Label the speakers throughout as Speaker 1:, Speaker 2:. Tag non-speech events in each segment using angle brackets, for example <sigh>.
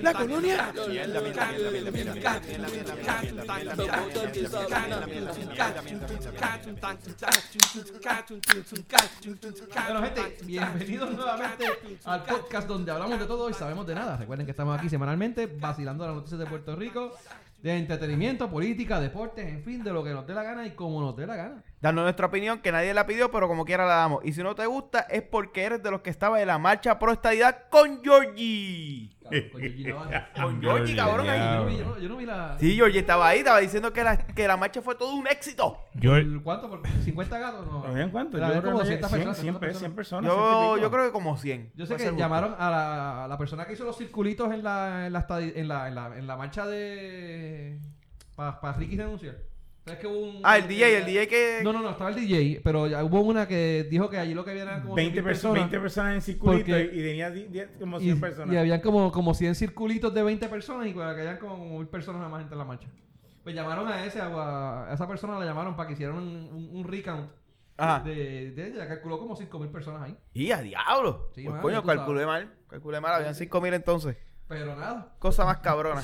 Speaker 1: La colonia.
Speaker 2: Bueno, gente, bienvenidos nuevamente al podcast donde hablamos de todo y sabemos de nada. Recuerden que estamos aquí semanalmente vacilando las noticias de Puerto Rico, de entretenimiento, política, deportes, en fin, de lo que nos dé la gana y como nos dé la gana.
Speaker 3: dando nuestra opinión que nadie la pidió, pero como quiera la damos. Y si no te gusta es porque eres de los que estaba en la marcha pro estadidad con Georgie.
Speaker 2: Cabrón, con Georgie Navarro.
Speaker 3: Con Georgie, cabrón.
Speaker 2: Yo
Speaker 3: ahí.
Speaker 2: no vi- yo no- Yo no vi la.
Speaker 3: Sí, Georgie estaba ahí, estaba diciendo que la, que la marcha fue todo un éxito.
Speaker 2: ¿El ¿Cuánto? ¿Por 50 gatos? No.
Speaker 4: ¿Habían cuánto?
Speaker 2: Era
Speaker 4: Yo
Speaker 2: como
Speaker 4: creo que
Speaker 2: 200
Speaker 4: 100,
Speaker 2: personas,
Speaker 4: 100,
Speaker 2: 100
Speaker 4: 100 personas.
Speaker 3: Yo, yo creo que como 100.
Speaker 2: Yo sé
Speaker 3: Fue
Speaker 2: que
Speaker 3: ese gusto.
Speaker 2: llamaron a la, a la persona que hizo los circulitos en la, en la, estadi- en la, en la, en la marcha de. para Ricky renunciar. ¿Sabes que hubo un.
Speaker 3: Ah, el DJ, el DJ que...
Speaker 2: No, no, no, estaba el DJ, pero ya hubo una que dijo que allí lo que había eran como
Speaker 4: 20
Speaker 2: 100.000
Speaker 4: personas, 20 personas en circulito
Speaker 2: Porque-
Speaker 4: y tenía di- di- como 100
Speaker 2: y,
Speaker 4: personas.
Speaker 2: y habían como, como 100 circulitos de 20 personas y que habían como mil personas nada más entre la marcha. Pues llamaron a ese, a, a esa persona la llamaron para que hicieran un, un, un recount.
Speaker 3: Ajá.
Speaker 2: De, de, ella calculó como 5.000 personas ahí.
Speaker 3: Y a diablo.
Speaker 2: Sí,
Speaker 3: Pues,
Speaker 2: mano,
Speaker 3: coño,
Speaker 2: tú
Speaker 3: calculé mal. Calculé mal, habían 5000 entonces.
Speaker 2: Pero nada, <laughs>
Speaker 3: Cosa más cabrona.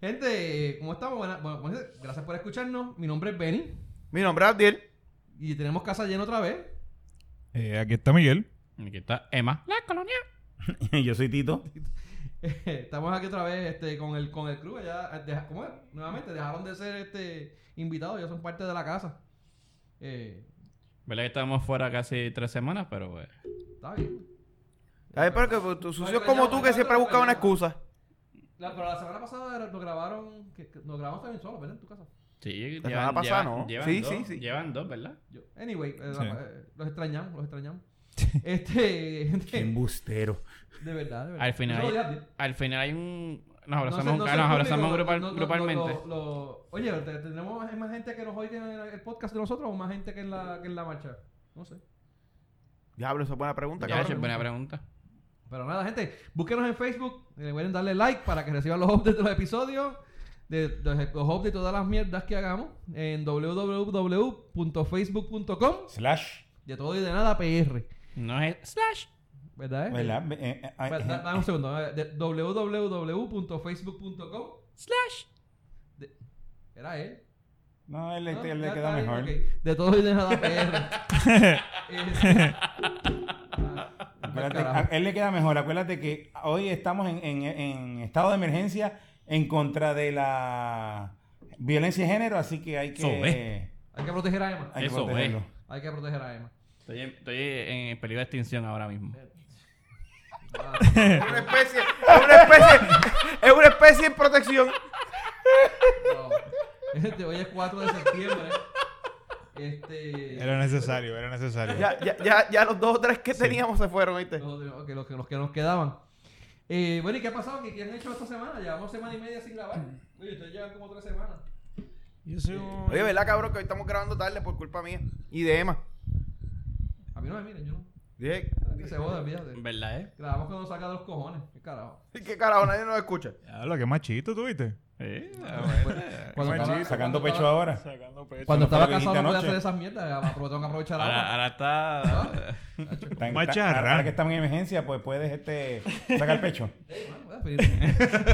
Speaker 2: Gente, ¿cómo estamos? Buena- bueno, bueno, gracias por escucharnos. Mi nombre es Benny
Speaker 3: Mi nombre es Abdiel.
Speaker 2: y tenemos casa llena otra vez.
Speaker 5: Eh, aquí está Miguel.
Speaker 6: Aquí está Emma.
Speaker 4: <laughs> yo soy Tito.
Speaker 2: <laughs> Estamos aquí otra vez este, con el con el club. Ya, eh, deja- ¿cómo es? Nuevamente dejaron de ser este invitados, ya son parte de la casa. Eh,
Speaker 6: ¿Verdad que estábamos fuera casi tres semanas? Pero pues,
Speaker 2: está bien.
Speaker 3: A ver, pero que pues, tú sucios como tú que siempre has buscado una excusa.
Speaker 2: La, pero la semana pasada era- nos grabaron, que, que nos grabamos también solos, ¿verdad? En tu casa.
Speaker 6: sí,
Speaker 3: La semana pasada, ¿no?
Speaker 6: llevan
Speaker 3: Sí,
Speaker 6: dos,
Speaker 3: sí, sí.
Speaker 6: Llevan dos, ¿verdad?
Speaker 2: Yo- Anyway, eh,
Speaker 5: Sí.
Speaker 2: eh, los extrañamos, los
Speaker 6: <laughs>
Speaker 2: extrañamos. este, gente,
Speaker 4: Embustero.
Speaker 2: de verdad, de verdad.
Speaker 6: Al final,
Speaker 2: Eso lo dije a
Speaker 6: hay,
Speaker 2: ti.
Speaker 6: al final hay un... Nos abrazamos,
Speaker 2: No sé- no sé
Speaker 6: ah, nos
Speaker 2: el
Speaker 6: abrazamos
Speaker 2: público,
Speaker 6: grupal-
Speaker 2: no- no- no-
Speaker 6: grupalmente.
Speaker 2: lo- lo- oye, ¿te- ¿tendremos más- más gente que nos oye en el el podcast de nosotros o más gente que en la, que en la marcha? No sé.
Speaker 3: Diablo, esa es buena pregunta,
Speaker 6: Ya,
Speaker 3: cabrón.
Speaker 6: es buena pregunta.
Speaker 2: Pero nada, gente, búsquenos en Facebook. eh, Recuerden darle like para que reciban los updates de los episodios, de, de los, los updates de todas las mierdas que hagamos en www.facebook.com.
Speaker 4: Slash.
Speaker 2: De todo y de nada, PR.
Speaker 6: No es slash.
Speaker 2: ¿Verdad? eh?
Speaker 4: ¿Verdad? Eh, eh, eh,
Speaker 2: Espera, da- Dame un segundo. eh, de www.facebook.com.
Speaker 6: Slash.
Speaker 2: de- Era él.
Speaker 4: No, él,
Speaker 2: No,
Speaker 4: le- él
Speaker 2: ya
Speaker 4: le
Speaker 2: está
Speaker 4: queda
Speaker 2: bien,
Speaker 4: mejor.
Speaker 2: ok. De todo y de nada PR.
Speaker 4: <laughs>
Speaker 2: <laughs> Es- Ah,
Speaker 4: Acuérdate,
Speaker 2: carajo.
Speaker 4: a- él le queda mejor. Acuérdate que hoy estamos en, en- en estado de emergencia en contra de la violencia de género, así que hay que,
Speaker 6: Sobre.
Speaker 2: Ah, Hay que proteger a Emma.
Speaker 4: hay que
Speaker 6: Eso,
Speaker 4: protegerlo.
Speaker 6: eh.
Speaker 2: Hay que proteger a
Speaker 4: <laughs>
Speaker 2: Emma.
Speaker 6: Estoy en, estoy en peligro de extinción ahora mismo.
Speaker 2: Ah,
Speaker 3: Es una especie, es una especie, es una especie en protección.
Speaker 2: no. <laughs> Este, hoy es 4 de septiembre. Este.
Speaker 5: Era necesario, era necesario.
Speaker 3: Ya, ya, ya, ya los dos o tres que teníamos se fueron, ¿viste?
Speaker 2: Los, ok, los que, los que nos quedaban. Eh, bueno, ¿y qué ha pasado? ¿Qué, qué han hecho esta semana? Llevamos semana y media sin grabar. Oye, ustedes llevan como tres semanas.
Speaker 5: Yo soy un-
Speaker 3: Oye, ¿verdad, cabrón? Que hoy estamos grabando tarde por culpa mía y de Emma.
Speaker 2: A mí no me miren, yo no.
Speaker 3: Dije,
Speaker 2: Que se joda, olvídate.
Speaker 6: ¿Verdad, eh?
Speaker 2: Grabamos cuando saca de los cojones. Qué carajo.
Speaker 3: ¿qué carajo? Nadie nos escucha.
Speaker 5: Diablo, qué machito tuviste.
Speaker 6: Sí.
Speaker 5: Ah,
Speaker 2: Cuando
Speaker 5: Machista,
Speaker 2: estaba-
Speaker 4: Sacando
Speaker 2: cuando
Speaker 4: pecho
Speaker 2: estaba-
Speaker 4: ahora.
Speaker 5: Sacando pecho.
Speaker 2: Cuando
Speaker 4: Eso no
Speaker 2: estaba
Speaker 4: fue lo que
Speaker 2: casado no podía
Speaker 4: dijiste
Speaker 2: hacer esas mierdas. apro- Tengo que aprovechar
Speaker 6: Ahora, ah.
Speaker 2: ahora.
Speaker 6: ahora
Speaker 5: <laughs>
Speaker 6: está...
Speaker 4: Están-
Speaker 5: Macharrán.
Speaker 4: están- Ahora que estamos en emergencia, pues puedes este, sacar
Speaker 5: <laughs>
Speaker 4: pecho.
Speaker 2: Ey, mano, voy a pedir.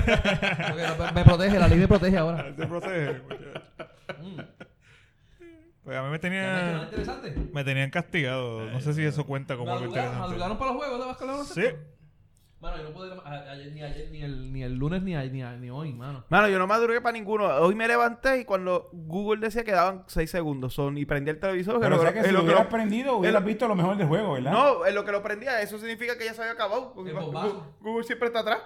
Speaker 2: Porque me- me protege, la ley me protege ahora.
Speaker 5: Te protege, muchacho.
Speaker 2: Mm.
Speaker 5: Pues a mí
Speaker 2: ¿Ya han
Speaker 5: me
Speaker 2: hecho nada
Speaker 5: tenían,
Speaker 2: interesante?
Speaker 5: me tenían castigado. No sé si eso cuenta como algo
Speaker 2: ¿Madrugaron,
Speaker 5: interesante.
Speaker 2: madrugaron para los juegos de básquet de
Speaker 5: Sí.
Speaker 2: baloncesto? Mano, yo no pude ir a- a- ayer, ni ayer, ni el, ni el lunes, ni, a- ni, a- ni hoy, mano.
Speaker 3: Mano, yo no madrugué para ninguno. Hoy me levanté y cuando Google decía que daban 6 segundos son y prendí el televisor.
Speaker 4: Pero o
Speaker 3: en
Speaker 4: sea
Speaker 3: lo
Speaker 4: que
Speaker 3: en
Speaker 4: si
Speaker 3: lo
Speaker 4: lo
Speaker 3: que lo-
Speaker 4: hubieras aprendido, hubieras visto lo mejor del juego, ¿verdad?
Speaker 3: No, en lo que lo prendía, eso significa que ya se había acabado. porque
Speaker 2: El
Speaker 3: Gu-
Speaker 2: bombazo.
Speaker 3: Google siempre está atrás.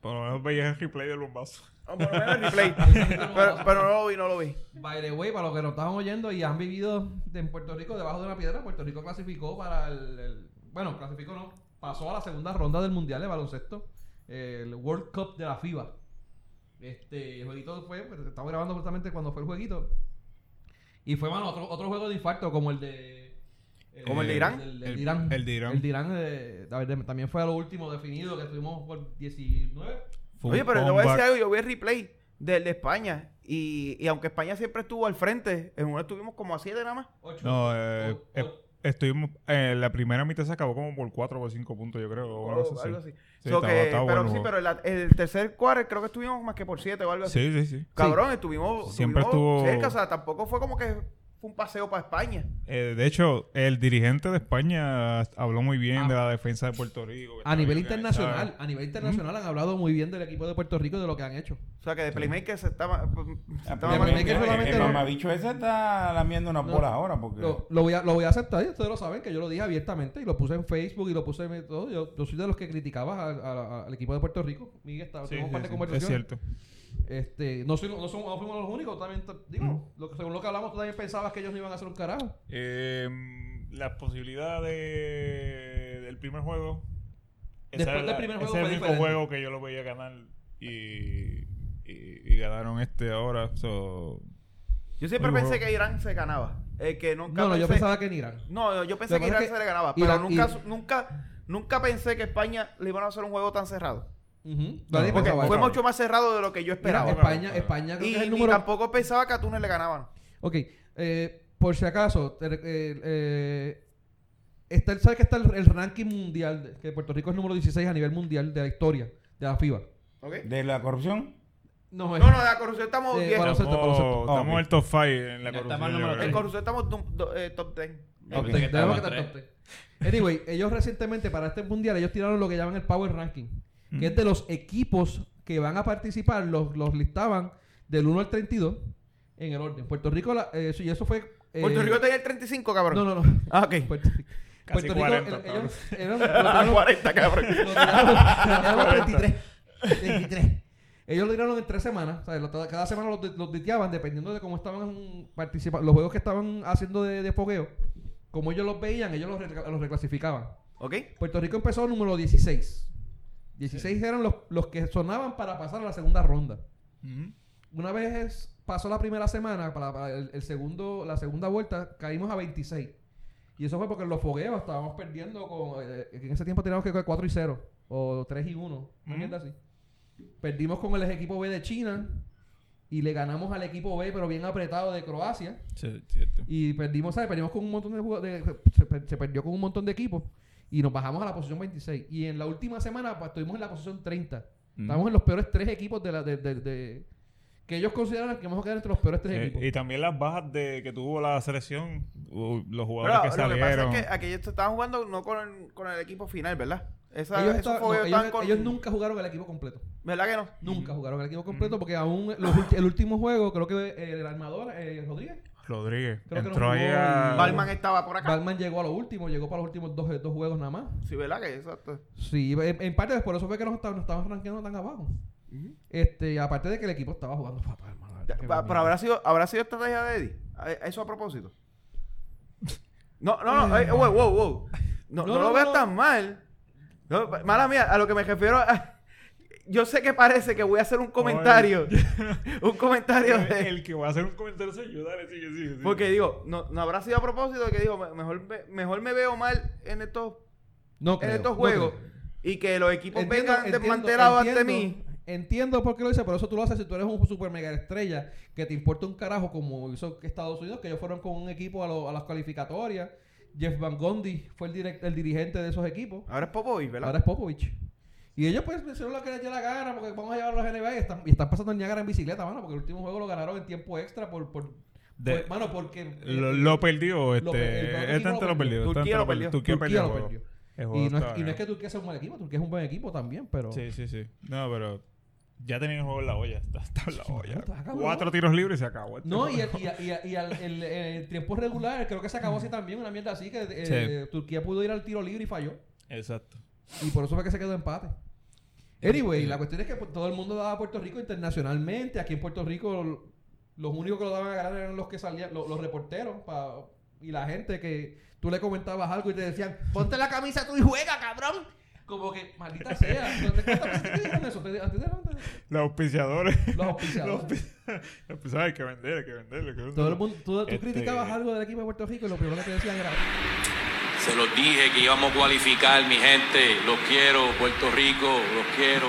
Speaker 5: Por lo menos veías el replay del bombazo.
Speaker 3: O por lo menos el replay.
Speaker 2: <laughs>
Speaker 3: pero, pero no lo vi, no lo vi.
Speaker 2: By the way, para los que nos estaban oyendo y han vivido de- en Puerto Rico debajo de una piedra, Puerto Rico clasificó para el, el- Bueno, clasificó no. Pasó a la segunda ronda del Mundial de Baloncesto, el World Cup de la FIBA. Este el jueguito fue, pues, estaba grabando justamente cuando fue el jueguito. Y fue, mano, otro, otro juego de infarto como el de...
Speaker 3: ¿Como el de Irán?
Speaker 2: El, de
Speaker 5: El-
Speaker 2: Irán.
Speaker 5: el de Irán.
Speaker 2: El de Irán eh, a ver, también fue a lo último definido que tuvimos por 19.
Speaker 3: Oye, pero te voy a decir
Speaker 5: Comeback.
Speaker 3: algo. Yo vi el replay del de España. Y, y aunque España siempre estuvo al frente, en uno estuvimos como a 7 nada más.
Speaker 2: Ocho.
Speaker 5: No, eh,
Speaker 2: O- o-
Speaker 5: estuvimos. eh, la primera mitad se acabó como por 4 o 5 puntos, yo creo. o
Speaker 3: o
Speaker 5: algo así.
Speaker 3: Oh, algo así.
Speaker 5: Sí,
Speaker 3: So
Speaker 5: estaba-
Speaker 3: que-
Speaker 5: estaba
Speaker 3: pero
Speaker 5: bueno
Speaker 3: sí,
Speaker 5: el
Speaker 3: pero
Speaker 5: juego.
Speaker 3: el, el tercer quarter creo que estuvimos más que por siete o algo así.
Speaker 5: Sí, sí, sí.
Speaker 3: Cabrón, estuvimos,
Speaker 5: Siempre
Speaker 3: estuvimos
Speaker 5: estuvo-
Speaker 3: cerca, o sea, tampoco fue como que fue un paseo para España.
Speaker 5: Eh, de hecho, el dirigente de España habló muy bien de la defensa de Puerto Rico. que
Speaker 2: Ah. A nivel
Speaker 5: estaba bien
Speaker 2: internacional,
Speaker 5: organizada.
Speaker 2: a nivel internacional han hablado muy bien del equipo de Puerto Rico y de lo que han hecho.
Speaker 3: O sea, que de Playmaker se estaba... se estaba
Speaker 2: pero
Speaker 3: mal- Eh,
Speaker 2: Playmaker solamente
Speaker 4: el
Speaker 2: no-
Speaker 4: mamabicho ese está lamiendo unas
Speaker 2: No.
Speaker 4: bolas ahora porque...
Speaker 2: Lo, lo voy a, lo voy a aceptar, y ustedes lo saben, que yo lo dije abiertamente y lo puse en Facebook y lo puse en todo. Yo, yo soy de los que criticaba a- a- a- al equipo de Puerto Rico. Miguel, está,
Speaker 5: Sí,
Speaker 2: tuvimos un par de
Speaker 5: sí, sí, es
Speaker 2: conversaciones.
Speaker 5: cierto.
Speaker 2: Este, no, soy- no somos- no fuimos los únicos, también t- digo, lo que- según lo que hablamos, tú también pensabas que ellos no iban a hacer un carajo.
Speaker 5: Eh, las posibilidades del primer juego.
Speaker 2: Después
Speaker 5: Esa era
Speaker 2: del
Speaker 5: la-
Speaker 2: primer
Speaker 5: ese
Speaker 2: juego
Speaker 5: es el
Speaker 2: fue
Speaker 5: único
Speaker 2: diferente.
Speaker 5: juego que yo lo veía ganar y, y, y ganaron este ahora. so,
Speaker 3: Yo siempre
Speaker 5: Muy
Speaker 3: pensé
Speaker 5: bueno.
Speaker 3: que Irán se ganaba. Eh, que nunca
Speaker 2: No, no, yo
Speaker 3: pensé-
Speaker 2: pensaba que en Irán.
Speaker 3: No, no, yo pensé
Speaker 2: Lo
Speaker 3: que
Speaker 2: que
Speaker 3: Irán
Speaker 2: pasa es que
Speaker 3: se le ganaba, pero
Speaker 2: Irán-
Speaker 3: nunca,
Speaker 2: Ir-
Speaker 3: nunca, nunca pensé que España le iban a hacer un juego tan cerrado.
Speaker 2: Ujú.
Speaker 5: No,
Speaker 2: Nadie
Speaker 5: porque
Speaker 3: Porque
Speaker 2: pensaba
Speaker 3: fue
Speaker 2: eso.
Speaker 3: mucho más cerrado de lo que yo
Speaker 2: Mira,
Speaker 3: esperaba.
Speaker 2: España, España creo
Speaker 3: Y
Speaker 2: que es el
Speaker 3: ni
Speaker 2: número
Speaker 3: tampoco pensaba que a Túnez le ganaban.
Speaker 2: Ok, eh, por si acaso, te re- eh, eh, está el, ¿sabes que está el, el ranking mundial? de- que Puerto Rico es número 16 a nivel mundial de la historia de la FIBA.
Speaker 3: ¿ok?
Speaker 4: ¿De la corrupción?
Speaker 2: No, es-
Speaker 3: No, no, de la corrupción estamos
Speaker 2: Pues Eh,
Speaker 3: 10.
Speaker 2: bueno,
Speaker 5: estamos
Speaker 2: Baloncesto, baloncesto.
Speaker 5: estamos en
Speaker 4: Ok.
Speaker 5: el top 5 en la
Speaker 6: Ya estamos
Speaker 5: corrupción.
Speaker 6: al
Speaker 5: yo
Speaker 6: número
Speaker 5: creo.
Speaker 3: en
Speaker 6: tres.
Speaker 3: corrupción estamos dum- do- eh, top 10.
Speaker 6: Ok.
Speaker 2: Te- tenemos que
Speaker 6: Estaba
Speaker 2: estar
Speaker 6: tres.
Speaker 2: top ten. Anyway, ellos recientemente para este mundial ellos tiraron lo que llaman el Power Ranking, que es de los equipos que van a participar, los, los listaban del 1 al 32 en el orden. Puerto Rico, la- eh, sí, eso fue... eh,
Speaker 3: Puerto Rico tenía el 35, cabrón.
Speaker 2: No, no, no.
Speaker 3: Ah, ok.
Speaker 2: Puerto,
Speaker 5: Casi
Speaker 2: Puerto
Speaker 5: 40,
Speaker 2: Rico, el-
Speaker 5: cabrón.
Speaker 2: ellos... eran-
Speaker 5: <laughs>
Speaker 2: lo tiraron-
Speaker 3: 40, cabrón.
Speaker 2: Lo tiraron 23. 23. Ellos lo tiraron en tres semanas. o sea, lo- cada semana los, di- los diteaban dependiendo de cómo estaban participando. Los juegos que estaban haciendo de, de fogueo, como ellos los veían, ellos los, recla- los reclasificaban.
Speaker 3: ¿Ok?
Speaker 2: Puerto Rico empezó número 16. 16 eran los, los que sonaban para pasar a la segunda ronda.
Speaker 5: Ujú.
Speaker 2: Una vez pasó la primera semana, para, para el, el segundo, la segunda vuelta, caímos a 26. Y eso fue porque en los fogueos estábamos perdiendo con... eh, en ese tiempo teníamos que 4 y 0. O 3 y 1. una
Speaker 5: Ujú.
Speaker 2: mierda así. Perdimos con el equipo B de China. Y le ganamos al equipo B, pero bien apretado, de Croacia.
Speaker 5: Sí, cierto.
Speaker 2: Y perdimos, ¿sabes? Perdimos con un montón de jugadores. Se, per- se perdió con un montón de equipos. Y nos bajamos a la posición 26. Y en la última semana pues, estuvimos en la posición 30. Estábamos en los peores tres equipos de la. De, de- de- que ellos consideran que vamos a quedar entre los peores tres
Speaker 5: Eh,
Speaker 2: equipos.
Speaker 5: y también las bajas de que tuvo la selección, u- los jugadores
Speaker 3: Pero lo
Speaker 5: que
Speaker 3: que pasa
Speaker 5: salieron.
Speaker 3: es que aquellos estaban jugando no con el, con el equipo final, ¿verdad? Esa,
Speaker 2: ellos,
Speaker 3: esos
Speaker 2: estaban- no,
Speaker 3: fogueos
Speaker 2: ellos-
Speaker 3: estaban con-
Speaker 2: ellos nunca jugaron el equipo completo.
Speaker 3: ¿Verdad que no?
Speaker 2: Nunca jugaron el equipo completo porque aún los ulti- el último juego, creo que eh, el armador, eh, Rodríguez,
Speaker 5: Rodríguez
Speaker 2: Creo que
Speaker 5: entró
Speaker 2: no
Speaker 5: ahí
Speaker 2: jugó
Speaker 5: a...
Speaker 2: el-
Speaker 3: Balman estaba por acá.
Speaker 2: Batman llegó a lo último, llegó para los últimos dos, dos juegos nada más.
Speaker 3: Sí, ¿verdad que exacto?
Speaker 2: Sí, en, en parte pues, por eso fue que nos estaban, nos estaban rankeando tan abajo. Este, aparte de que el equipo estaba jugando fatal, hermano, la verdad
Speaker 3: Ya,
Speaker 2: que
Speaker 3: pa-
Speaker 2: fue
Speaker 3: Pero
Speaker 2: mierda.
Speaker 3: habrá sido, habrá sido estrategia de Eddie. A- a Eso a propósito.
Speaker 2: <laughs>
Speaker 3: No, no, no. eh, wow, wow, wow. No,
Speaker 2: No,
Speaker 3: no
Speaker 2: no,
Speaker 3: lo veas
Speaker 2: no.
Speaker 3: tan mal. No, pa- mala mía, a lo que me refiero. a- <laughs> yo sé que parece que voy a hacer un
Speaker 2: <laughs>
Speaker 3: comentario. un comentario
Speaker 5: El,
Speaker 3: de.
Speaker 5: el que va a hacer un comentario soy yo, dale, sigue, sigue. sigue.
Speaker 2: Mm.
Speaker 3: Porque digo, no, no habrá sido a propósito de que digo, me- mejor, me- mejor me veo mal en estos,
Speaker 2: No
Speaker 3: en
Speaker 2: creo,
Speaker 3: estos
Speaker 2: no
Speaker 3: juegos.
Speaker 2: creo.
Speaker 3: y que los equipos
Speaker 2: Entiendo-
Speaker 3: vengan
Speaker 2: entiendo-
Speaker 3: desmantelados ante
Speaker 2: entiendo-
Speaker 3: mí.
Speaker 2: Entiendo por qué lo dice, pero eso tú lo haces si tú eres un super mega estrella que te importa un carajo como hizo Estados Unidos, que ellos fueron con un equipo a, lo- a las calificatorias. Jeff Van Gondi fue el, direct- el dirigente de esos equipos.
Speaker 3: Ahora es Popovich, ¿verdad?
Speaker 2: Ahora es Popovich. Y ellos pues hicieron lo que les dio la gana porque vamos a llevar a los NBA y están, y están pasando el Niagara en bicicleta, mano, porque el último juego lo ganaron en tiempo extra por... por
Speaker 5: De-
Speaker 2: por- mano, porque... eh,
Speaker 5: Lo, lo perdió, este.
Speaker 2: Lo per- el otro
Speaker 5: este
Speaker 2: equipo
Speaker 5: antes
Speaker 2: lo
Speaker 5: lo perdió.
Speaker 3: perdió.
Speaker 5: este
Speaker 3: Turquía
Speaker 5: antes
Speaker 3: lo perdió.
Speaker 2: Turquía
Speaker 5: Turquía perdió.
Speaker 2: lo
Speaker 5: el juego.
Speaker 2: perdió.
Speaker 5: El juego
Speaker 2: Y no,
Speaker 5: estaba
Speaker 2: es, y no es
Speaker 5: ganado.
Speaker 2: que Turquía sea un mal equipo, Turquía es un buen equipo también, pero...
Speaker 5: Sí, sí, sí. No, pero. Ya tenían el juego en la olla. Está, está en la olla.
Speaker 2: está acabado.
Speaker 5: Cuatro tiros libres y se acabó. este
Speaker 2: No,
Speaker 5: juego.
Speaker 2: y, el, y, y- y al- el, el tiempo regular creo que se acabó así también, una mierda así, que eh, Turquía pudo ir al tiro libre y falló.
Speaker 5: Exacto.
Speaker 2: Y por eso fue que se quedó empate.
Speaker 5: eh,
Speaker 2: Anyway, la cuestión es que pues, todo el mundo daba a Puerto Rico internacionalmente. Aquí en Puerto Rico lo- los únicos que lo daban a ganar eran los que salían, lo- los, reporteros pa- y la gente que tú le comentabas algo y te decían, ponte la camisa tú y juega, cabrón. Como que,
Speaker 5: <laughs>
Speaker 2: maldita sea. ¿Cuántas veces te dijeron eso? ¿Te- a ti te- te-
Speaker 5: Los auspiciadores.
Speaker 2: Los
Speaker 5: <laughs> Los
Speaker 2: auspiciadores.
Speaker 5: auspiciadores. Hay que vender, hay que vender. hay que vender.
Speaker 2: Todo el mundo, tú, tú
Speaker 5: Este-
Speaker 2: criticabas algo del equipo de Puerto Rico y lo primero que te decían
Speaker 5: <laughs>
Speaker 2: era...
Speaker 1: Se los dije que íbamos a cualificar, mi gente. Los quiero, Puerto Rico, los quiero.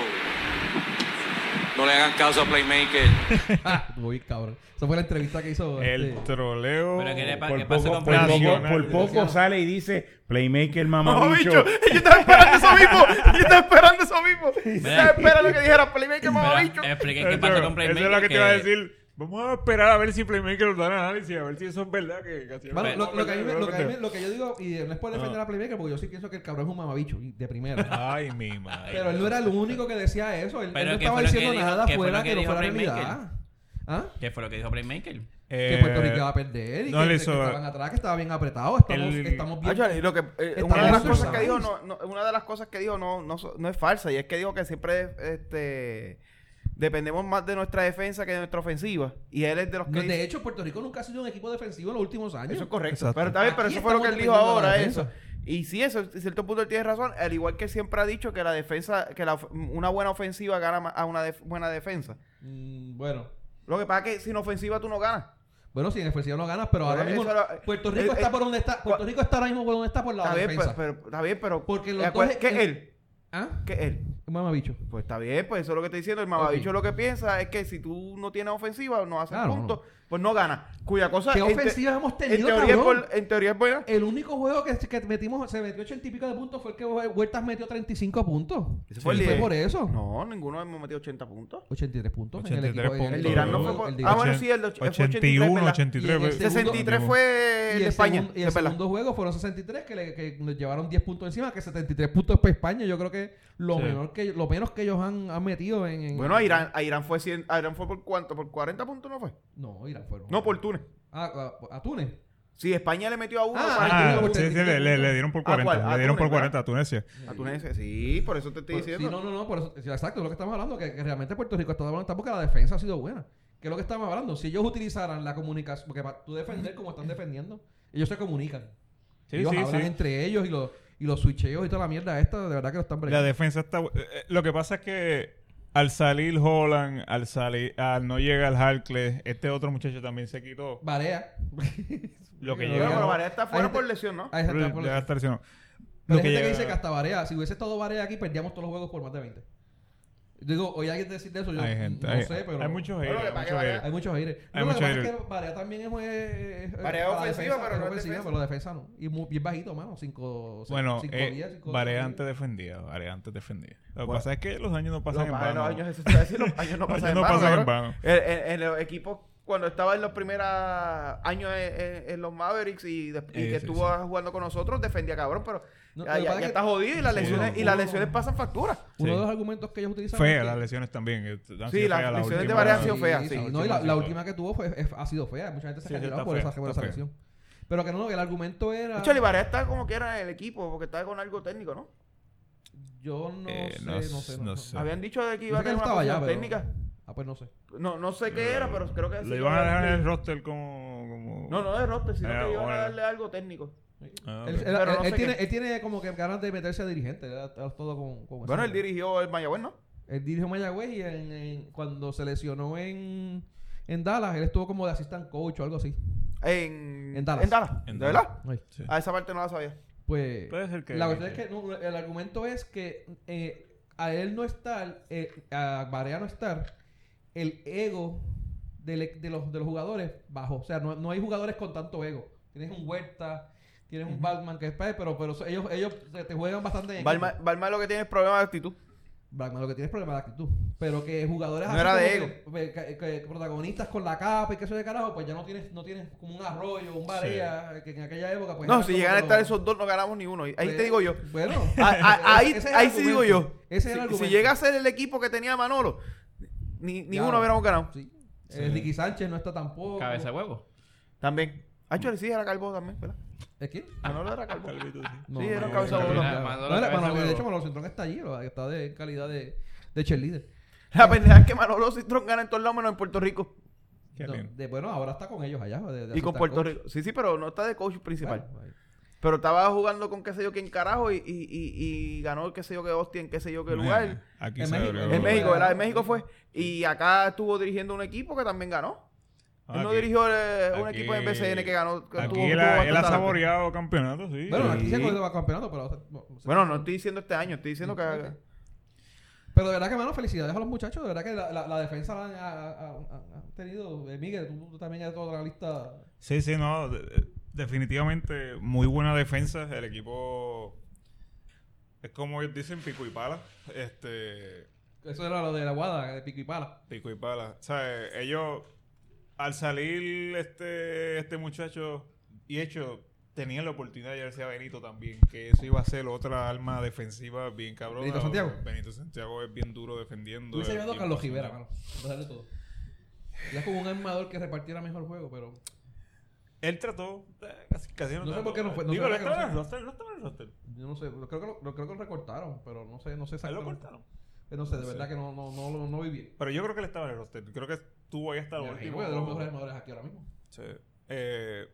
Speaker 1: No le hagan caso a Playmaker.
Speaker 2: "Ah, Uy, cabrón. Esa fue la entrevista que hizo.
Speaker 5: El
Speaker 2: este,
Speaker 5: troleo.
Speaker 6: Pero que le pa-
Speaker 5: por
Speaker 6: que pase
Speaker 5: poco,
Speaker 6: con
Speaker 5: por
Speaker 6: Playmaker.
Speaker 5: poco-
Speaker 4: Por
Speaker 5: por poco-
Speaker 4: poco sale y dice Playmaker mamabicho.
Speaker 3: Mamabicho. <laughs> Yo estaba esperando eso
Speaker 2: <laughs>
Speaker 3: mismo. Yo estaba esperando eso mismo. Yo estaba esperando que dijera Playmaker Mamabicho.
Speaker 6: Pero expliqué qué
Speaker 5: Eso-
Speaker 6: pasó con Playmaker.
Speaker 5: Eso es lo que te iba a decir. Vamos a esperar a ver si Playmaker nos da el análisis, a ver si eso es verdad. Que, que así-
Speaker 2: Bueno, lo, lo que a mí me- lo que a mí me-
Speaker 5: Ay,
Speaker 2: lo que yo digo, y no es
Speaker 5: Ah.
Speaker 2: por defender a Playmaker, porque yo sí pienso que el cabrón es un mamabicho, y de primera.
Speaker 5: Ay, mi madre.
Speaker 2: Pero él no era el único que decía eso. Él, él
Speaker 6: Pero
Speaker 2: no
Speaker 6: ¿qué
Speaker 2: estaba
Speaker 6: fue lo que
Speaker 2: diciendo
Speaker 6: dijo-
Speaker 2: nada
Speaker 6: qué fue
Speaker 2: fuera
Speaker 6: lo que
Speaker 2: que no
Speaker 6: dijo
Speaker 2: fuera
Speaker 6: Playmaker?
Speaker 2: realidad. ¿Ah?
Speaker 6: ¿Qué fue lo que dijo Playmaker?
Speaker 2: que
Speaker 5: Eh,
Speaker 2: Puerto Rico iba a perder y
Speaker 5: no
Speaker 2: que,
Speaker 5: le
Speaker 2: que
Speaker 5: hizo-
Speaker 2: estaban atrás, que estaba bien apretado. Estamos,
Speaker 5: El-
Speaker 2: estamos bien.
Speaker 3: Acho, y lo que, eh,
Speaker 2: Está
Speaker 3: una de las
Speaker 2: bien
Speaker 3: cosas que
Speaker 2: organizado.
Speaker 3: dijo no, no- una de las cosas que dijo no, no, so- no es falsa y es que dijo que siempre este dependemos más de nuestra defensa que de nuestra ofensiva y él es de los que
Speaker 2: No,
Speaker 3: dice-
Speaker 2: de hecho, Puerto Rico nunca ha sido un equipo defensivo en los últimos años.
Speaker 3: eso es correcto
Speaker 5: Exacto.
Speaker 3: pero, está bien, pero
Speaker 2: Aquí
Speaker 3: eso fue lo que él
Speaker 2: estamos
Speaker 3: dijo
Speaker 2: dependiendo de la
Speaker 3: ahora
Speaker 2: defensa.
Speaker 3: eso y sí eso en cierto punto él tiene razón al igual que él siempre ha dicho que la defensa que la of- una buena ofensiva gana ma- a una def- buena defensa
Speaker 2: Mm, bueno.
Speaker 3: lo que pasa es que sin ofensiva tú no ganas
Speaker 2: Bueno, si en ofensiva no ganas, pero
Speaker 3: Por
Speaker 2: ahora
Speaker 3: eso
Speaker 2: mismo
Speaker 3: era-
Speaker 2: Puerto Rico
Speaker 3: eh,
Speaker 2: está
Speaker 3: eh,
Speaker 2: por donde está. Puerto Rico está ahora mismo por donde está por la
Speaker 3: está bien pues,
Speaker 2: defensa.
Speaker 3: pero, pero- está bien pero
Speaker 2: Porque los
Speaker 3: acuer-
Speaker 2: dos-
Speaker 3: ¿qué
Speaker 2: el-
Speaker 3: él
Speaker 2: ¿Ah?
Speaker 3: ¿Qué él
Speaker 2: Un mamabicho.
Speaker 3: Pues está bien, pues eso es lo que te estoy diciendo. El mamabicho
Speaker 2: Ok.
Speaker 3: lo que piensa es que si tú no tienes ofensiva, no haces
Speaker 2: Claro,
Speaker 3: puntos, pues no ganas. Cuya cosa
Speaker 2: ¿Qué
Speaker 3: en te-
Speaker 2: ofensivas hemos
Speaker 3: en
Speaker 2: tenido,
Speaker 3: teoría, es
Speaker 2: cabrón?
Speaker 3: bol- en teoría es buena.
Speaker 2: El único juego que, que metimos, se metió 80 y pico de puntos fue el que Huertas metió 35 puntos.
Speaker 3: Ese
Speaker 2: Y
Speaker 3: fue el líder.
Speaker 2: por eso.
Speaker 3: No, ninguno hemos metido 80 puntos.
Speaker 2: 83 puntos en el
Speaker 5: 83
Speaker 2: equipo. de-
Speaker 5: puntos.
Speaker 3: El
Speaker 2: el
Speaker 3: de Irán no fue
Speaker 2: de-
Speaker 3: por-
Speaker 2: el de
Speaker 3: Ah,
Speaker 2: Irán.
Speaker 3: bueno,
Speaker 5: Ochen-
Speaker 3: sí, el de och- fue
Speaker 5: 81,
Speaker 3: 83,
Speaker 5: 83.
Speaker 2: ¿verdad? Y
Speaker 5: pues,
Speaker 2: el segundo-
Speaker 3: 63 fue
Speaker 2: Y
Speaker 3: el de
Speaker 2: el,
Speaker 3: España.
Speaker 2: segundo, y el
Speaker 3: de verdad.
Speaker 2: segundo juego fueron 63 que le que nos llevaron 10 puntos encima, que 73 puntos para España. Yo creo que lo,
Speaker 5: Sí.
Speaker 2: menor que lo menos que ellos han, han metido en, en-
Speaker 3: Bueno, a Irán, a Irán fue 100, a Irán fue por cuánto, por 40 puntos no fue.
Speaker 2: No, Irán fueron.
Speaker 3: No, por Túnez.
Speaker 2: Ah, a, a Túnez.
Speaker 3: Sí, España le metió a uno.
Speaker 2: Ah,
Speaker 3: para-
Speaker 5: Ah,
Speaker 2: Argentina por
Speaker 5: sí, sí,
Speaker 2: 33
Speaker 5: le, le- le dieron por
Speaker 3: ¿A
Speaker 5: 40.
Speaker 3: Ah, cuál? ¿A
Speaker 5: le dieron por
Speaker 3: Túnez,
Speaker 5: 40 a Tunecia.
Speaker 3: a Túnez. Sí, por eso te estoy
Speaker 2: Por-
Speaker 3: diciendo.
Speaker 2: Sí, no, no, no, por eso, sí, exacto, es lo que estamos hablando, que, que realmente Puerto Rico está hablando está porque la defensa ha sido buena. Que es lo que estamos hablando, si ellos utilizaran la comunicación, porque para tú defender como están defendiendo, ellos se comunican.
Speaker 5: Sí,
Speaker 2: ellos
Speaker 5: sí,
Speaker 2: hablan
Speaker 5: sí.
Speaker 2: entre ellos y los, y los switcheos y toda la mierda esta, de verdad que lo están
Speaker 5: La
Speaker 2: bregando.
Speaker 5: defensa está. bu- eh, eh, Lo que pasa es que al salir Holland, al salir, al no llegar Harkless, este otro muchacho también se quitó.
Speaker 2: Varea. <laughs>
Speaker 5: <laughs> Lo que
Speaker 2: Pero
Speaker 3: Bueno,
Speaker 5: llega.
Speaker 3: pero Varea está fuera
Speaker 2: gente-
Speaker 3: por lesión, ¿no?
Speaker 2: Ahí está,
Speaker 5: Ya
Speaker 2: por-
Speaker 5: está lesionado.
Speaker 2: Pero
Speaker 5: Lo
Speaker 2: hay gente que
Speaker 5: llega-
Speaker 2: dice que hasta Varea, si hubiese estado Varea aquí, perdíamos todos los juegos por más de 20. Yo Digo, oye, alguien decir de eso, yo
Speaker 5: Hay gente.
Speaker 2: no
Speaker 5: hay,
Speaker 2: sé, pero...
Speaker 5: hay muchos haters,
Speaker 3: Pero lo que pasa
Speaker 5: hay muchos
Speaker 3: que
Speaker 5: haters.
Speaker 2: Hay muchos aires. No, lo
Speaker 5: Hay
Speaker 2: que
Speaker 5: muchos
Speaker 2: pasa
Speaker 5: aires.
Speaker 2: es que Varea también es... es- es-
Speaker 3: Varea es
Speaker 2: para la
Speaker 3: ofensiva, pero no es
Speaker 2: ofensiva,
Speaker 3: defensa.
Speaker 2: Pero la defensa no. Y muy, bien bajito, mano. 5
Speaker 5: Bueno,
Speaker 2: cinco,
Speaker 5: eh,
Speaker 2: días, cinco,
Speaker 5: Varea
Speaker 2: seis.
Speaker 5: antes defendía, Varea antes defendía. Lo que
Speaker 3: Bueno.
Speaker 5: pasa es que los años no pasan
Speaker 3: Los
Speaker 5: en
Speaker 3: padres,
Speaker 5: vano.
Speaker 3: los años, eso te iba a decir, los años no
Speaker 2: <laughs>
Speaker 5: Los
Speaker 3: pasan en
Speaker 5: años no
Speaker 3: vano.
Speaker 5: pasan en
Speaker 3: cabrón.
Speaker 5: vano.
Speaker 3: En, en- en los equipos, cuando estaba en los primeros años en, en- en los Mavericks y, des- y
Speaker 5: Eh,
Speaker 3: que
Speaker 5: sí,
Speaker 3: estuvo jugando con nosotros, defendía cabrón, pero
Speaker 2: No,
Speaker 3: ya,
Speaker 2: lo que
Speaker 3: ya-
Speaker 2: pasa
Speaker 3: ya
Speaker 2: es
Speaker 3: está
Speaker 2: que-
Speaker 3: jodido y las
Speaker 2: Sí,
Speaker 3: lesiones,
Speaker 2: no,
Speaker 3: y las
Speaker 2: no, no.
Speaker 3: lesiones pasan factura.
Speaker 2: Uno
Speaker 5: Sí.
Speaker 2: de los argumentos que ellos utilizan...
Speaker 5: Fea,
Speaker 2: es que-
Speaker 5: las lesiones también. que han
Speaker 3: Sí,
Speaker 5: sido
Speaker 3: las
Speaker 5: feas,
Speaker 3: lesiones de
Speaker 5: últimas.
Speaker 3: Varea han Este sido feas, sí.
Speaker 2: No, y la,
Speaker 5: Sí,
Speaker 2: la
Speaker 5: sí,
Speaker 2: última que tuvo fue, es- ha sido fea. Mucha gente se
Speaker 5: Sí,
Speaker 2: ha
Speaker 5: sí,
Speaker 2: tirado
Speaker 5: está
Speaker 2: por,
Speaker 5: fea,
Speaker 2: esa, por esa
Speaker 5: está fea.
Speaker 2: lesión. Pero que no, que el argumento era...
Speaker 3: Mucho Libaria está como que era en el equipo, porque estaba con algo técnico, ¿no?
Speaker 2: Yo no,
Speaker 5: Eh,
Speaker 2: sé,
Speaker 5: no
Speaker 2: no
Speaker 5: s-
Speaker 2: sé, no,
Speaker 5: no
Speaker 2: no.
Speaker 5: sé.
Speaker 3: Habían dicho de que iba a
Speaker 2: Yo sé que
Speaker 3: tener
Speaker 2: él
Speaker 3: una
Speaker 2: estaba allá,
Speaker 3: posición
Speaker 2: pero-
Speaker 3: técnica.
Speaker 2: Ah, pues no sé.
Speaker 3: No, no sé qué era, Ah, pero creo que sí.
Speaker 5: Lo iban a dejar en el roster como. como...
Speaker 3: No, no de roster, sino
Speaker 5: Eh,
Speaker 3: que iban a
Speaker 5: bueno.
Speaker 3: darle algo técnico.
Speaker 5: Ah,
Speaker 2: Él,
Speaker 5: ok.
Speaker 2: él-
Speaker 3: Pero
Speaker 2: él-
Speaker 3: no
Speaker 2: él
Speaker 3: sé
Speaker 2: tiene,
Speaker 3: qué-
Speaker 2: él tiene como que ganas de meterse a dirigente. era- era todo con, con
Speaker 3: Bueno,
Speaker 2: esa-
Speaker 3: él dirigió el Mayagüez, ¿no?
Speaker 2: Él dirigió Mayagüez y en- en- cuando se lesionó en, en Dallas, él estuvo como de assistant coach o algo así.
Speaker 3: En,
Speaker 2: En Dallas.
Speaker 3: En Dallas.
Speaker 5: En
Speaker 3: ¿De
Speaker 5: Dallas.
Speaker 3: verdad?
Speaker 2: Ay.
Speaker 5: Sí.
Speaker 3: A esa parte no la sabía.
Speaker 2: Pues,
Speaker 5: Puede ser que-
Speaker 2: la cuestión es que no, el argumento es que eh, a él no estar, eh, a Barea no estar, el ego del- de, los, de los jugadores bajó. O sea, no, no hay jugadores con tanto ego. Tienes un Huerta, tienes un Batman que es pa- pero, pero so- ellos, ellos se- te juegan bastante. en
Speaker 3: Balma
Speaker 2: equipo.
Speaker 3: Balma lo que tiene es problema de actitud.
Speaker 2: Batman lo que tiene es problema de actitud. Pero que jugadores
Speaker 3: No
Speaker 2: así
Speaker 3: era
Speaker 2: como
Speaker 3: de
Speaker 2: que- que- que protagonistas con la capa y que eso de carajo, pues ya no tienes, no tienes como un arroyo, un barea, que en aquella época pues
Speaker 3: No,
Speaker 2: era
Speaker 3: si
Speaker 2: como
Speaker 3: llegan a
Speaker 2: que
Speaker 3: estar
Speaker 2: los-
Speaker 3: esos dos, no ganamos ni uno. Ahí
Speaker 2: pues,
Speaker 3: te digo
Speaker 2: <laughs>
Speaker 3: yo. <laughs>
Speaker 2: Bueno,
Speaker 3: A- a- ahí
Speaker 2: ese es el
Speaker 3: ahí sí
Speaker 2: argumento.
Speaker 3: digo yo.
Speaker 2: Ese es el
Speaker 3: Si- si,
Speaker 2: argumento.
Speaker 3: llega a ser el equipo que tenía Manolo, ni, ni
Speaker 2: Claro.
Speaker 3: uno hubiéramos ganado.
Speaker 2: Sí. Eh, Ricky Sánchez no está tampoco.
Speaker 6: Cabeza de huevo.
Speaker 3: También. Ah, Chori, sí, era calvo también, ¿verdad?
Speaker 2: ¿Es quién?
Speaker 3: Manolo era calvo.
Speaker 5: <laughs> Calvito, sí.
Speaker 2: No,
Speaker 3: Sí, era
Speaker 2: no,
Speaker 3: cabeza
Speaker 2: no,
Speaker 3: de
Speaker 2: no,
Speaker 3: bola.
Speaker 2: no,
Speaker 6: Manolo
Speaker 2: no, era-
Speaker 6: cabeza
Speaker 2: Manolo-
Speaker 6: de
Speaker 2: de hecho,
Speaker 6: bola.
Speaker 2: Manolo Centrón está allí, lo- está de en calidad de, de cheerleader.
Speaker 3: La pendeja es que Manolo Cintrón gana en todos lados menos en Puerto Rico.
Speaker 5: Qué
Speaker 2: No,
Speaker 5: lindo.
Speaker 2: de- bueno, ahora está con ellos allá. de- de
Speaker 3: Y con
Speaker 2: asistente
Speaker 3: Puerto
Speaker 2: coach.
Speaker 3: Rico. Sí, sí, pero no está de coach principal.
Speaker 2: Bueno, ahí.
Speaker 3: Pero estaba jugando con qué sé yo quién carajo y, y, y, y ganó qué sé yo qué hostia en qué sé yo qué lugar.
Speaker 5: Aquí
Speaker 2: En
Speaker 5: se
Speaker 2: México.
Speaker 5: abrió.
Speaker 3: En México, ¿verdad? En
Speaker 2: Bueno.
Speaker 3: México fue. Y acá estuvo dirigiendo un equipo que también ganó.
Speaker 5: Ah,
Speaker 3: él no
Speaker 5: aquí-
Speaker 3: dirigió eh, un
Speaker 5: aquí-
Speaker 3: equipo en BCN que ganó. que
Speaker 5: Aquí
Speaker 3: tuvo-
Speaker 5: él
Speaker 3: tuvo
Speaker 5: ha-
Speaker 3: bastante
Speaker 5: él ha
Speaker 3: talento.
Speaker 5: saboreado campeonatos, sí.
Speaker 2: Bueno,
Speaker 5: Sí.
Speaker 2: aquí se acordó campeonato, pero. o sea, no-
Speaker 3: Bueno, no estoy diciendo este año, estoy diciendo que...
Speaker 2: Ok. Pero de verdad que, mano, felicidades a los muchachos. De verdad que la, la- la defensa la han, ha- ha- ha- han tenido. Eh, Miguel, tú, tú también ya toda la lista.
Speaker 5: Sí, sí, no. de- de- definitivamente, muy buena defensa. El equipo es como ellos dicen, pico y pala. Este,
Speaker 2: Eso era lo de la guada, de pico y pala.
Speaker 5: pico y pala. O sea, ellos, al salir este, este muchacho, y hecho, tenían la oportunidad de llevarse a Benito también, que eso iba a ser otra arma defensiva bien cabrona.
Speaker 2: ¿Benito Santiago?
Speaker 5: Benito Santiago es bien duro defendiendo.
Speaker 2: Hubiese
Speaker 5: es
Speaker 2: llevado a
Speaker 5: bien
Speaker 2: Carlos
Speaker 5: bastante-
Speaker 2: Rivera, mano. a pesar de todo. Ya con un armador que repartiera mejor el juego, pero.
Speaker 5: Él trató, eh, casi, casi
Speaker 2: No sé
Speaker 5: trató.
Speaker 2: por qué no fue- no
Speaker 5: Digo,
Speaker 2: sé
Speaker 5: no
Speaker 2: por qué no
Speaker 5: estaba en el
Speaker 2: fue.
Speaker 5: roster, no estaba en el roster.
Speaker 2: Yo no sé, lo- creo que lo, lo- creo que lo recortaron, pero no sé, no sé
Speaker 5: Ahí
Speaker 2: exactamente.
Speaker 5: lo cortaron.
Speaker 2: Eh, No sé, de
Speaker 5: No sé.
Speaker 2: verdad que no, no, no, no, no vi bien.
Speaker 5: Pero yo creo que él estaba en el roster. Creo que estuvo ahí hasta el
Speaker 2: Me
Speaker 5: último.
Speaker 2: imagino que es de los mejores armadores aquí ahora mismo.
Speaker 5: Sí. Eh,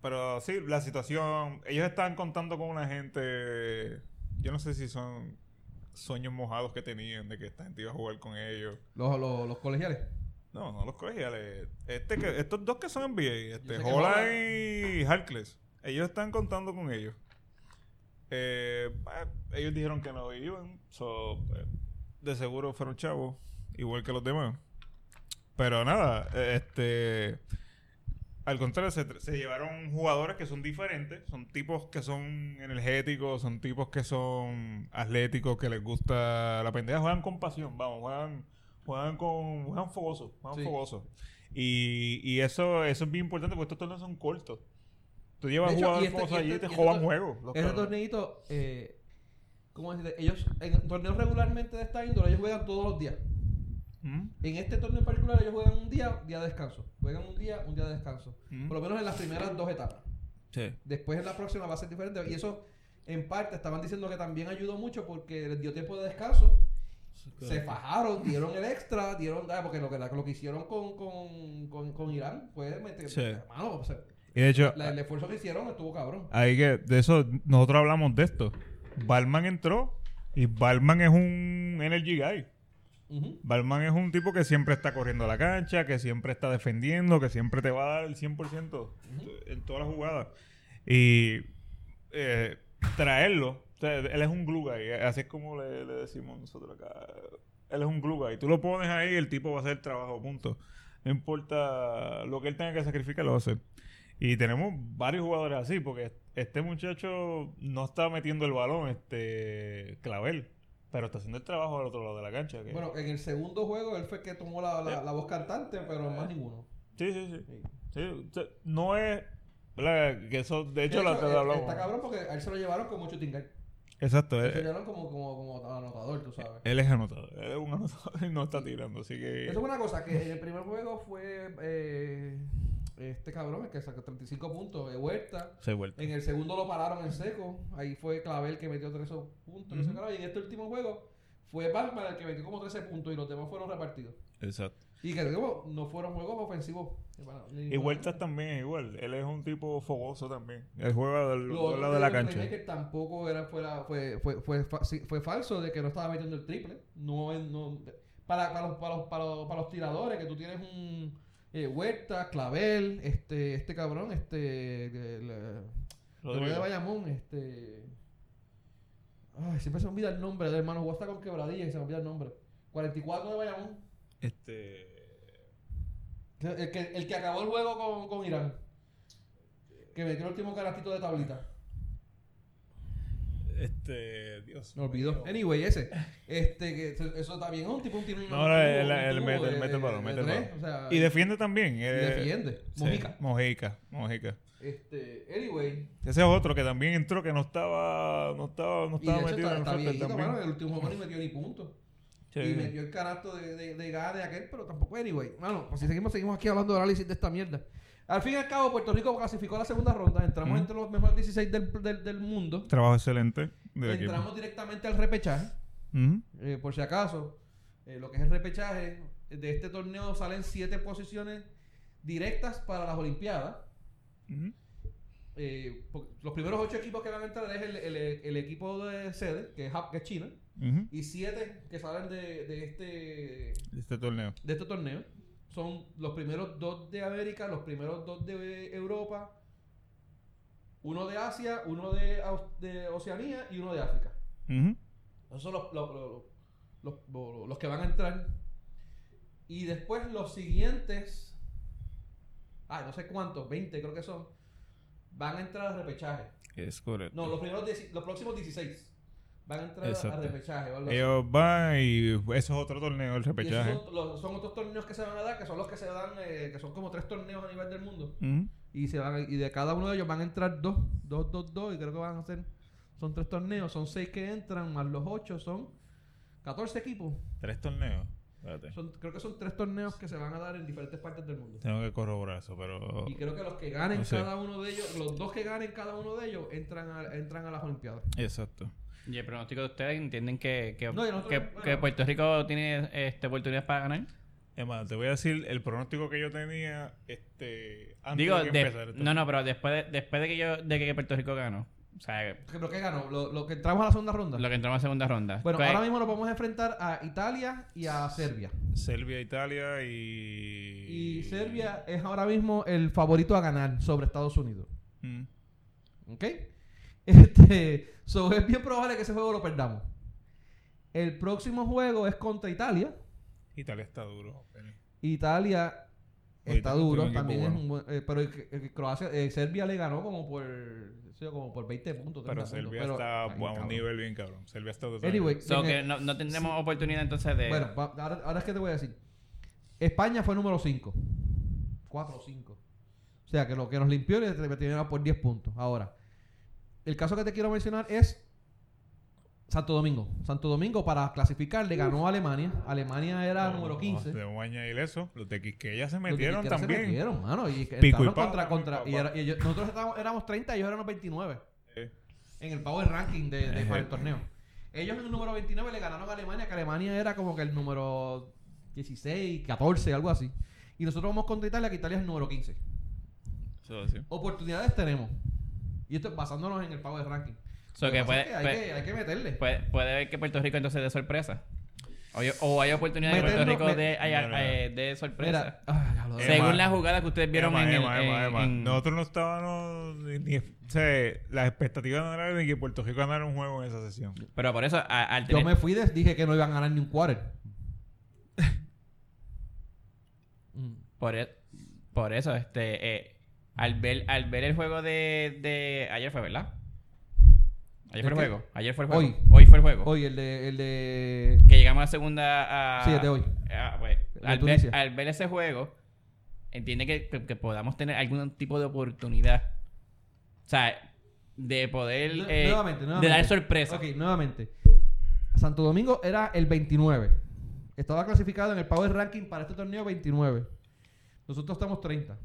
Speaker 5: pero sí, la situación. Ellos estaban contando con una gente. Yo no sé si son sueños mojados que tenían de que esta gente iba a jugar con ellos.
Speaker 2: Los, los, los colegiales.
Speaker 5: No, no los colegiales. Este que, estos dos que son NBA,
Speaker 2: Yo
Speaker 5: este,
Speaker 2: sé que
Speaker 5: Holland
Speaker 2: Holland-
Speaker 5: y Harkless, ellos están contando con ellos. Eh, bah, ellos dijeron que no iban, so, eh, de seguro fueron chavos, igual que los demás. Pero nada, eh, este. Al contrario, se, tr- se llevaron jugadores que son diferentes, son tipos que son energéticos, son tipos que son atléticos, que les gusta la pendeja, juegan con pasión, vamos, juegan, juegan con, juegan fogoso, juegan
Speaker 2: Sí.
Speaker 5: fogoso. Y, y eso, eso es bien importante porque estos torneos son cortos. Tú llevas
Speaker 2: De hecho,
Speaker 5: jugadores
Speaker 2: y este-
Speaker 5: fogosos
Speaker 2: y
Speaker 5: allí y
Speaker 2: este-
Speaker 5: te
Speaker 2: y este
Speaker 5: jodan
Speaker 2: tor-
Speaker 5: juegos. los
Speaker 2: Ese
Speaker 5: cabrones.
Speaker 2: torneito, eh, ¿cómo decirte? Ellos, en torneos regularmente de esta índole, ellos juegan todos los días.
Speaker 5: ¿Mm?
Speaker 2: En este torneo en particular, ellos juegan un día, día de descanso. Juegan un día, un día de descanso.
Speaker 5: Mm.
Speaker 2: Por lo menos en las primeras dos etapas.
Speaker 5: Sí.
Speaker 2: Después en la próxima va a ser diferente. Y eso, en parte, estaban diciendo que también ayudó mucho porque les dio tiempo de descanso. Se fajaron, dieron el extra, dieron. ah, porque lo que, lo que hicieron con, con, con, con Irán fue meter.
Speaker 5: Sí.
Speaker 2: Mano, o sea,
Speaker 5: Y de hecho, ah,
Speaker 2: la- el esfuerzo que hicieron estuvo cabrón.
Speaker 5: Ahí que, de eso, nosotros hablamos de esto. Balman entró y Balman es un energy guy.
Speaker 2: Ujú.
Speaker 5: Balman es un tipo que siempre está corriendo a la cancha, que siempre está defendiendo, que siempre te va a dar el 100% en todas las jugadas. Y eh, traerlo, o sea, él es un glue guy, así es como le, le decimos nosotros acá. Él es un glue guy. Tú lo pones ahí y el tipo va a hacer el trabajo, punto. No importa lo que él tenga que sacrificar, lo va a hacer. Y tenemos varios jugadores así, porque este muchacho no está metiendo el balón, este clavel, pero está haciendo el trabajo al otro lado de la cancha. que-
Speaker 2: Bueno, en el segundo juego él fue el que tomó la, la,
Speaker 5: Eh,
Speaker 2: la voz cantante, pero más ninguno.
Speaker 5: Sí, sí, sí. Sí, o sea, no es. ¿verdad? Que eso, de hecho,
Speaker 2: De
Speaker 5: la
Speaker 2: hecho,
Speaker 5: te
Speaker 2: eh,
Speaker 5: lo hablamos.
Speaker 2: Está cabrón porque a él se lo llevaron como shooting guard.
Speaker 5: Exacto.
Speaker 2: Se lo
Speaker 5: Él,
Speaker 2: llevaron como, como, como anotador, tú sabes.
Speaker 5: él es anotador. Él es un anotador y no está tirando. Así que.
Speaker 2: Eso es una cosa
Speaker 5: eh.
Speaker 2: que en el primer juego fue eh, este cabrón el que sacó 35 puntos de vuelta.
Speaker 5: Se vuelve.
Speaker 2: En el segundo lo pararon en seco. Ahí fue Clavel que metió 13 puntos. no sé qué carajo. Y en este último juego fue Batman el que metió como 13 puntos y los demás fueron repartidos.
Speaker 5: Exacto.
Speaker 2: Y que digo, no fueron juegos ofensivos.
Speaker 5: Y Huertas también es igual. Él es un tipo fogoso también. Él juega del
Speaker 2: Lo
Speaker 5: otro
Speaker 2: otro
Speaker 5: lado
Speaker 2: que
Speaker 5: de la
Speaker 2: dijo el
Speaker 5: cancha.
Speaker 2: playmaker tampoco era fuera, fue, fue, fue, fa- sí, fue falso de que no estaba metiendo el triple. No, es- no, para, para, los, para, los, para, los, para los tiradores, que tú tienes un eh, Huerta, Clavel, este, este cabrón, este el, eh,
Speaker 5: Rodrigo.
Speaker 2: de Bayamón, este. Ay, siempre se me olvida el nombre del hermano Huerta con quebradilla y se me olvida el nombre. 44 de Bayamón.
Speaker 5: Este.
Speaker 2: que- El que, el que acabó el juego con, con Irán. Que metió el último canastito de tablita.
Speaker 5: Este. Dios.
Speaker 2: Me olvidó. Anyway, ese. Este, que eso- eso está bien. Un tipo un- tiene un.
Speaker 5: No, no, él- él
Speaker 2: tubo
Speaker 5: mete-
Speaker 2: de-
Speaker 5: mete el balón,
Speaker 2: de
Speaker 5: mete el
Speaker 2: tres,
Speaker 5: balón.
Speaker 2: O sea,
Speaker 5: Y defiende también.
Speaker 2: y
Speaker 5: eh,
Speaker 2: defiende.
Speaker 5: sí,
Speaker 2: Mojica.
Speaker 5: Mojica. Mojica.
Speaker 2: Este, anyway.
Speaker 5: Ese es otro que también entró que no estaba. No estaba, no
Speaker 2: Y de
Speaker 5: estaba
Speaker 2: hecho
Speaker 5: metido
Speaker 2: está,
Speaker 5: en el
Speaker 2: está
Speaker 5: roster
Speaker 2: viejito,
Speaker 5: también.
Speaker 2: mano. El último juego ni metió ni punto.
Speaker 5: Sí.
Speaker 2: Y metió el canasto de, de, de Gade aquel, pero tampoco. Anyway, mano, pues si seguimos, seguimos aquí hablando de análisis de esta mierda. Al fin y al cabo, Puerto Rico clasificó a la segunda ronda. Entramos
Speaker 5: Mm.
Speaker 2: entre los mejores 16 del, del, del mundo.
Speaker 5: Trabajo excelente del
Speaker 2: Entramos
Speaker 5: equipo.
Speaker 2: directamente al repechaje.
Speaker 5: Ujú.
Speaker 2: Eh, por si acaso, eh, lo que es el repechaje, de este torneo salen siete posiciones directas para las Olimpiadas.
Speaker 5: Ujú.
Speaker 2: Eh, por- los primeros ocho equipos que van a entrar es el, el- el equipo de sede, que es, Jap- que es China,
Speaker 5: Ujú.
Speaker 2: y siete que salen de, de este,
Speaker 5: De Este torneo.
Speaker 2: de este torneo. Son los primeros dos de América, los primeros dos de Europa, uno de Asia, uno de, Aus- de Oceanía y uno de África.
Speaker 5: Ujú.
Speaker 2: Esos son los, los- los- los, lo- los que van a entrar. Y después los siguientes, ah, no sé cuántos, 20 creo que son, van a entrar al repechaje.
Speaker 5: Es correcto.
Speaker 2: No, los, primeros dieci- los próximos 16 van a entrar
Speaker 5: Exacto.
Speaker 2: al repechaje. o algo así.
Speaker 5: Ellos van y eso es otro torneo, el
Speaker 2: Y esos
Speaker 5: repechaje.
Speaker 2: son, los- son otros torneos que se van a dar, que son los que se dan, eh, que son como tres torneos a nivel del mundo.
Speaker 5: Ujú.
Speaker 2: Y se van a- y de cada uno de ellos van a entrar dos, dos, dos, dos, y creo que van a ser, son tres torneos, son seis que entran, más los ocho, son 14 equipos.
Speaker 5: Tres torneos. Espérate.
Speaker 2: Son, creo que son tres torneos que se van a dar en diferentes partes del mundo.
Speaker 5: Tengo que corroborar eso, pero.
Speaker 2: Y creo que los que ganen
Speaker 5: Oh. No sé.
Speaker 2: cada uno de ellos, los dos que ganen cada uno de ellos, entran a, entran a las Olimpiadas.
Speaker 5: Exacto.
Speaker 6: ¿Y el pronóstico de ustedes entienden que, que,
Speaker 2: No, y nosotros-
Speaker 6: que-
Speaker 2: bueno.
Speaker 6: que Puerto Rico tiene este, oportunidades para ganar?
Speaker 5: Es más, te voy a decir el pronóstico que yo tenía este, antes
Speaker 6: Digo,
Speaker 5: de que
Speaker 6: de-
Speaker 5: empezara esto.
Speaker 6: no, no, pero después de, después de que yo de que Puerto Rico ganó, o sea,
Speaker 2: ¿Qué- ¿Pero qué ganó? ¿Lo, lo que entramos a la segunda ronda?
Speaker 6: lo que entramos a segunda ronda.
Speaker 2: Bueno,
Speaker 6: Pues,
Speaker 2: ahora mismo nos vamos a enfrentar a Italia y a Serbia.
Speaker 5: Serbia, Italia y.
Speaker 2: Y Serbia es ahora mismo el favorito a ganar sobre Estados Unidos.
Speaker 5: Mm.
Speaker 2: ¿Ok? <laughs> Este, so, es bien probable que ese juego lo perdamos. El próximo juego es contra Italia.
Speaker 5: Italia está duro. Penny.
Speaker 2: Italia
Speaker 5: Oye,
Speaker 2: está
Speaker 5: Italia tiene un
Speaker 2: duro,
Speaker 5: equipo
Speaker 2: también es
Speaker 5: bueno.
Speaker 2: un buen- eh, pero el- el Croacia, eh, Serbia le ganó como por, sí, como por 20 puntos. 30
Speaker 5: Pero
Speaker 2: puntos,
Speaker 5: Serbia
Speaker 2: pero-
Speaker 5: está
Speaker 2: ay,
Speaker 5: a un
Speaker 2: cabrón.
Speaker 5: nivel bien cabrón. Serbia está de
Speaker 2: Anyway,
Speaker 6: so
Speaker 2: en el-
Speaker 6: que no, no tendremos oportunidad entonces de...
Speaker 2: Bueno, va- ahora, ahora es que te voy a decir. España fue número 5. 4 o 5. O sea, que lo que nos limpió le terminaba por 10 puntos. Ahora, el caso que te quiero mencionar es Santo Domingo. Santo Domingo para clasificar le ganó a Alemania. Alemania era número 15.
Speaker 5: Debemos añadir eso. Los de Quisqueya se
Speaker 2: Los de
Speaker 5: metieron
Speaker 2: Quisqueya se
Speaker 5: también.
Speaker 2: metieron, mano, y que
Speaker 5: Pico y
Speaker 2: estaban
Speaker 5: pala,
Speaker 2: contra, contra-
Speaker 5: pico y
Speaker 2: y
Speaker 5: pala.
Speaker 2: era- y ellos- nosotros estábamos- éramos 30 y ellos éramos 29.
Speaker 5: Sí.
Speaker 2: En el power ranking de, de- para el
Speaker 5: Ejé.
Speaker 2: torneo. Ellos en el número 29 le ganaron a Alemania, que Alemania era como que el número 16, 14, algo así. Y nosotros vamos contra Italia, que Italia es el número 15.
Speaker 5: Eso sí.
Speaker 2: Oportunidades tenemos. Y esto es basándonos en el power ranking.
Speaker 6: So
Speaker 2: Lo
Speaker 6: que
Speaker 2: pasa
Speaker 6: puede-
Speaker 2: es que hay,
Speaker 6: puede-
Speaker 2: que, hay que meterle.
Speaker 6: Puede, puede haber que Puerto Rico entonces dé sorpresa. O, yo- o hay oportunidad de Puerto
Speaker 2: Meterlo-
Speaker 6: Rico
Speaker 2: me-
Speaker 6: de, ay- ay-
Speaker 5: Mira,
Speaker 6: eh, de sorpresa.
Speaker 2: Mira, ah, ya lo-
Speaker 5: Eh, Emma.
Speaker 6: Según las jugadas que ustedes vieron
Speaker 5: Emma,
Speaker 6: en el...
Speaker 5: Emma, Emma,
Speaker 6: en-
Speaker 5: Emma.
Speaker 6: en-
Speaker 5: Nosotros no estábamos. Ni, ni- o sea, las expectativas no eran de que Puerto Rico ganara un juego en esa sesión.
Speaker 6: Pero por eso, a- al
Speaker 2: yo
Speaker 6: tener-
Speaker 2: me fui, des- dije que no iban a ganar ni un quarter. Mm.
Speaker 6: Por, e- por eso, este... eh, al, ver, al ver el juego de, de- Ayer fue, ¿verdad? Ayer fue el
Speaker 2: ¿El qué?
Speaker 6: juego. Ayer fue el juego.
Speaker 2: Hoy.
Speaker 6: Hoy, fue el juego.
Speaker 2: Oye, el de. El de...
Speaker 6: Que llegamos a la segunda... A,
Speaker 2: Sí, el de hoy.
Speaker 6: a- pues,
Speaker 2: de
Speaker 6: al,
Speaker 2: Tunisia.
Speaker 6: ver, al ver ese juego, entiende que, que- que podamos tener algún tipo de oportunidad. O sea, de poder...
Speaker 2: Nue-
Speaker 6: eh,
Speaker 2: nuevamente, nuevamente.
Speaker 6: De dar sorpresa.
Speaker 2: Ok, nuevamente. Santo Domingo era el 29. Estaba clasificado en el Power Ranking para este torneo 29. Nosotros estamos 30.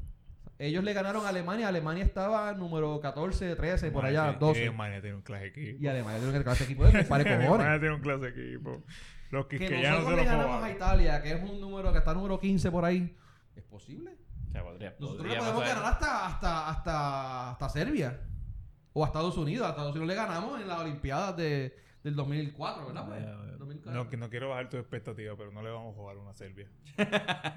Speaker 2: Ellos le ganaron a Alemania. Alemania estaba número 14, 13, por allá,
Speaker 5: Madre,
Speaker 2: 12.
Speaker 5: Alemania tiene un clase equipo.
Speaker 2: Y Alemania tiene que clase
Speaker 5: <laughs>
Speaker 2: equipo de pare
Speaker 5: Alemania
Speaker 2: cojones.
Speaker 5: tiene un clase equipo. Los
Speaker 2: Que
Speaker 5: Quisqueyanos
Speaker 2: nosotros
Speaker 5: se
Speaker 2: le
Speaker 5: los
Speaker 2: ganamos a
Speaker 5: jugaban.
Speaker 2: Italia, que es un número que está número 15 por ahí. ¿Es posible?
Speaker 6: O sea, podría-
Speaker 2: Nosotros le
Speaker 6: podría
Speaker 2: podemos
Speaker 6: pasar.
Speaker 2: ganar hasta, hasta, hasta, hasta Serbia. O a Estados Unidos. A Estados Unidos le ganamos en las Olimpiadas de, del 2004, ¿verdad? pues?
Speaker 5: Eh, No,
Speaker 2: 2004.
Speaker 5: que no quiero bajar tu expectativa, pero no le vamos a jugar una a Serbia.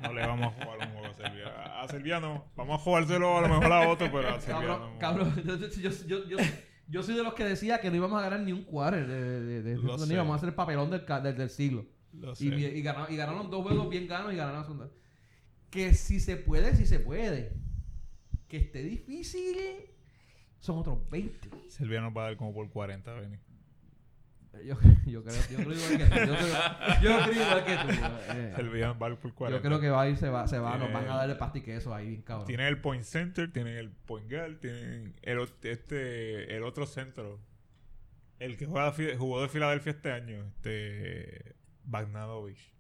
Speaker 5: No le vamos a jugar un juego a Serbia. A, a Serbia no. Vamos a jugárselo a lo mejor a otro, pero a Serbia
Speaker 2: Cabrón,
Speaker 5: no.
Speaker 2: cabrón, <laughs> yo, yo, yo- yo- yo soy de los que decía que no íbamos a ganar ni un quarter de, de, de, de
Speaker 5: Lo
Speaker 2: Estados Unidos.
Speaker 5: sé.
Speaker 2: Vamos a hacer el papelón del, ca- del, del siglo.
Speaker 5: Lo sé.
Speaker 2: Y, bien- y, ganaron, y ganaron dos juegos bien ganos y ganaron la segunda. Que si se puede, si se puede. Que esté difícil, son otros 20.
Speaker 5: Serbia nos va a dar como por 40, Benny.
Speaker 2: Yo, <laughs> yo creo, yo creo igual que tú. Yo creo, yo creo igual
Speaker 5: <laughs>
Speaker 2: que tú. eh.
Speaker 5: Serbia nos va a dar por 40.
Speaker 2: yo creo que va a ir, se va, se va, nos
Speaker 5: Tiene-
Speaker 2: van a dar el pasty queso ahí, bien cabrón.
Speaker 5: Tienen el point center, tienen el point guard, tienen el, ot- este, el otro centro. El que juega, fi- jugó de Filadelfia este año, este. Bagnanovich.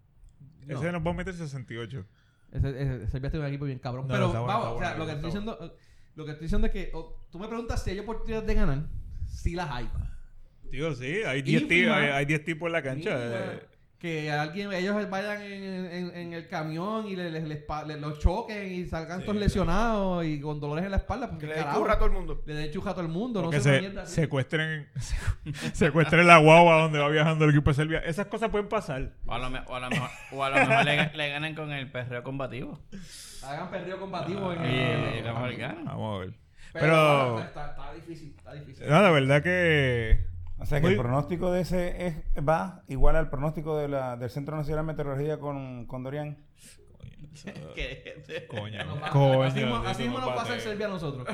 Speaker 2: No.
Speaker 5: Ese nos va a meter 68.
Speaker 2: Ese, ese- Serbia tiene un equipo bien cabrón.
Speaker 5: No,
Speaker 2: pero
Speaker 5: está bueno,
Speaker 2: vamos,
Speaker 5: está
Speaker 2: o sea,
Speaker 5: bueno,
Speaker 2: lo que
Speaker 5: está
Speaker 2: estoy diciendo, lo que estoy diciendo es que o, tú me preguntas si hay oportunidades de ganar, si las hay.
Speaker 5: Digo, sí, hay 10 ti-
Speaker 2: Ínfima.
Speaker 5: hay- hay 10 tipos en la cancha.
Speaker 2: Mínima,
Speaker 5: eh.
Speaker 2: Que alguien, ellos vayan en, en- en el camión y le- les- les pa- le- los choquen y salgan todos lesionados y con dolores en la espalda. Porque,
Speaker 3: Que le
Speaker 2: carajo,
Speaker 3: discurra a todo el mundo.
Speaker 2: le den chuja a todo el mundo.
Speaker 5: O
Speaker 2: No
Speaker 5: que
Speaker 2: sé, una
Speaker 5: se,
Speaker 2: mierda así.
Speaker 5: secuestren, <laughs> secuestren la guagua donde va viajando el equipo de Serbia. Esas cosas pueden pasar.
Speaker 6: O a lo, me- o a lo mejor, o a lo mejor le, le ganan con el perreo combativo.
Speaker 2: Hagan perdido combativo
Speaker 5: Ah,
Speaker 2: en
Speaker 6: Y
Speaker 2: el.
Speaker 6: a
Speaker 2: <laughs>
Speaker 6: lo mejor ganan.
Speaker 5: Vamos a ver.
Speaker 2: Pero,
Speaker 5: Pero, ¿Eh?
Speaker 2: está, está difícil, está difícil.
Speaker 5: no, la verdad que
Speaker 4: O sea que
Speaker 5: Muy-
Speaker 4: el pronóstico de ese es, va igual al pronóstico de la, del Centro Nacional de Meteorología con, con Dorian.
Speaker 6: Que-
Speaker 5: Coño,
Speaker 2: Nos va-
Speaker 5: coño,
Speaker 2: así mismo,
Speaker 5: eso
Speaker 2: así mismo
Speaker 5: no
Speaker 2: nos
Speaker 5: va a
Speaker 2: pasa en
Speaker 5: ser.
Speaker 2: Serbia a nosotros.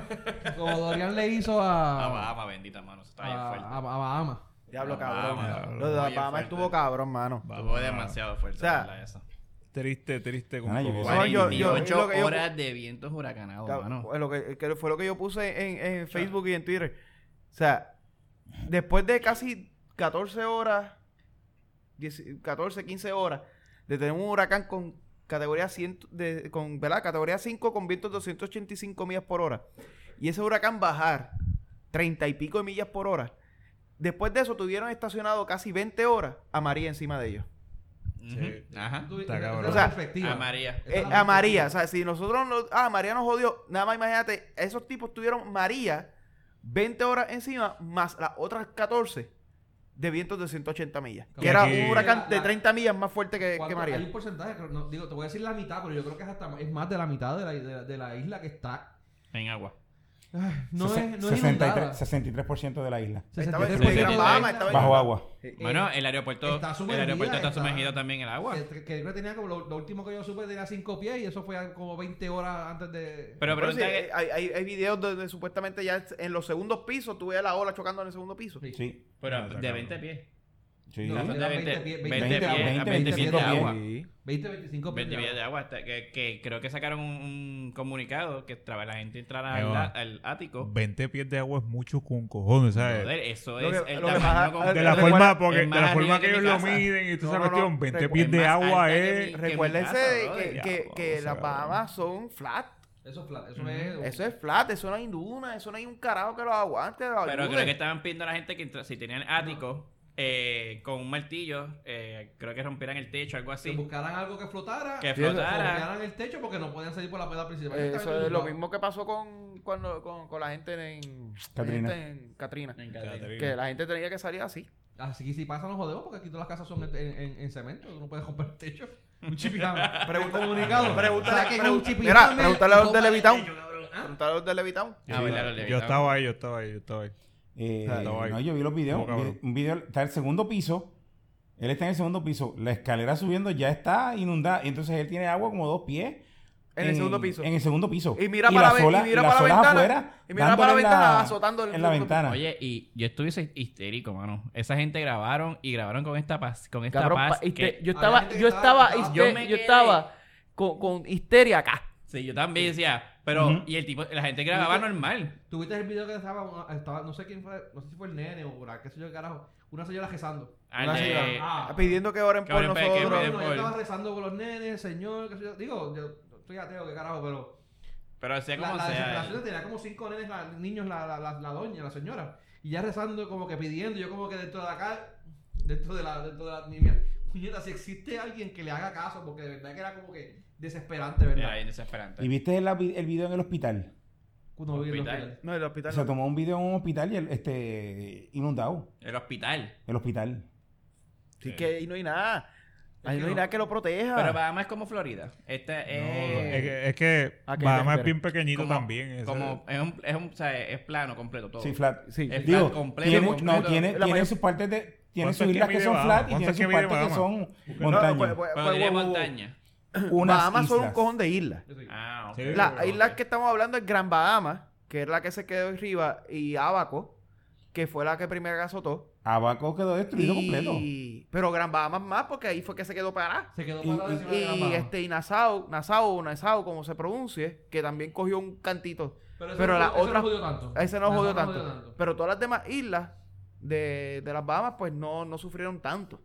Speaker 2: Como Dorian le hizo a.
Speaker 6: Ah, Bahama, bendita mano. Eso está bien
Speaker 5: Ah,
Speaker 2: a,
Speaker 6: fuerte.
Speaker 2: a- a Bahamas.
Speaker 3: Diablo,
Speaker 6: Las Bahamas,
Speaker 3: cabrón.
Speaker 6: cabrón.
Speaker 3: Lo de las
Speaker 6: Oye,
Speaker 3: Bahamas
Speaker 6: fuerte.
Speaker 3: estuvo cabrón, mano.
Speaker 6: Estuvo demasiado fuerte.
Speaker 3: O sea,
Speaker 6: la verdad, eso.
Speaker 5: Triste, triste. Con
Speaker 4: Ay,
Speaker 5: cojones.
Speaker 3: yo-
Speaker 4: yo-
Speaker 3: yo-
Speaker 6: 48
Speaker 3: lo que yo-
Speaker 6: horas de vientos huracanados,
Speaker 3: Cab-
Speaker 6: mano.
Speaker 3: lo que, que fue lo que yo puse en, en Facebook y en Twitter. O sea, después de casi 14 horas, 10 14, 15 horas, de tener un huracán con categoría 100, de, con, ¿verdad? Categoría 5 con vientos de 285 millas por hora. Y ese huracán bajar 30 y pico de millas por hora. Después de eso tuvieron estacionado casi 20 horas a María encima de ellos.
Speaker 6: Ujú, Ajá.
Speaker 2: Tú- esa
Speaker 5: Está
Speaker 2: es
Speaker 5: cabrón.
Speaker 2: la
Speaker 3: O sea,
Speaker 2: perspectiva.
Speaker 6: A María.
Speaker 2: Esa es
Speaker 3: Eh,
Speaker 2: la
Speaker 3: a María, o
Speaker 2: perspectiva.
Speaker 3: sea, si nosotros no, ah, María nos jodió, nada más imagínate, esos tipos tuvieron María 20 horas encima más las otras 14 de vientos de 180 millas, que
Speaker 2: Como
Speaker 3: era
Speaker 5: que-
Speaker 3: un huracán de
Speaker 2: La-
Speaker 3: 30 millas más fuerte que, que
Speaker 2: ¿Cuánto- Hay
Speaker 3: María.
Speaker 2: un porcentaje, creo- no, digo, te voy a decir la mitad, pero yo creo que es, hasta, es más de la mitad de la, de la- de la isla que está.
Speaker 6: En agua.
Speaker 2: No
Speaker 4: Sesen-
Speaker 2: es, no es
Speaker 4: 63%,
Speaker 2: inundada.
Speaker 4: 63% de la isla.
Speaker 3: Estaba en
Speaker 2: 63%
Speaker 6: Gran
Speaker 2: de la
Speaker 3: Bahama,
Speaker 2: isla.
Speaker 3: estaba en-
Speaker 4: Bajo agua.
Speaker 6: Bueno, el aeropuerto
Speaker 2: eh, está
Speaker 6: el
Speaker 2: sumergida,
Speaker 6: aeropuerto está,
Speaker 2: está- Eh,
Speaker 6: sumergido también en el agua.
Speaker 2: Que, que creo que tenía como lo, lo último que yo supe tenía 5 pies y eso fue a- como 20 horas antes de.
Speaker 6: Pero
Speaker 3: Pero sí,
Speaker 6: pregunta que-
Speaker 3: eh, hay, hay- hay videos donde supuestamente ya en los segundos pisos tú ves la ola chocando en el segundo piso.
Speaker 2: Sí.
Speaker 4: Sí.
Speaker 6: Pero
Speaker 5: está
Speaker 6: de
Speaker 5: cabrón.
Speaker 6: 20 pies.
Speaker 4: Sí.
Speaker 2: No,
Speaker 6: Ah, son de
Speaker 2: eran
Speaker 6: 20
Speaker 2: pies,
Speaker 6: 20
Speaker 4: 20,
Speaker 6: pies,
Speaker 4: 20,
Speaker 6: a 20 pies
Speaker 4: 25
Speaker 6: de
Speaker 4: pies.
Speaker 6: agua.
Speaker 2: 20, 25 pies.
Speaker 6: 20 pies de
Speaker 2: agua.
Speaker 6: agua. Hasta Que, que creo que sacaron un, un comunicado que traba la gente entrara
Speaker 5: Ahí
Speaker 6: al,
Speaker 5: va.
Speaker 6: al ático.
Speaker 5: 20 pies de agua es mucho con cojones, ¿sabes?
Speaker 6: Joder, eso
Speaker 3: Lo
Speaker 6: es
Speaker 3: que-
Speaker 6: el
Speaker 3: lo que
Speaker 6: tamaño
Speaker 3: pasa-
Speaker 6: completo.
Speaker 5: de la
Speaker 3: Recuerda-
Speaker 5: forma, porque,
Speaker 6: es más
Speaker 5: de la
Speaker 6: arriba
Speaker 5: forma
Speaker 6: que
Speaker 5: que
Speaker 6: mi
Speaker 5: ellos lo
Speaker 6: casa.
Speaker 5: miden y
Speaker 3: No,
Speaker 5: toda esa
Speaker 3: no, no.
Speaker 5: cuestión, 20
Speaker 3: Recuerda-
Speaker 5: pies
Speaker 6: es
Speaker 5: de
Speaker 6: más
Speaker 5: agua
Speaker 6: alta
Speaker 5: es...
Speaker 6: que mi-
Speaker 3: Recuérdense
Speaker 6: casa,
Speaker 3: que,
Speaker 6: brother.
Speaker 3: que-
Speaker 5: Ya,
Speaker 3: que
Speaker 5: vamos,
Speaker 3: las
Speaker 5: cabrón.
Speaker 3: Bahamas son flat.
Speaker 2: Eso es flat. Eso es.
Speaker 3: Eso es flat, eso no hay duna, eso no hay un carajo que lo aguante. lo
Speaker 6: Pero
Speaker 3: ayude.
Speaker 6: creo que estaban pidiendo a la gente que entra- si tenían ático eh, con un martillo, eh, creo que rompieran el techo, algo
Speaker 2: Que
Speaker 6: así.
Speaker 2: buscaran algo que flotara. Que
Speaker 6: Que flotara.
Speaker 2: bloquearan el techo porque no podían salir por la peda principal.
Speaker 3: Eh, Eso es lo mismo que pasó con, cuando, con, con la gente en
Speaker 4: Katrina.
Speaker 3: la gente en Katrina.
Speaker 5: Catherine.
Speaker 3: Que la gente tenía que salir así.
Speaker 2: Así que si pasa, nos jodemos porque aquí todas las casas son en, en- en cemento. Tú no puedes comprar techo. Un chipitán. <laughs> Pregunta comunicado.
Speaker 3: Pregúntale,
Speaker 2: Saquen
Speaker 3: pregu-
Speaker 2: un
Speaker 3: Mira,
Speaker 2: chipitán.
Speaker 3: pregúntale a los de
Speaker 2: Compra
Speaker 3: Levitown.
Speaker 2: techo, cabrón. Ah,
Speaker 3: Preguntar a los de Levitown.
Speaker 5: Sí,
Speaker 6: Ah, verdad, lo
Speaker 5: yo
Speaker 6: levitaron.
Speaker 5: estaba ahí, yo estaba ahí, yo estaba ahí.
Speaker 4: Eh,
Speaker 5: Ah, no, ahí.
Speaker 4: no, yo vi los videos.
Speaker 5: No, cabrón.
Speaker 4: vi- un video está en el segundo piso. Él está en el segundo piso. La escalera subiendo ya está inundada. y Entonces él tiene agua como dos pies.
Speaker 3: En el segundo piso.
Speaker 4: En el segundo piso.
Speaker 3: Y mira para la ve- y mira
Speaker 4: las
Speaker 3: para la
Speaker 4: olas
Speaker 3: ventana.
Speaker 4: afuera,
Speaker 3: Y mira para la
Speaker 4: dándole en
Speaker 3: ventana, azotando el
Speaker 4: en la
Speaker 3: segundo piso.
Speaker 4: ventana.
Speaker 6: Oye, y yo estuviese histérico, mano. Esa gente grabaron y grabaron con esta paz. Con esta
Speaker 3: Cabrón,
Speaker 6: paz.
Speaker 3: pa- histe-
Speaker 6: que-
Speaker 2: A
Speaker 3: yo
Speaker 2: la
Speaker 3: estaba,
Speaker 2: gente que
Speaker 3: yo
Speaker 2: estaba-
Speaker 3: estaba,
Speaker 2: estaba-
Speaker 3: histe-
Speaker 6: Yo
Speaker 3: yo,
Speaker 6: me quedé.
Speaker 3: estaba con, con histeria acá.
Speaker 6: Sí, yo también decía. Pero,
Speaker 4: Ujú.
Speaker 6: y el tipo, la gente grababa normal.
Speaker 2: Tuviste el video que estaba, estaba, no sé quién fue, no sé si fue el nene o por qué sé yo qué carajo. Una señora rezando.
Speaker 6: Al
Speaker 3: Una
Speaker 6: de-
Speaker 3: señora.
Speaker 2: Ah.
Speaker 3: Pidiendo que oren
Speaker 6: Que
Speaker 3: por
Speaker 6: oren para que
Speaker 2: Pero
Speaker 3: nosotros.
Speaker 6: miren
Speaker 2: no,
Speaker 6: por-
Speaker 2: yo estaba rezando con los nenes, señor, qué sé yo. Digo, yo estoy ateo, qué carajo, pero.
Speaker 6: pero sea
Speaker 2: La,
Speaker 6: como
Speaker 2: la
Speaker 6: sea.
Speaker 2: desesperación tenía como cinco nenes, la- niños, la, la, la, la doña, la señora. Y ya rezando, como que pidiendo, yo como que dentro de acá, dentro de la, dentro de la niña. Puñeta, si existe alguien que le haga caso, porque de verdad que era como que desesperante,
Speaker 6: Era
Speaker 2: ¿verdad?
Speaker 6: bien desesperante.
Speaker 4: ¿Y viste el, el video en el hospital?
Speaker 2: Uno vi en los
Speaker 6: Hospital.
Speaker 2: videos.
Speaker 3: No, el hospital.
Speaker 4: Se
Speaker 3: no.
Speaker 4: tomó un video en un hospital y el, este, inundado.
Speaker 6: El hospital.
Speaker 4: El hospital.
Speaker 3: Sí, que ahí no hay nada. Ahí
Speaker 2: que
Speaker 3: no hay
Speaker 2: no.
Speaker 3: nada que lo proteja.
Speaker 6: Pero Bahamas es como Florida. Esta
Speaker 5: Es
Speaker 6: es.
Speaker 5: que, es que
Speaker 3: ¿A qué te
Speaker 5: Bahamas es
Speaker 3: esperas?
Speaker 5: bien pequeñito
Speaker 6: como-
Speaker 5: también. ese-
Speaker 6: Como, es, un, es, un, o sea, es plano completo
Speaker 3: Oh.
Speaker 6: todo.
Speaker 4: Sí, flat.
Speaker 3: Sí.
Speaker 6: Es
Speaker 4: Digo,
Speaker 6: flat completo.
Speaker 4: tiene,
Speaker 6: completo.
Speaker 4: no, tiene,
Speaker 3: La
Speaker 4: tiene
Speaker 3: mayor-
Speaker 4: sus partes de... Tiene
Speaker 5: ¿Cuánto
Speaker 4: sus
Speaker 5: es que
Speaker 4: islas que
Speaker 5: mide
Speaker 4: son
Speaker 5: Bahamas?
Speaker 4: flat y
Speaker 5: ¿Cuánto
Speaker 4: tiene
Speaker 5: es que
Speaker 4: sus
Speaker 5: mide
Speaker 4: partes que
Speaker 5: Bahamas?
Speaker 4: son
Speaker 3: No,
Speaker 4: montañas.
Speaker 3: pues- pues-
Speaker 6: Pero
Speaker 3: pues-
Speaker 6: diré
Speaker 3: pues-
Speaker 6: montaña.
Speaker 4: Unas
Speaker 3: Bahamas son un
Speaker 4: islas.
Speaker 3: cojón de islas.
Speaker 2: Yo soy-
Speaker 6: Ah, ok.
Speaker 5: Sí,
Speaker 3: La
Speaker 5: pero-
Speaker 3: isla que estamos hablando es Gran Bahama, que es la que se quedó arriba, y Abaco, que fue la que primero que azotó.
Speaker 4: Abaco quedó destruido completo.
Speaker 3: Y- Pero Gran Bahama más, porque ahí fue que se quedó parada.
Speaker 2: Se quedó
Speaker 4: Y-
Speaker 2: parado
Speaker 4: y-
Speaker 2: encima de la
Speaker 3: Y
Speaker 2: cama.
Speaker 3: este y Nassau, Nassau o Nassau, como se pronuncie, que también cogió un cantito.
Speaker 2: Pero,
Speaker 3: pero
Speaker 2: no-
Speaker 3: la
Speaker 2: no
Speaker 3: otra-
Speaker 2: jodió tanto.
Speaker 3: A ese no
Speaker 2: Esa
Speaker 3: jodió tanto. Pero todas las demás islas de, de las Bahamas, pues no, no sufrieron tanto.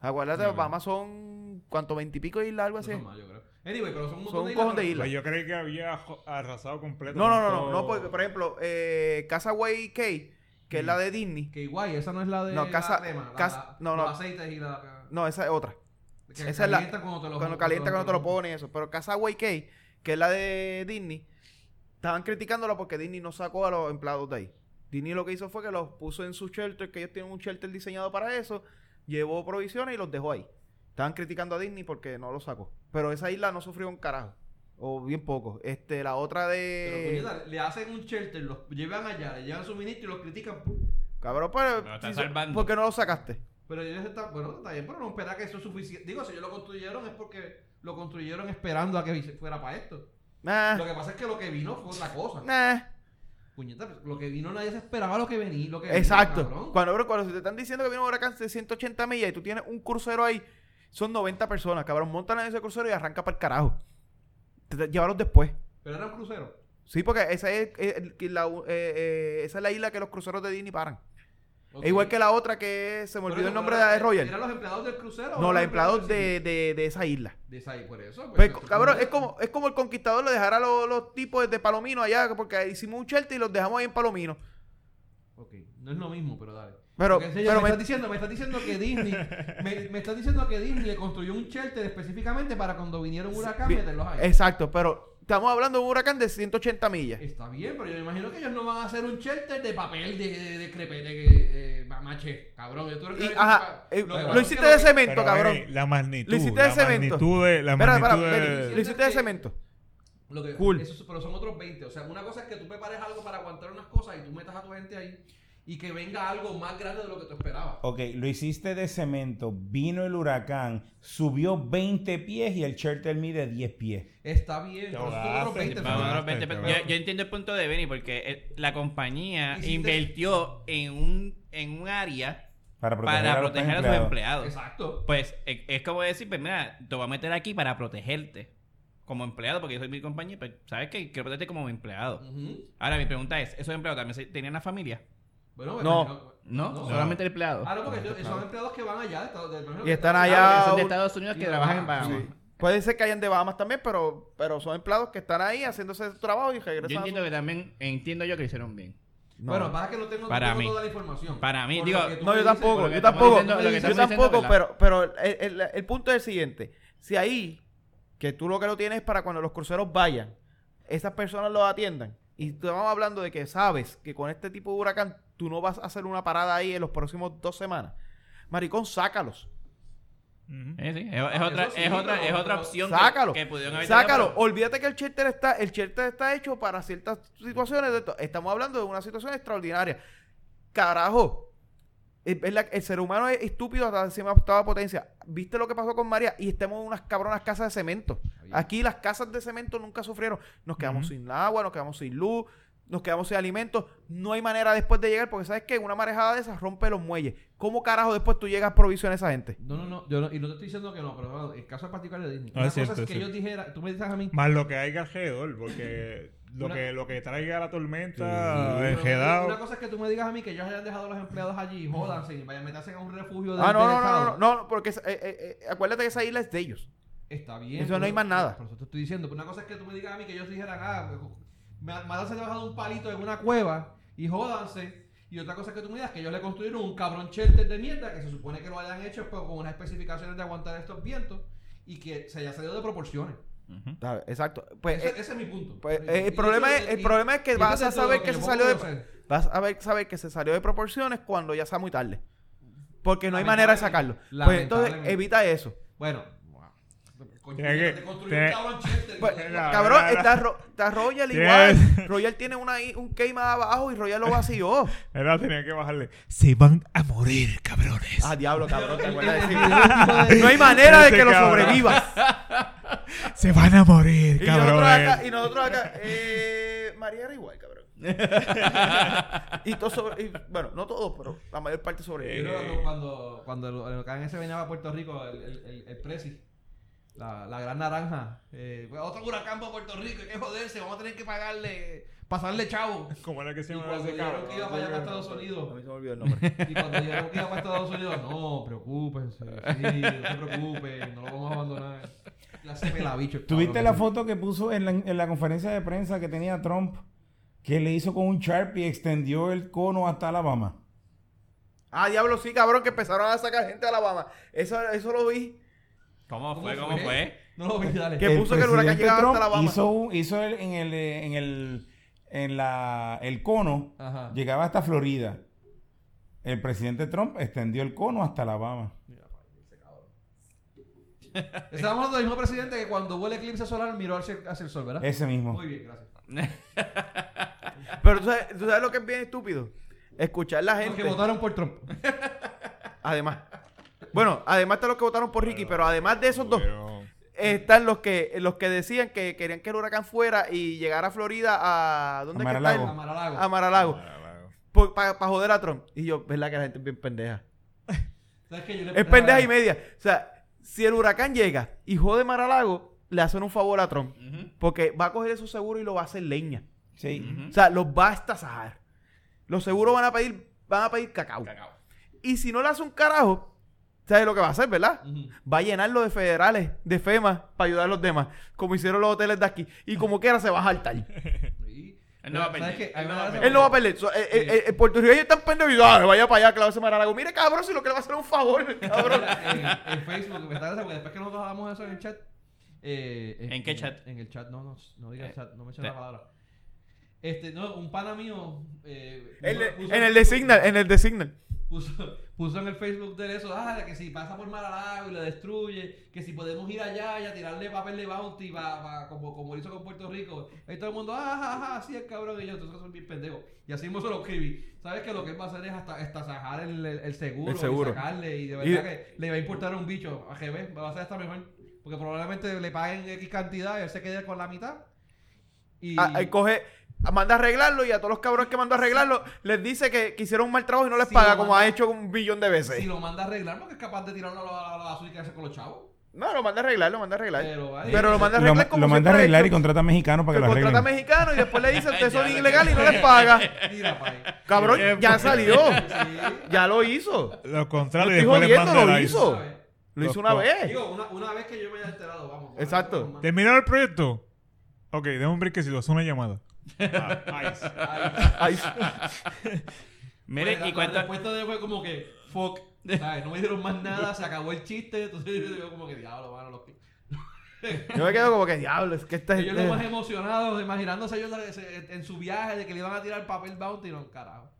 Speaker 3: Acuérdate, las Bahamas son, ¿cuánto? ¿Veintipico islas, algo
Speaker 2: No
Speaker 3: así?
Speaker 2: son más, yo creo. Anyway, pero son un,
Speaker 3: pues Son
Speaker 2: montón
Speaker 3: un cojón de
Speaker 2: pero-
Speaker 3: islas.
Speaker 5: Pues yo creí que había jo- arrasado completo.
Speaker 3: No, no, no, no,
Speaker 5: con
Speaker 3: no, pues, porque,
Speaker 5: todo.
Speaker 3: por ejemplo, eh, Casaway Cay, que es la de Disney.
Speaker 2: Que igual, esa no es la de
Speaker 3: No,
Speaker 2: la
Speaker 3: casa-
Speaker 2: crema, la-
Speaker 3: casa-
Speaker 2: la-
Speaker 3: no,
Speaker 2: los
Speaker 3: no.
Speaker 2: aceites y la...
Speaker 3: No, esa es otra.
Speaker 2: que
Speaker 3: Esa es la-
Speaker 2: calientan cuando te lo
Speaker 3: cuando calienta, cuando te lo ponen eso. Pero Casaway Cay, que es la de Disney, estaban criticándola porque Disney no sacó a los empleados de ahí. Disney lo que hizo fue que los puso en su shelter, que ellos tienen un shelter diseñado para eso, llevó provisiones y los dejó ahí. Estaban criticando a Disney porque no los sacó. Pero esa isla no sufrió un carajo. O bien poco. Este, la otra
Speaker 2: Pero,
Speaker 3: de...
Speaker 2: puñeta, le hacen un shelter, los llevan allá, le llevan suministro y los critican.
Speaker 3: Cabrón, pero.
Speaker 6: Lo está
Speaker 3: si-
Speaker 6: salvando.
Speaker 3: ¿Por qué no lo sacaste?
Speaker 2: Pero ellos están, bueno, está bien, pero no espera que eso es suficiente. Digo, si ellos lo construyeron es porque lo construyeron esperando a que fuera para esto. Lo
Speaker 3: Nah.
Speaker 2: que pasa es que lo que vino fue otra cosa.
Speaker 3: Ah. Nah.
Speaker 2: Puñeta, pues, lo que vino nadie se esperaba lo que venía, lo que vino,
Speaker 3: Exacto.
Speaker 2: cabrón.
Speaker 3: Cuando, bro, cuando te están diciendo que viene un huracán de 180 millas y tú tienes un crucero ahí, son 90 personas, cabrón. Montan en ese crucero y arranca para el carajo. Te- te- Llévalos después.
Speaker 2: Pero era un crucero.
Speaker 3: Sí, porque esa es, eh, eh, la, eh, eh, esa es la isla que los cruceros de Disney paran.
Speaker 2: Ok.
Speaker 3: Es igual que la otra que se me
Speaker 2: Por
Speaker 3: olvidó
Speaker 2: eso,
Speaker 3: el nombre
Speaker 2: pero era-
Speaker 3: de Royal.
Speaker 2: ¿Eran los empleados del crucero? o
Speaker 3: no,
Speaker 2: eran
Speaker 3: la
Speaker 2: los
Speaker 3: empleados
Speaker 2: del
Speaker 3: de, de- de esa isla.
Speaker 2: sitio? De esa ahí, por eso.
Speaker 3: Pues,
Speaker 2: esto-
Speaker 3: cabrón, es como, es como el conquistador lo dejará a los, los tipos de Palomino allá, porque hicimos un shelter y los dejamos ahí en Palomino.
Speaker 2: Ok, no es lo mismo, pero dale.
Speaker 3: Pero-
Speaker 2: Porque, en serio,
Speaker 3: pero
Speaker 2: me,
Speaker 3: me-
Speaker 2: estás diciendo, me estás diciendo que Disney, me, me estás diciendo que Disney le construyó un shelter específicamente para cuando viniera un huracán
Speaker 3: Bien,
Speaker 2: meterlos ahí.
Speaker 3: Exacto, pero estamos hablando de un huracán de 180 millas.
Speaker 2: Está bien, pero yo me imagino que ellos no van a hacer un shelter de papel de, de, de crepe, de eh, mache, cabrón. Yo creo que-
Speaker 3: Y, ajá, eh,
Speaker 2: que
Speaker 3: lo,
Speaker 2: pasa
Speaker 3: hiciste
Speaker 2: es que
Speaker 3: de
Speaker 2: lo que-
Speaker 3: cemento,
Speaker 5: Pero,
Speaker 3: cabrón.
Speaker 5: Benny, la magnitud.
Speaker 3: Lo hiciste de
Speaker 5: la
Speaker 3: cemento.
Speaker 5: magnitud de. La
Speaker 3: Espera, espera,
Speaker 5: magnitud de-
Speaker 3: Benny, lo hiciste de cemento.
Speaker 2: Lo que,
Speaker 3: Cool.
Speaker 2: eso- pero son otros 20. O sea, una cosa es que tú prepares algo para aguantar unas cosas y tú metas a tu gente ahí y que venga algo más grande de lo que tú esperabas.
Speaker 4: Ok, lo hiciste de cemento, vino el huracán, subió 20 pies y el shelter mide 10 pies.
Speaker 2: Está bien,
Speaker 5: Te
Speaker 2: pero son
Speaker 5: ahogaste,
Speaker 2: otros 20.
Speaker 5: te
Speaker 2: son otros
Speaker 5: ahogaste.
Speaker 6: Vamos, 20
Speaker 5: pero-
Speaker 6: yo, yo entiendo el punto de Benny porque eh, la compañía
Speaker 2: Hiciste-
Speaker 6: invirtió en un, en un área
Speaker 4: Para proteger,
Speaker 6: para
Speaker 4: a, los
Speaker 6: proteger a sus
Speaker 4: empleados.
Speaker 6: empleados.
Speaker 2: Exacto.
Speaker 6: Pues e- es como decir, pues mira, te voy a meter aquí para protegerte como empleado, porque yo soy mi compañía, pero sabes que quiero protegerte como mi empleado.
Speaker 2: Ujú.
Speaker 6: Ahora, mi pregunta es, ¿esos empleados también se- tenían una familia?
Speaker 2: Bueno, me
Speaker 3: No.
Speaker 2: imagino-
Speaker 6: ¿No?
Speaker 2: No.
Speaker 6: solamente empleados.
Speaker 2: Ah, no, porque ellos- son empleados que van allá. de Estados- de- imagino
Speaker 3: Y
Speaker 2: que-
Speaker 3: están
Speaker 2: Ah,
Speaker 3: allá-
Speaker 6: Porque son de Estados Unidos que
Speaker 2: Sí.
Speaker 6: trabajan en Bahamas.
Speaker 3: Sí. Puede ser que hayan de Bahamas también, pero, pero son empleados que están ahí haciéndose su trabajo y regresan.
Speaker 6: Yo
Speaker 3: a su-
Speaker 6: entiendo que también, entiendo yo que hicieron bien.
Speaker 3: No.
Speaker 2: Bueno, pasa que no tengo, no
Speaker 6: Para
Speaker 2: tengo
Speaker 6: mí.
Speaker 2: toda la información.
Speaker 6: Para mí,
Speaker 2: Por
Speaker 6: digo,
Speaker 2: lo que tú
Speaker 3: No,
Speaker 2: me
Speaker 3: yo
Speaker 2: dices,
Speaker 3: tampoco,
Speaker 2: por lo
Speaker 3: yo
Speaker 2: que tú me
Speaker 3: tampoco.
Speaker 2: dices, no, lo que
Speaker 6: estamos
Speaker 3: yo
Speaker 2: estás-
Speaker 3: tampoco,
Speaker 6: diciendo,
Speaker 3: pero, pero el, el- el punto es el siguiente. Si ahí, que tú lo que lo tienes es para cuando los cruceros vayan, esas personas los atiendan. Y estamos hablando de que sabes que con este tipo de huracán tú no vas a hacer una parada ahí en los próximos dos semanas. Maricón, sácalos.
Speaker 5: Ujú.
Speaker 6: Eh, sí, Es, es otra,
Speaker 2: eso sí,
Speaker 6: es otra,
Speaker 2: pero-
Speaker 6: es otra
Speaker 2: pero
Speaker 6: opción que-
Speaker 3: Sácalo.
Speaker 6: que, pudieron haber tenido,
Speaker 3: Sácalo.
Speaker 6: pero-
Speaker 3: Olvídate que el shelter está, el shelter está hecho para ciertas situaciones. de esto. Estamos hablando de una situación extraordinaria. Carajo. Es- es la- el ser humano es estúpido hasta encima de octava potencia. ¿Viste lo que pasó con María? Y estamos en unas cabronas casas de cemento. Aquí las casas de cemento nunca sufrieron. Nos quedamos
Speaker 5: Ujú.
Speaker 3: sin agua, nos quedamos sin luz, nos quedamos sin alimentos. No hay manera después de llegar porque sabes que una marejada de esas rompe los muelles. ¿Cómo carajo después tú llegas provisión a esa gente?
Speaker 2: No, no, no, yo no, y no te estoy diciendo que no, pero bueno, el caso en particular de Disney.
Speaker 5: No,
Speaker 2: Una
Speaker 5: es cierto,
Speaker 2: cosa es
Speaker 5: es
Speaker 2: que
Speaker 5: cierto.
Speaker 2: yo dijera, tú me dices a mí,
Speaker 5: Más lo que hay alrededor, porque lo,
Speaker 2: Una-
Speaker 5: que, lo que traiga la tormenta,
Speaker 2: Pero
Speaker 5: el
Speaker 2: Una,
Speaker 5: gedao.
Speaker 2: cosa es que tú me digas a mí que ellos hayan dejado a los empleados allí, jódanse y vayan a meterse en un refugio de
Speaker 3: Ah, no,
Speaker 2: de
Speaker 3: no, no,
Speaker 2: Estado.
Speaker 3: no, no, no, porque esa- eh, eh, eh, acuérdate que esa isla es de ellos.
Speaker 2: Está bien.
Speaker 3: Eso no hay
Speaker 2: pero-
Speaker 3: más nada.
Speaker 2: Por eso te estoy diciendo. Una cosa es que tú me digas a mí que ellos dijeran, ah, me- Madonna se le ha bajado un palito en una cueva y jódanse. Y otra cosa es que tú me digas que ellos le construyeron un cabrón shelter de mierda que se supone que lo hayan hecho pero con unas especificaciones de aguantar estos vientos y que se haya salido de proporciones.
Speaker 6: Ujú.
Speaker 3: ¿Sabes? Exacto. Pues,
Speaker 2: Ese,
Speaker 3: eh,
Speaker 2: ese es mi punto.
Speaker 3: pues,
Speaker 2: Y-
Speaker 3: eh, el
Speaker 2: y
Speaker 3: problema
Speaker 2: eso-
Speaker 3: es- el
Speaker 2: y-
Speaker 3: problema es que
Speaker 2: y
Speaker 3: vas
Speaker 2: eso
Speaker 3: a
Speaker 2: es todo
Speaker 3: saber
Speaker 2: lo
Speaker 3: que se
Speaker 2: yo puedo
Speaker 3: salió de-
Speaker 2: hacer.
Speaker 3: vas a ver, saber que se salió de proporciones cuando ya sea muy tarde. Porque no hay manera de sacarlo.
Speaker 2: Lamentablemente.
Speaker 3: Pues entonces
Speaker 2: Lamentablemente.
Speaker 3: evita eso.
Speaker 2: Bueno. wow. Coño,
Speaker 5: Tiene
Speaker 2: te
Speaker 5: que-
Speaker 2: construyó
Speaker 5: tiene-
Speaker 2: un
Speaker 5: <laughs>
Speaker 2: cabrón shelter. <laughs>
Speaker 3: Pues,
Speaker 2: hijo de-
Speaker 5: la-
Speaker 3: cabrón,
Speaker 5: la-
Speaker 3: está, Ro- está Royal
Speaker 5: Yes.
Speaker 3: igual. Royal tiene una, i- un cake más abajo y Royal lo
Speaker 2: <laughs>
Speaker 3: vació.
Speaker 5: Era, tenía que bajarle. Se van a morir, cabrones.
Speaker 3: ah, diablo, cabrón, te <laughs> acuerdas de
Speaker 2: <laughs>
Speaker 3: decir.
Speaker 2: El video de-
Speaker 3: No hay manera de
Speaker 5: Ese
Speaker 3: que lo
Speaker 5: cabrón.
Speaker 3: sobrevivas.
Speaker 5: Se van a morir,
Speaker 3: Y nosotros
Speaker 5: cabrones.
Speaker 3: acá, y nosotros acá, eh, María era igual,
Speaker 2: <laughs>
Speaker 3: cabrón. y todo sobre, y, bueno, no todos, pero la mayor parte
Speaker 6: Eh,
Speaker 2: Yo
Speaker 3: sobrevivió.
Speaker 2: creo que cuando, cuando el huracán ese venía a Puerto Rico, el, el, el, el Prezi, la, la gran naranja, eh, pues, otro huracán para Puerto Rico, hay que joderse, vamos a tener que pagarle, pasarle
Speaker 6: <laughs>
Speaker 2: chavo.
Speaker 5: ¿Cómo era que se
Speaker 2: Y
Speaker 5: llamaba
Speaker 2: cuando
Speaker 5: ese
Speaker 2: dijeron
Speaker 5: cabrón?
Speaker 2: que iba para allá para Estados
Speaker 3: A
Speaker 2: Unidos,
Speaker 3: mí se me olvidó el nombre.
Speaker 2: y cuando dijeron que iba para Estados Unidos, no, preocúpense, sí, no se preocupen, no lo vamos a abandonar. La sepe la bicho. el
Speaker 4: ¿Tuviste
Speaker 2: cabrón.
Speaker 4: la foto que puso en la, en la conferencia de prensa que tenía Trump? Que le hizo con un Sharpie y extendió el cono hasta Alabama.
Speaker 3: Ah, diablo, sí, cabrón, que empezaron a sacar gente de Alabama. Eso, eso lo vi.
Speaker 6: ¿Cómo fue? ¿Cómo fue?
Speaker 2: No lo vi, dale.
Speaker 3: ¿Qué? Que puso que el huracán
Speaker 4: presidente
Speaker 3: llegaba hasta
Speaker 4: Trump
Speaker 3: Alabama.
Speaker 4: Hizo, un- hizo el- en el, eh, en el, en la, el cono,
Speaker 6: Ah.
Speaker 2: Ajá.
Speaker 4: llegaba hasta Florida. El presidente Trump extendió el cono hasta Alabama.
Speaker 2: Estábamos hablando del mismo presidente que cuando hubo el eclipse solar miró hacia, hacia el sol,
Speaker 6: Ah.
Speaker 2: ¿verdad?
Speaker 4: Eh, Ese mismo.
Speaker 2: Muy bien, gracias.
Speaker 3: Pero tú sabes, tú sabes lo que es bien estúpido. escuchar la
Speaker 2: Los
Speaker 3: gente.
Speaker 2: que votaron por Trump.
Speaker 3: Además. Bueno, además están los que votaron por Ricky, pero además de esos dos,
Speaker 5: Pero-
Speaker 3: están los que los que decían que querían que el huracán fuera y llegara a Florida a ¿dónde
Speaker 4: A
Speaker 3: es que está
Speaker 4: Mar-a-Lago.
Speaker 3: él?
Speaker 2: A Maralago.
Speaker 3: A Maralago para joder a Trump. Y yo, ¿verdad que la gente es bien pendeja?
Speaker 2: ¿Sabes qué? Yo le-
Speaker 3: Es pendeja y media. O sea, si el huracán llega y jode Maralago, le hacen un favor a Trump. Porque va a coger su seguro y lo va a hacer leña.
Speaker 4: Sí.
Speaker 3: O sea, los va a estasajar. Los seguros van a pedir, van a pedir cacao.
Speaker 6: Cacao.
Speaker 3: Y si no le hace un carajo, ¿sabes lo que va a hacer, verdad?
Speaker 2: Ujú.
Speaker 3: Va a llenarlo de federales, de FEMA, para ayudar a los demás, como hicieron los hoteles de aquí. Y como quiera se va a jaltar.
Speaker 2: Y-
Speaker 6: Él no va a
Speaker 2: ¿sabes
Speaker 6: perder,
Speaker 2: qué? Hay
Speaker 6: él no
Speaker 2: una
Speaker 6: va a
Speaker 2: de esas-
Speaker 3: Él no va a perder. So, eh, eh, eh, el puertorriqueño está en pendejo y, "Ah, vaya para allá, clavarse Maralago. Mire, cabrón, si lo que le va a hacer es un favor, <laughs> cabrón.
Speaker 2: Mira, <laughs> en, en Facebook, me está gracia, porque después que nosotros hablamos eso en el chat. eh,
Speaker 6: ¿En
Speaker 2: este,
Speaker 6: qué chat?
Speaker 2: En el chat, no, no, no digas
Speaker 6: Eh,
Speaker 2: chat, no me eches la
Speaker 6: eh.
Speaker 2: palabra. Este, no, un pana mío. eh,
Speaker 3: El de-
Speaker 2: puso-
Speaker 3: en el de Signal, en el de Signal.
Speaker 2: Puso, puso en el Facebook de él eso, ah, que si pasa por Maralago y lo destruye, que si podemos ir allá y a tirarle papel de bounty, pa- pa- como, como lo hizo con Puerto Rico. Ahí todo el mundo, ah, ja, ja, así es cabrón, y yo, entonces soy bien pendejo. Y así mismo se lo escribí. ¿Sabes que lo que él va a hacer es hasta, hasta sacar el, el- el seguro,
Speaker 3: El seguro.
Speaker 2: Y sacarle, y de
Speaker 3: Y-
Speaker 2: verdad que le va a importar un bicho a GB, va a ser hasta mejor. Porque probablemente le paguen X cantidad y él se quede con la mitad. Y,
Speaker 3: Ah, ahí coge, manda a arreglarlo y a todos los cabrones que mandó a arreglarlo les dice que, que hicieron un mal trabajo y no les
Speaker 2: Si
Speaker 3: paga
Speaker 2: lo
Speaker 3: como
Speaker 2: manda-
Speaker 3: ha hecho un billón de veces.
Speaker 2: si lo manda a arreglar, porque es capaz de tirarlo a la, a la basura y quedarse con los chavos.
Speaker 3: No, lo manda a arreglar, lo manda a arreglar.
Speaker 2: Pero,
Speaker 3: Pero,
Speaker 2: ay,
Speaker 3: lo manda a
Speaker 4: Lo,
Speaker 3: arreglar como
Speaker 4: lo manda a
Speaker 3: siempre ha
Speaker 4: arreglar y
Speaker 3: hecho.
Speaker 4: contrata mexicanos para que
Speaker 3: Que
Speaker 4: lo
Speaker 3: contrata
Speaker 4: arreglen.
Speaker 3: mexicano y después le dice,
Speaker 2: <laughs>
Speaker 3: ustedes
Speaker 6: Ya,
Speaker 3: son
Speaker 6: ya.
Speaker 3: ilegales y no les paga.
Speaker 2: Mira, pa'
Speaker 3: Cabrón,
Speaker 5: Qué
Speaker 3: ya
Speaker 5: bueno.
Speaker 3: salió.
Speaker 2: ahí.
Speaker 3: Ya lo hizo.
Speaker 5: Lo contrario,
Speaker 3: Lo
Speaker 5: y
Speaker 3: estoy
Speaker 5: después le
Speaker 3: jodiendo,
Speaker 5: manda
Speaker 3: lo
Speaker 5: la-
Speaker 3: hizo. Lo
Speaker 5: Los
Speaker 3: hizo una
Speaker 5: co-
Speaker 3: vez.
Speaker 2: Digo, una, una vez que yo me haya enterado, vamos. para
Speaker 3: Exacto.
Speaker 2: ver, vamos, man.
Speaker 5: ¿Terminaron el proyecto? Ok, déjame un break que si lo hace una llamada. Ah,
Speaker 2: Ahí.
Speaker 3: Ay,
Speaker 6: Mire,
Speaker 2: Pues,
Speaker 6: y
Speaker 2: la-
Speaker 6: cuánto-
Speaker 2: La respuesta de él fue como que, fuck. ¿sabes? No me dieron más nada, se acabó el chiste. Entonces yo digo como que, diablo, mano, los pi-".
Speaker 3: Eh, yo me quedo como que, diablo, es que esta
Speaker 2: Ellos los más
Speaker 3: gente...
Speaker 2: emocionados, imaginándose ellos la- se- en su viaje de que le iban a tirar papel bounty, no, carajo.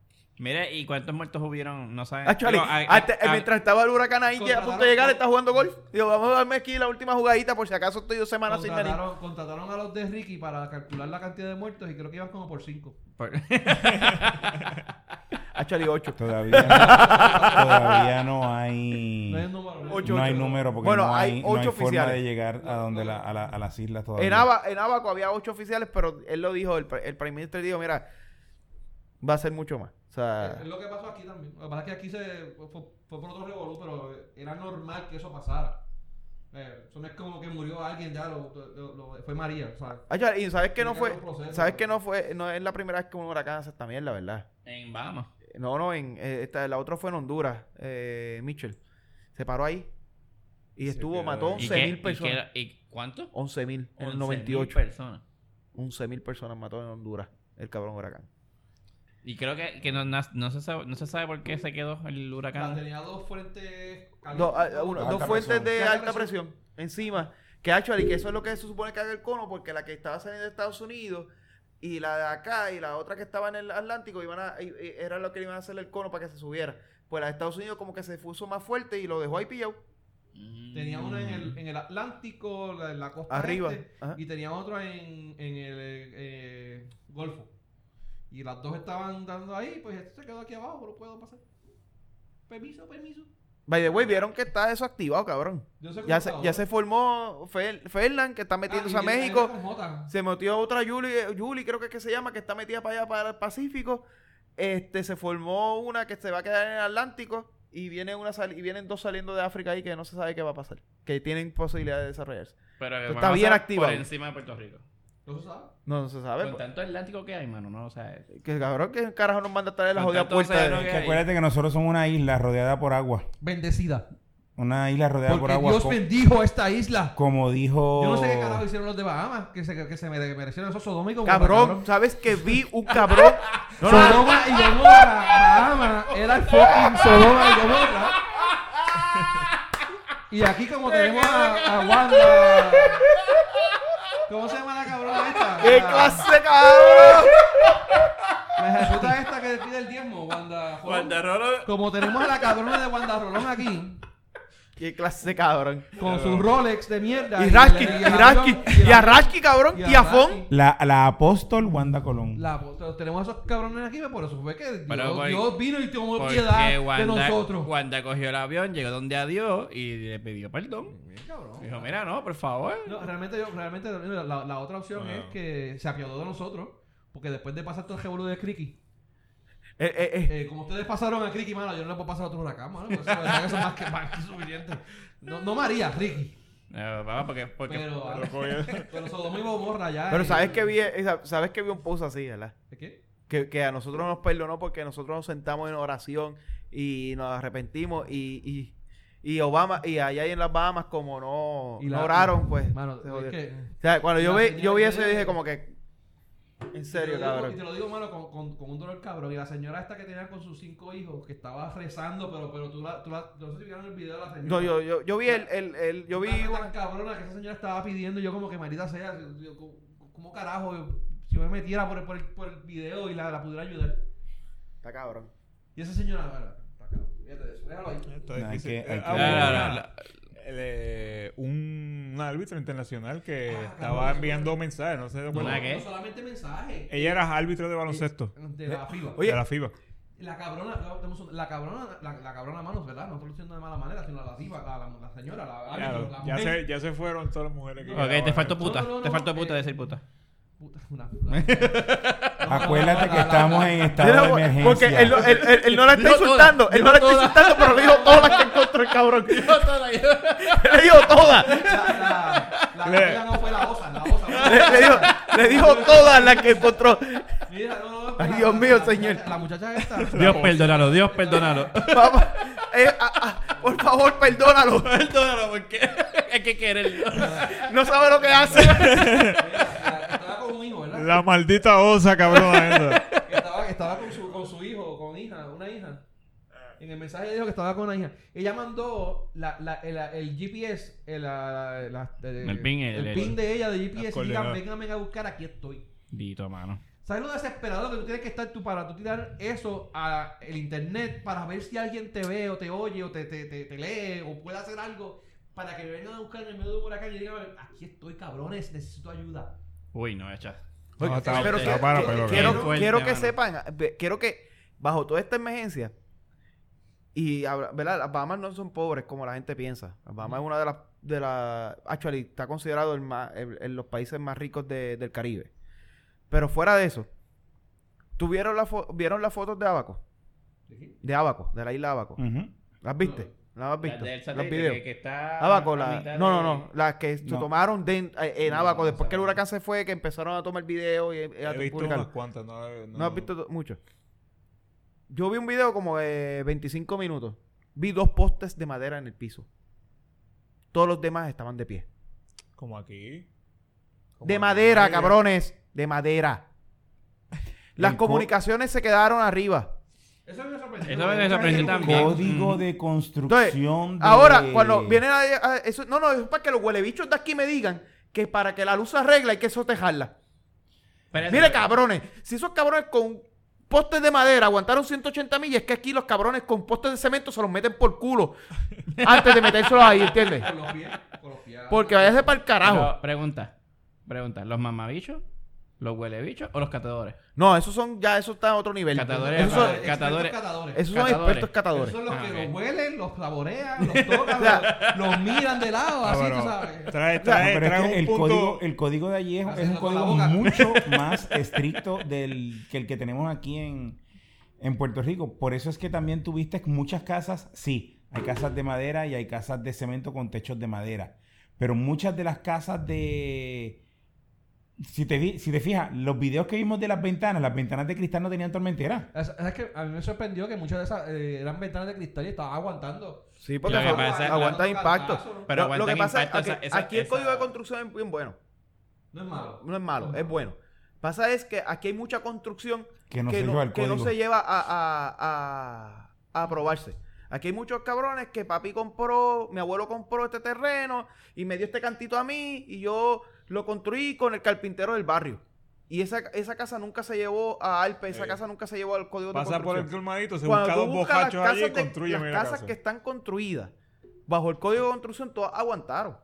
Speaker 6: mire, ¿y cuántos muertos hubieron? No saben.
Speaker 3: Ah, chale,
Speaker 6: Digo, a- a-
Speaker 3: hasta-
Speaker 6: a-
Speaker 3: mientras estaba el huracán ahí a punto de llegar,
Speaker 2: Contrataron-
Speaker 3: está jugando golf. Digo, vamos a darme aquí la última jugadita por si acaso estoy dos semanas sin venir.
Speaker 2: Contrataron, contrataron a los de Ricky para calcular la cantidad de muertos y creo que iban como por 5.
Speaker 6: por-
Speaker 3: Ah, chale, 8.
Speaker 4: Todavía, todavía no hay.
Speaker 2: No hay un número. ¿no?
Speaker 3: Ocho.
Speaker 4: No hay número porque
Speaker 3: Bueno,
Speaker 4: no
Speaker 3: hay
Speaker 4: hay, no hay
Speaker 3: ocho
Speaker 4: forma
Speaker 3: oficiales.
Speaker 4: de llegar a donde la- a, la- a las islas todavía.
Speaker 3: En, Aba- en Abaco había ocho oficiales, pero él lo dijo, el, pr- el Prime Minister dijo, mira, va a ser mucho más. O sea,
Speaker 2: Es lo que pasó aquí también. Lo que pasa es que aquí se, fue, fue por otro revolú, pero era normal que eso pasara. Eh, eso no es como que murió alguien ya, lo, lo- lo- fue María, ¿sabes?
Speaker 3: ah, chale, y sabes que no
Speaker 2: Tiene que
Speaker 3: fue,
Speaker 2: haber un proceso,
Speaker 3: sabes
Speaker 2: ¿no?
Speaker 3: que no fue, no es la primera vez que un huracán hace esta mierda, ¿verdad?
Speaker 6: <laughs> en Bahamas.
Speaker 3: No, no, en, eh, esta- la otra fue en Honduras, eh, Mitchell. Se paró ahí y
Speaker 5: Se
Speaker 3: estuvo,
Speaker 5: quedó
Speaker 3: mató
Speaker 5: ahí.
Speaker 6: ¿Y
Speaker 3: 11
Speaker 6: qué-
Speaker 3: mil
Speaker 6: y
Speaker 3: personas.
Speaker 6: qué- ¿Y cuánto?
Speaker 3: 11 mil en
Speaker 6: 11.000
Speaker 3: el 98.
Speaker 6: personas.
Speaker 3: 11 mil personas mató en Honduras el cabrón huracán.
Speaker 6: Y creo que, que no, no, no se sabe, no se sabe por qué se quedó el
Speaker 2: Ah,
Speaker 6: huracán.
Speaker 2: Tenía dos fuentes
Speaker 3: Dos, ah, ah, uno-
Speaker 4: Alta
Speaker 3: dos fuentes
Speaker 4: presión.
Speaker 3: de
Speaker 2: Alta
Speaker 3: alta presión, encima. Que actually, que eso es lo que se supone que haga el cono, porque la que estaba saliendo de Estados Unidos y la de acá y la otra que estaba en el Atlántico iban a, i- i- era lo que le iban a hacer el cono para que se subiera. Pues la de Estados Unidos como que se puso más fuerte y lo dejó ahí pillado.
Speaker 2: Tenía una en
Speaker 4: Mm.
Speaker 2: el, en el Atlántico, la, en la costa
Speaker 3: Arriba.
Speaker 2: este,
Speaker 4: Ah.
Speaker 3: Ajá.
Speaker 2: y tenía otra en, en el eh, eh, Golfo. Y las dos estaban dando ahí, pues este se quedó aquí abajo, no puedo pasar. Permiso, permiso.
Speaker 3: By the way, vieron que está eso activado, cabrón.
Speaker 2: Yo sé
Speaker 3: Ya
Speaker 2: cómo
Speaker 3: se,
Speaker 2: está
Speaker 3: ya
Speaker 2: ahora.
Speaker 3: se formó Fer- Fernan, que está metiéndose
Speaker 2: Ah,
Speaker 3: a
Speaker 2: y viene-
Speaker 3: México.
Speaker 2: viene con Jota.
Speaker 3: Se metió otra Julie, eh, Julie creo que es que se llama, que está metida para allá, para el Pacífico. Este, se formó una que se va a quedar en el Atlántico y, viene una sal- y vienen dos saliendo de África ahí que no se sabe qué va a pasar. Que tienen posibilidad de desarrollarse.
Speaker 6: Pero que
Speaker 3: Está
Speaker 6: Bahamas
Speaker 3: bien
Speaker 6: está
Speaker 3: activado.
Speaker 6: Por encima de Puerto Rico.
Speaker 2: No se sabe.
Speaker 3: No, no se sabe.
Speaker 6: Con
Speaker 3: pues.
Speaker 6: tanto Atlántico que hay, mano, ¿no? O sea,
Speaker 3: Que cabrón, que carajo nos manda a traer la
Speaker 6: Con
Speaker 3: jodida
Speaker 6: tanto
Speaker 3: puerta.
Speaker 6: océano
Speaker 3: de-
Speaker 6: que-
Speaker 4: Que acuérdate que nosotros somos una isla rodeada por agua.
Speaker 2: Bendecida.
Speaker 4: Una isla rodeada por
Speaker 2: Porque
Speaker 4: agua.
Speaker 2: Dios
Speaker 4: co-
Speaker 2: bendijo esta isla.
Speaker 4: como dijo.
Speaker 2: Yo no sé qué carajo hicieron los de Bahamas, que se, que se mere- merecieron esos sodomicos.
Speaker 3: Cabrón, ¿sabes que vi un cabrón? <laughs> No, no, no.
Speaker 2: Sodoma y Gomorra, Bahamas, era el fucking Sodoma y Gomorra. Y aquí como tenemos a, a Wanda... ¿Cómo se llama la cabrona esta?
Speaker 3: ¡Qué
Speaker 2: La-
Speaker 3: clase de cabrón!
Speaker 2: La ejecuta esta que pide el diezmo, Wanda... Rolón.
Speaker 6: Guardarrolo.
Speaker 2: Como tenemos a la cabrona de Wanda Rolón aquí,
Speaker 3: Qué clase de cabrón.
Speaker 2: Con su Rolex de mierda.
Speaker 3: Y Rasky,
Speaker 2: el-
Speaker 3: y
Speaker 2: el avión,
Speaker 3: Rasky, y a Rasky, cabrón,
Speaker 2: y
Speaker 3: y
Speaker 2: a
Speaker 3: a Fon.
Speaker 4: La, la apóstol Wanda Colón.
Speaker 2: La, pero tenemos a esos cabrones aquí, por eso fue que Dios,
Speaker 6: Pero, pues,
Speaker 2: Dios vino y tomó
Speaker 6: Porque
Speaker 2: piedad de
Speaker 6: Wanda,
Speaker 2: nosotros.
Speaker 6: Wanda cogió el avión, llegó donde a Dios y le pidió perdón.
Speaker 2: Bien, cabrón.
Speaker 6: Dijo, mira, no, por favor.
Speaker 2: No, realmente, yo, realmente la, la- la otra opción es que se apiadó de nosotros, porque después de pasar todo el revuelo de Criqui,
Speaker 3: Eh, eh, eh.
Speaker 2: eh, como ustedes pasaron a Criqui, mano, yo no le puedo pasar a otro huracán, mano. Eso, eso es más que, más que suficiente. No, no María, Ricky.
Speaker 6: No, Eh, papá, porque, porque <laughs>
Speaker 2: Pero, ah,
Speaker 5: Lo cogió.
Speaker 2: <laughs> pero Sodoma y Gomorra ya.
Speaker 3: Pero
Speaker 2: eh,
Speaker 3: sabes que vi, eh, sab- sabes que vi un post así, ¿verdad?
Speaker 2: ¿De qué?
Speaker 3: Que, que a nosotros nos perdonó porque nosotros nos sentamos en oración y nos arrepentimos y, y, y Obama, y allá en las Bahamas, como no,
Speaker 2: Y
Speaker 3: no
Speaker 2: la-
Speaker 3: oraron, pues.
Speaker 2: Mano,
Speaker 3: se
Speaker 2: es
Speaker 3: jodió.
Speaker 2: que-
Speaker 3: O sea, cuando yo
Speaker 2: la
Speaker 3: vi,
Speaker 2: señora
Speaker 3: yo vi
Speaker 2: que-
Speaker 3: eso, yo dije como que. En serio,
Speaker 2: Y te lo digo-
Speaker 3: cabrón.
Speaker 2: Y te lo digo, mano, con, con, con un dolor cabrón. Y la señora esta que tenía con sus cinco hijos, que estaba rezando, pero, pero tú la, tú la, no sé si vieron el video de la señora.
Speaker 3: No, yo, yo, yo vi el, el, el- yo vi
Speaker 2: Una cosa
Speaker 3: una-
Speaker 2: tan cabrona que esa señora estaba pidiendo, y yo como que marita sea, yo, co- ¿cómo carajo? yo- si yo me metiera por el, por el, por el video y la, la pudiera ayudar.
Speaker 3: Está cabrón.
Speaker 2: Y esa señora, bueno, está cabrón, fíjate de eso, déjalo ahí.
Speaker 5: Está
Speaker 4: No, hay
Speaker 5: difícil.
Speaker 4: que- hay
Speaker 5: Eh,
Speaker 4: que-
Speaker 5: ah,
Speaker 6: La, la, la,
Speaker 5: bueno,
Speaker 6: la-
Speaker 5: el, eh, un árbitro internacional que
Speaker 2: Ah,
Speaker 5: estaba
Speaker 2: cabrón.
Speaker 5: enviando mensajes, no sé de acuerdo.
Speaker 6: ¿Una qué?
Speaker 2: No solamente mensaje. eh,
Speaker 5: Ella era árbitro de baloncesto
Speaker 2: De la FIBA.
Speaker 3: Oye.
Speaker 5: de la FIBA.
Speaker 2: La cabrona, no, dame un segundo, la cabrona, la, la cabrona manos, ¿verdad? No estoy diciendo de mala manera, sino la diva, la, la, la señora, la, la,
Speaker 5: Claro,
Speaker 2: la
Speaker 5: ya,
Speaker 2: mujer.
Speaker 5: se, ya se fueron todas las mujeres que
Speaker 6: Ok, te
Speaker 5: quedaban.
Speaker 6: faltó puta.
Speaker 2: No, no, no,
Speaker 6: te faltó
Speaker 2: no, eh.
Speaker 6: puta de decir puta.
Speaker 2: Puta, una puta.
Speaker 4: Acuérdate que estamos en estado de emergencia.
Speaker 3: Porque él, no- él- él- él no la está
Speaker 6: Dijo
Speaker 3: insultando,
Speaker 6: toda,
Speaker 3: él no la está
Speaker 6: dijo toda.
Speaker 3: insultando, pero le dijo todas las que encontró el cabrón. Le dijo todas.
Speaker 2: La, la, la,
Speaker 5: Le-
Speaker 2: cabrona no fue la osa, la osa.
Speaker 3: Le, le dijo, le dijo todas las que encontró.
Speaker 2: Mira, no, no, no,
Speaker 3: Ay,
Speaker 2: la-
Speaker 3: Dios
Speaker 2: la-
Speaker 3: mío,
Speaker 2: la-
Speaker 3: señor.
Speaker 2: La, muchacha esta.
Speaker 6: Dios perdónalo, <laughs> Dios perdónalo.
Speaker 3: Vamos, eh, ah, ah, por favor, perdónalo.
Speaker 6: perdónalo porque <laughs> hay que quererlo.
Speaker 3: No sabe lo que hace.
Speaker 2: Mira, Estaba con un hijo, ¿verdad?
Speaker 5: La maldita osa, cabrón. esa.
Speaker 2: Estaba, estaba con, su, con su hijo, con hija, una hija. En el mensaje dijo que estaba con una hija. Ella mandó la, la, el, el GPS, el, la, la-
Speaker 6: El pin, el- el-
Speaker 2: pin de ella de
Speaker 5: Las
Speaker 2: GPS. Y digan,
Speaker 5: coordenadas.
Speaker 2: vengan a buscar, aquí estoy.
Speaker 6: Dito, mano.
Speaker 2: ¿Sabes lo desesperado que tú tienes que estar tú para tú tirar eso al internet para ver si alguien te ve o te oye o te, te, te, te lee o puede hacer algo para que me vengan a buscar en el medio de un huracán y digan, aquí estoy, cabrones, necesito ayuda.
Speaker 6: Uy, no, hecha.
Speaker 5: No, estaba-
Speaker 3: Pero
Speaker 5: estaba
Speaker 3: que-
Speaker 5: para
Speaker 3: que-
Speaker 5: pelo,
Speaker 3: quiero,
Speaker 5: cabrón.
Speaker 6: Fuerte,
Speaker 3: quiero que
Speaker 6: mano.
Speaker 3: sepan, ve- quiero que bajo toda esta emergencia, y habrá- ¿verdad? las Bahamas no son pobres como la gente piensa. Las Bahamas es una de las, de las, actually, está considerado el más, el- el- los países más ricos de- del Caribe. Pero fuera de eso, ¿tuvieron la fo- vieron las fotos de Abaco? De Abaco, de la isla Abaco.
Speaker 4: Ujú.
Speaker 3: ¿Las viste? ¿Las has visto? ¿Los videos?
Speaker 6: está
Speaker 3: Abaco, la- no, no, no, las que se
Speaker 4: No.
Speaker 3: tomaron de- en, en
Speaker 6: No,
Speaker 3: Abaco,
Speaker 6: o
Speaker 3: después
Speaker 6: sea,
Speaker 3: que el huracán se fue, que empezaron a tomar video y, y a
Speaker 5: He visto
Speaker 3: publicarlo.
Speaker 5: unas cuantas. No,
Speaker 3: No has visto to- mucho. Yo vi un video como de 25 minutos. Vi dos postes de madera en el piso. Todos los demás estaban de pie.
Speaker 5: Como aquí. Como
Speaker 3: De
Speaker 5: aquí.
Speaker 3: madera,
Speaker 5: Oye,
Speaker 3: cabrones. De madera. Las
Speaker 4: El co-
Speaker 3: comunicaciones se quedaron arriba.
Speaker 2: Eso me sorprendió.
Speaker 6: Eso me sorprendió
Speaker 4: El
Speaker 6: también. Mm.
Speaker 4: código
Speaker 6: Ujú.
Speaker 4: de
Speaker 3: Entonces,
Speaker 4: construcción. de-
Speaker 3: ahora, cuando vienen a, a- eso, no, no, es para que los huelebichos de aquí me digan que para que la luz se arregle hay que sotejarla.
Speaker 6: Espérate,
Speaker 3: Mire,
Speaker 6: pero-
Speaker 3: cabrones, si esos cabrones con postes de madera aguantaron 180 millas, es que aquí los cabrones con postes de cemento se los meten por
Speaker 6: <laughs>
Speaker 3: culo antes de metérselos ahí, ¿entiendes?
Speaker 2: Con los pies, con los pies.
Speaker 3: Porque váyase para el carajo.
Speaker 6: pero pregunta, pregunta, ¿los mamabichos, los huelebichos o los catadores?
Speaker 3: No, esos son, ya eso está a otro nivel.
Speaker 6: Catadores,
Speaker 3: esos son,
Speaker 6: vale. catadores.
Speaker 2: Catadores.
Speaker 3: esos son
Speaker 6: Catadores.
Speaker 3: expertos
Speaker 2: Esos
Speaker 3: catadores.
Speaker 2: son los
Speaker 6: Ah,
Speaker 2: que
Speaker 6: ok.
Speaker 2: los huelen, los saborean,
Speaker 3: <laughs>
Speaker 2: los tocan, los, los miran de lado,
Speaker 5: Ah,
Speaker 2: así,
Speaker 5: bueno,
Speaker 2: tú sabes.
Speaker 5: Trae,
Speaker 4: No,
Speaker 5: trae,
Speaker 4: pero es
Speaker 5: trae
Speaker 4: que
Speaker 5: un
Speaker 4: el,
Speaker 5: punto.
Speaker 4: código, el código de allí es, es un
Speaker 2: Haciendo con la
Speaker 4: código
Speaker 2: boca.
Speaker 3: <laughs>
Speaker 4: mucho más estricto del, que el que tenemos aquí en, en Puerto Rico. Por eso es que también tuviste muchas casas, sí, hay casas de madera y hay casas de cemento con techos de madera. Pero muchas de las casas de... Si te, vi- si te fijas, los videos que vimos de las ventanas, las ventanas de cristal no tenían tormentera.
Speaker 2: Es, es que a mí me sorprendió que muchas de esas eh, eran ventanas de cristal y estaban aguantando.
Speaker 3: Sí, porque
Speaker 6: Lo que
Speaker 3: son-
Speaker 6: pasa es-
Speaker 3: aguantan
Speaker 2: Claro.
Speaker 3: impactos.
Speaker 2: Pero
Speaker 3: Lo- lo,
Speaker 6: aguantan
Speaker 3: que pasa es
Speaker 6: impactos,
Speaker 3: que
Speaker 6: esa- esa-
Speaker 3: aquí el
Speaker 6: esa-
Speaker 3: código de construcción es bien bueno.
Speaker 2: No es malo.
Speaker 3: No es malo, es bueno. Pasa es que aquí hay mucha construcción
Speaker 4: Que no
Speaker 3: que,
Speaker 4: se
Speaker 3: no,
Speaker 4: lleva el
Speaker 3: que no
Speaker 4: código.
Speaker 3: se lleva a, a- a- a aprobarse. Aquí hay muchos cabrones que papi compró, mi abuelo compró este terreno y me dio este cantito a mí y yo lo construí con el carpintero del barrio. Y esa, esa casa nunca se llevó a Alpe, esa
Speaker 5: Eh,
Speaker 3: casa nunca se llevó al código de
Speaker 5: Pasa por el
Speaker 3: construcción.
Speaker 5: colmadito, se
Speaker 3: Cuando
Speaker 5: busca
Speaker 3: tú
Speaker 5: dos
Speaker 3: buscas las
Speaker 5: bocachos allí y
Speaker 3: casas de-
Speaker 5: construye
Speaker 3: las
Speaker 5: la
Speaker 3: casas
Speaker 5: casa.
Speaker 3: que están construidas bajo el código de construcción todas aguantaron.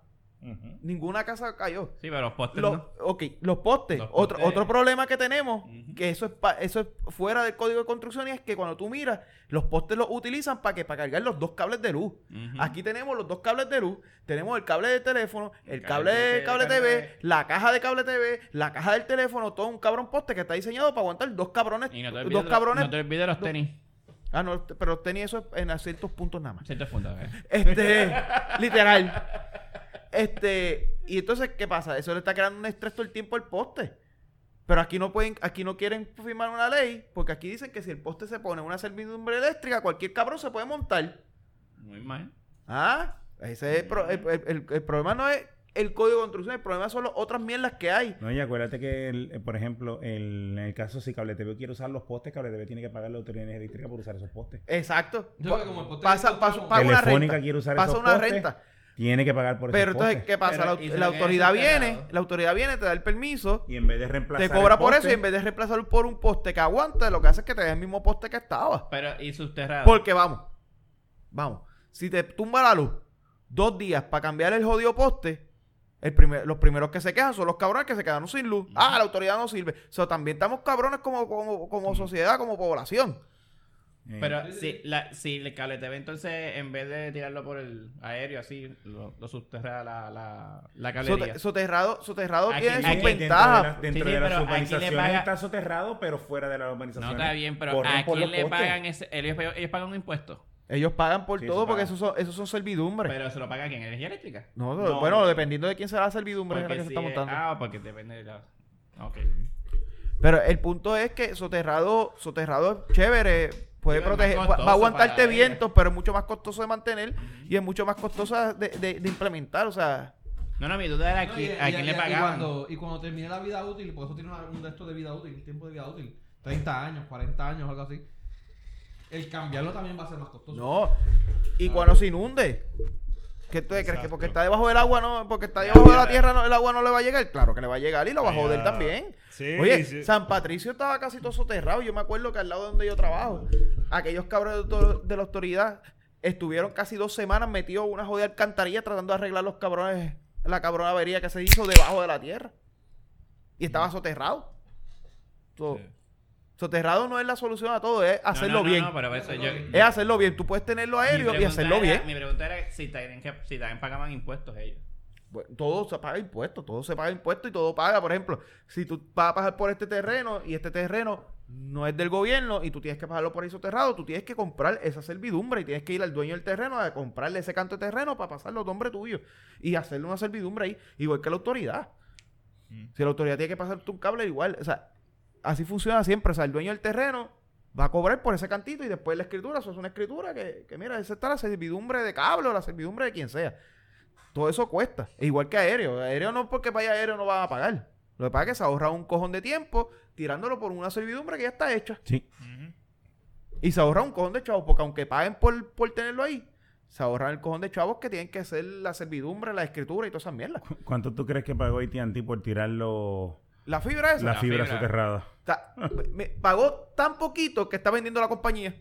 Speaker 4: Ujú.
Speaker 3: Ninguna casa cayó.
Speaker 6: Sí, pero los postes
Speaker 3: Los-
Speaker 6: no.
Speaker 3: ok, los postes.
Speaker 6: Los
Speaker 3: otro,
Speaker 6: postes.
Speaker 3: otro problema que tenemos, que eso es, pa- eso es fuera del código de construcción, y es que cuando tú miras, los postes los utilizan para que para cargar los dos cables de luz.
Speaker 6: Ujú.
Speaker 3: Aquí tenemos los dos cables de luz, tenemos el cable de teléfono, el
Speaker 6: cable
Speaker 3: cable
Speaker 6: de
Speaker 3: de cable
Speaker 6: cable.
Speaker 3: TV, la caja de cable TV, la caja del teléfono, todo un cabrón poste que está diseñado para aguantar dos cabrones,
Speaker 6: Y no te olvides
Speaker 3: dos
Speaker 6: de-
Speaker 3: cabrones.
Speaker 6: No te olvides de los tenis.
Speaker 3: Ah, no, pero tenía eso en ciertos puntos nada más.
Speaker 6: Ciertos puntos. ok.
Speaker 3: Este, <laughs> literal. Este, y entonces, ¿qué pasa? Eso le está creando un estrés todo el tiempo al poste. Pero aquí no pueden, aquí no quieren firmar una ley, porque aquí dicen que si el poste se pone una servidumbre eléctrica, cualquier cabrón se puede montar.
Speaker 6: Muy mal.
Speaker 3: Ah, ese es el, pro- el- el- el- el problema no es el código de construcción, el problema son las otras mierdas que hay.
Speaker 4: No, y acuérdate que, el- eh, por ejemplo, el- en el caso si Cable TV quiere usar los postes, Cable TV tiene que pagar la autoridad eléctrica por usar esos postes.
Speaker 3: Exacto.
Speaker 2: Yo creo que como el poste
Speaker 3: Pasa,
Speaker 2: es
Speaker 3: pasa-
Speaker 2: autónomo.
Speaker 3: paga una
Speaker 4: Telefónica
Speaker 3: renta.
Speaker 4: quiere usar
Speaker 3: Pasa
Speaker 4: esos
Speaker 3: una
Speaker 4: postes. Pues
Speaker 3: renta.
Speaker 4: Tiene que pagar por
Speaker 3: Pero
Speaker 4: esos
Speaker 3: entonces,
Speaker 4: postes.
Speaker 3: ¿qué pasa?
Speaker 6: Pero,
Speaker 3: La,
Speaker 6: ¿y si
Speaker 3: la
Speaker 6: lo que es
Speaker 3: autoridad
Speaker 6: enterrado?
Speaker 3: viene, la autoridad viene, te da el permiso.
Speaker 4: Y en vez de reemplazar
Speaker 3: Te cobra
Speaker 4: el
Speaker 3: por eso
Speaker 4: poste,
Speaker 3: y en vez de reemplazarlo por un poste que aguante, lo que hace es que te dé el mismo poste que estaba.
Speaker 6: Pero, ¿y subterrado?
Speaker 3: Porque vamos, vamos, si te tumba la luz dos días para cambiar el jodido poste, el primer- los primeros que se quejan son los cabrones que se quedaron sin luz. Ah, la autoridad no sirve. O sea, también estamos cabrones como, como, como sociedad, como población.
Speaker 4: eh,
Speaker 6: Pero si, la, si el cable TV entonces en vez de tirarlo por el aéreo así, lo, lo subterra la, la, la cablería.
Speaker 3: Sote- Soterrado, soterrado
Speaker 6: Aquí-
Speaker 3: tiene
Speaker 6: aquí
Speaker 3: sus
Speaker 4: dentro de
Speaker 3: ventajas.
Speaker 4: las- Dentro
Speaker 6: Sí,
Speaker 4: de
Speaker 6: sí, pero
Speaker 4: las
Speaker 6: aquí le
Speaker 4: urbanizaciones
Speaker 6: paga-
Speaker 4: está soterrado, pero fuera de la urbanización.
Speaker 6: no está bien, pero ¿a quién le pagan ese? Ellos, ellos pagan un impuesto.
Speaker 3: Ellos pagan por
Speaker 4: Sí,
Speaker 3: todo
Speaker 4: se
Speaker 3: porque
Speaker 4: paga.
Speaker 3: esos son, esos son servidumbres.
Speaker 6: Pero se lo paga quién? Energía eléctrica.
Speaker 3: no,
Speaker 4: No.
Speaker 3: bueno, dependiendo de quién será la servidumbre en la
Speaker 6: Porque
Speaker 3: que se
Speaker 6: si
Speaker 3: está
Speaker 6: es-
Speaker 3: montando.
Speaker 6: Ah, porque depende de la. Ok.
Speaker 3: Pero el punto es que soterrado, soterrado es chévere, puede
Speaker 6: Sí, pero es
Speaker 3: proteger,
Speaker 6: más
Speaker 3: va- va
Speaker 6: costoso
Speaker 3: a aguantarte
Speaker 6: para ella.
Speaker 3: vientos, pero es mucho más costoso de mantener y es mucho más costoso de, de- de implementar. O sea,
Speaker 6: No, no, mi duda era
Speaker 2: No,
Speaker 6: aquí,
Speaker 2: y-
Speaker 6: a
Speaker 2: y-
Speaker 6: quién
Speaker 2: y-
Speaker 6: le
Speaker 2: y
Speaker 6: pagaban.
Speaker 2: cuando- Y cuando termine la vida útil, porque eso tiene una- un resto de vida útil, tiempo de vida útil, 30 años, 40 años, algo así. El cambiarlo también va a ser más costoso.
Speaker 3: no. Y cuando se inunde, ¿qué tú crees? Que
Speaker 5: Exacto.
Speaker 3: porque está debajo del agua, no, porque está debajo de la tierra, no, el agua no le va a llegar. Claro que le va a llegar y lo va a
Speaker 5: Ahí
Speaker 3: joder
Speaker 5: va.
Speaker 3: también.
Speaker 5: Sí,
Speaker 3: Oye,
Speaker 5: sí.
Speaker 3: San Patricio estaba casi todo soterrado. Yo me acuerdo que al lado donde yo trabajo, aquellos cabros de, to- de la autoridad estuvieron casi dos semanas metidos en una jodida alcantarilla tratando de arreglar los cabrones, la cabrona avería que se hizo debajo de la tierra. Y estaba soterrado. So-
Speaker 5: Sí.
Speaker 3: Soterrado no es la solución a todo, es
Speaker 6: No,
Speaker 3: hacerlo
Speaker 6: no, no,
Speaker 3: bien.
Speaker 6: No, pero eso yo.
Speaker 2: Es
Speaker 3: Es hacerlo bien. Tú puedes tenerlo
Speaker 6: mi
Speaker 3: aéreo y
Speaker 6: pregunta
Speaker 3: hacerlo
Speaker 6: era-
Speaker 3: bien.
Speaker 6: Mi pregunta era si también, que- si también pagaban impuestos ellos.
Speaker 3: Bueno, todo se paga impuestos, todo se paga impuestos y todo paga. Por ejemplo, si tú vas a pagar por este terreno y este terreno no es del gobierno y tú tienes que pagarlo por isoterrado, tú tienes que comprar esa servidumbre y tienes que ir al dueño del terreno a comprarle ese canto de terreno para pasarlo a nombre tuyo y hacerle una servidumbre ahí, igual que la autoridad.
Speaker 5: Mm.
Speaker 3: Si la autoridad tiene que pasarte un cable, igual. O sea, así funciona siempre. O sea, el dueño del terreno va a cobrar por ese cantito y después la escritura, eso es una escritura que, que mira, esa está la servidumbre de cable o la servidumbre de quien sea. Todo eso cuesta. E igual que aéreo. Aéreo no porque vaya aéreo no van a pagar. Lo que pasa es que se ahorra un cojón de tiempo tirándolo por una servidumbre que ya está hecha.
Speaker 4: Sí.
Speaker 5: Ujú.
Speaker 3: Y se ahorra un cojón de chavos, porque aunque paguen por, por tenerlo ahí, se ahorran el cojón de chavos que tienen que hacer la servidumbre, la escritura y todas esas mierdas.
Speaker 4: <laughs> ¿Cuánto tú crees que pagó AT&T por tirar los-
Speaker 3: La fibra esa.
Speaker 4: la fibra
Speaker 6: fibra.
Speaker 4: soterrada? <laughs>
Speaker 3: Ta- me- me pagó tan poquito que está vendiendo la compañía.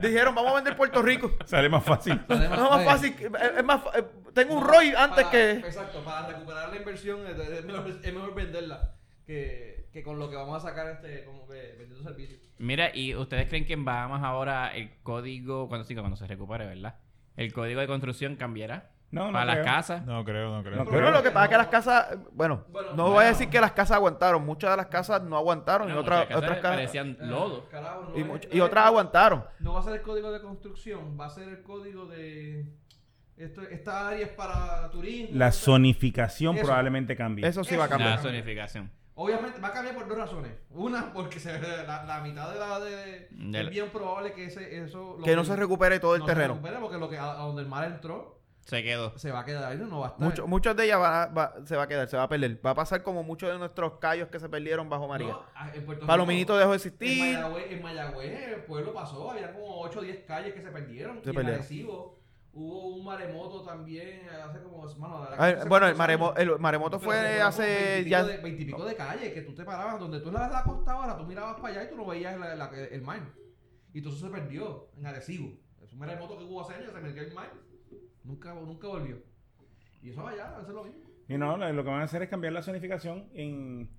Speaker 3: Dijeron, vamos a vender Puerto Rico.
Speaker 4: Sale más
Speaker 6: <laughs>
Speaker 4: fácil.
Speaker 2: Sale
Speaker 3: No <laughs> es más fácil. que- Es es más, fa- eh, tengo un ROI antes
Speaker 2: pues, Para-
Speaker 3: que.
Speaker 2: Exacto, para recuperar la inversión es, es mejor, es mejor venderla que, que con lo que vamos a sacar este como que vendiendo servicios.
Speaker 6: Mira, ¿y ustedes creen que en Bahamas ahora el código, cuando, sí, cuando se recupere, ¿verdad? ¿El código de construcción cambiará?
Speaker 4: No, no
Speaker 6: Para
Speaker 4: creo.
Speaker 6: las casas.
Speaker 5: No creo, no creo.
Speaker 4: No
Speaker 3: Bueno, lo que pasa es que las casas. Bueno,
Speaker 2: Bueno,
Speaker 3: no voy
Speaker 2: bueno.
Speaker 3: a decir que las casas aguantaron. Muchas de las casas no aguantaron. y
Speaker 6: Bueno,
Speaker 3: otras,
Speaker 6: muchas casas
Speaker 3: otras casas.
Speaker 6: parecían lodo.
Speaker 2: Ah, Carajo, no
Speaker 3: Y,
Speaker 2: es-
Speaker 3: much-
Speaker 2: no
Speaker 3: y
Speaker 2: es-
Speaker 3: otras aguantaron.
Speaker 2: No va a ser el código de construcción, va a ser el código de. Esto, esta área es para turismo.
Speaker 4: La
Speaker 2: esta-
Speaker 4: zonificación
Speaker 2: Eso.
Speaker 4: probablemente cambie.
Speaker 3: Eso sí va a
Speaker 2: Eso.
Speaker 6: La
Speaker 3: cambiar.
Speaker 2: Nah.
Speaker 6: zonificación.
Speaker 2: Obviamente va a cambiar por dos razones. Una, porque se, la, la mitad de la de,
Speaker 6: De la-
Speaker 2: es bien probable que ese, eso lo
Speaker 3: Que no se recupere todo el
Speaker 2: no se
Speaker 3: terreno.
Speaker 2: recupere porque lo que a, a donde el mar entró
Speaker 6: Se quedó.
Speaker 2: se va a quedar ahí, no, no va a estar.
Speaker 3: Mucho- muchas de ellas van a- va- se va a quedar, se va a perder. Va a pasar como muchos de nuestros callos que se perdieron bajo María.
Speaker 2: No, ah, en Puerto
Speaker 3: Palominito dejó de
Speaker 2: En
Speaker 3: existir.
Speaker 2: Mayagüez, en Mayagüez, el pueblo pasó, había como 8 o 10 calles que se perdieron.
Speaker 3: Se
Speaker 2: y en
Speaker 3: perdieron.
Speaker 2: Arecibo hubo un maremoto también hace como. Bueno,
Speaker 3: Ah,
Speaker 2: hace
Speaker 3: bueno, el,
Speaker 2: cuántos
Speaker 3: maremo-
Speaker 2: años.
Speaker 3: el maremoto
Speaker 2: Pero se
Speaker 3: fue
Speaker 2: fueron
Speaker 3: hace
Speaker 2: como
Speaker 3: ya
Speaker 2: 20 y pico de- 20 y pico de calles que tú te parabas donde tú la, la costa ahora, tú mirabas para allá y tú no veías la- la- el mar. Y todo eso se perdió en Arecibo. Eso Un remoto que hubo hace años, se metió en Mike. Nunca, nunca volvió. Y eso allá, va a ser lo mismo.
Speaker 4: Y no, lo lo que van a hacer es cambiar la zonificación en...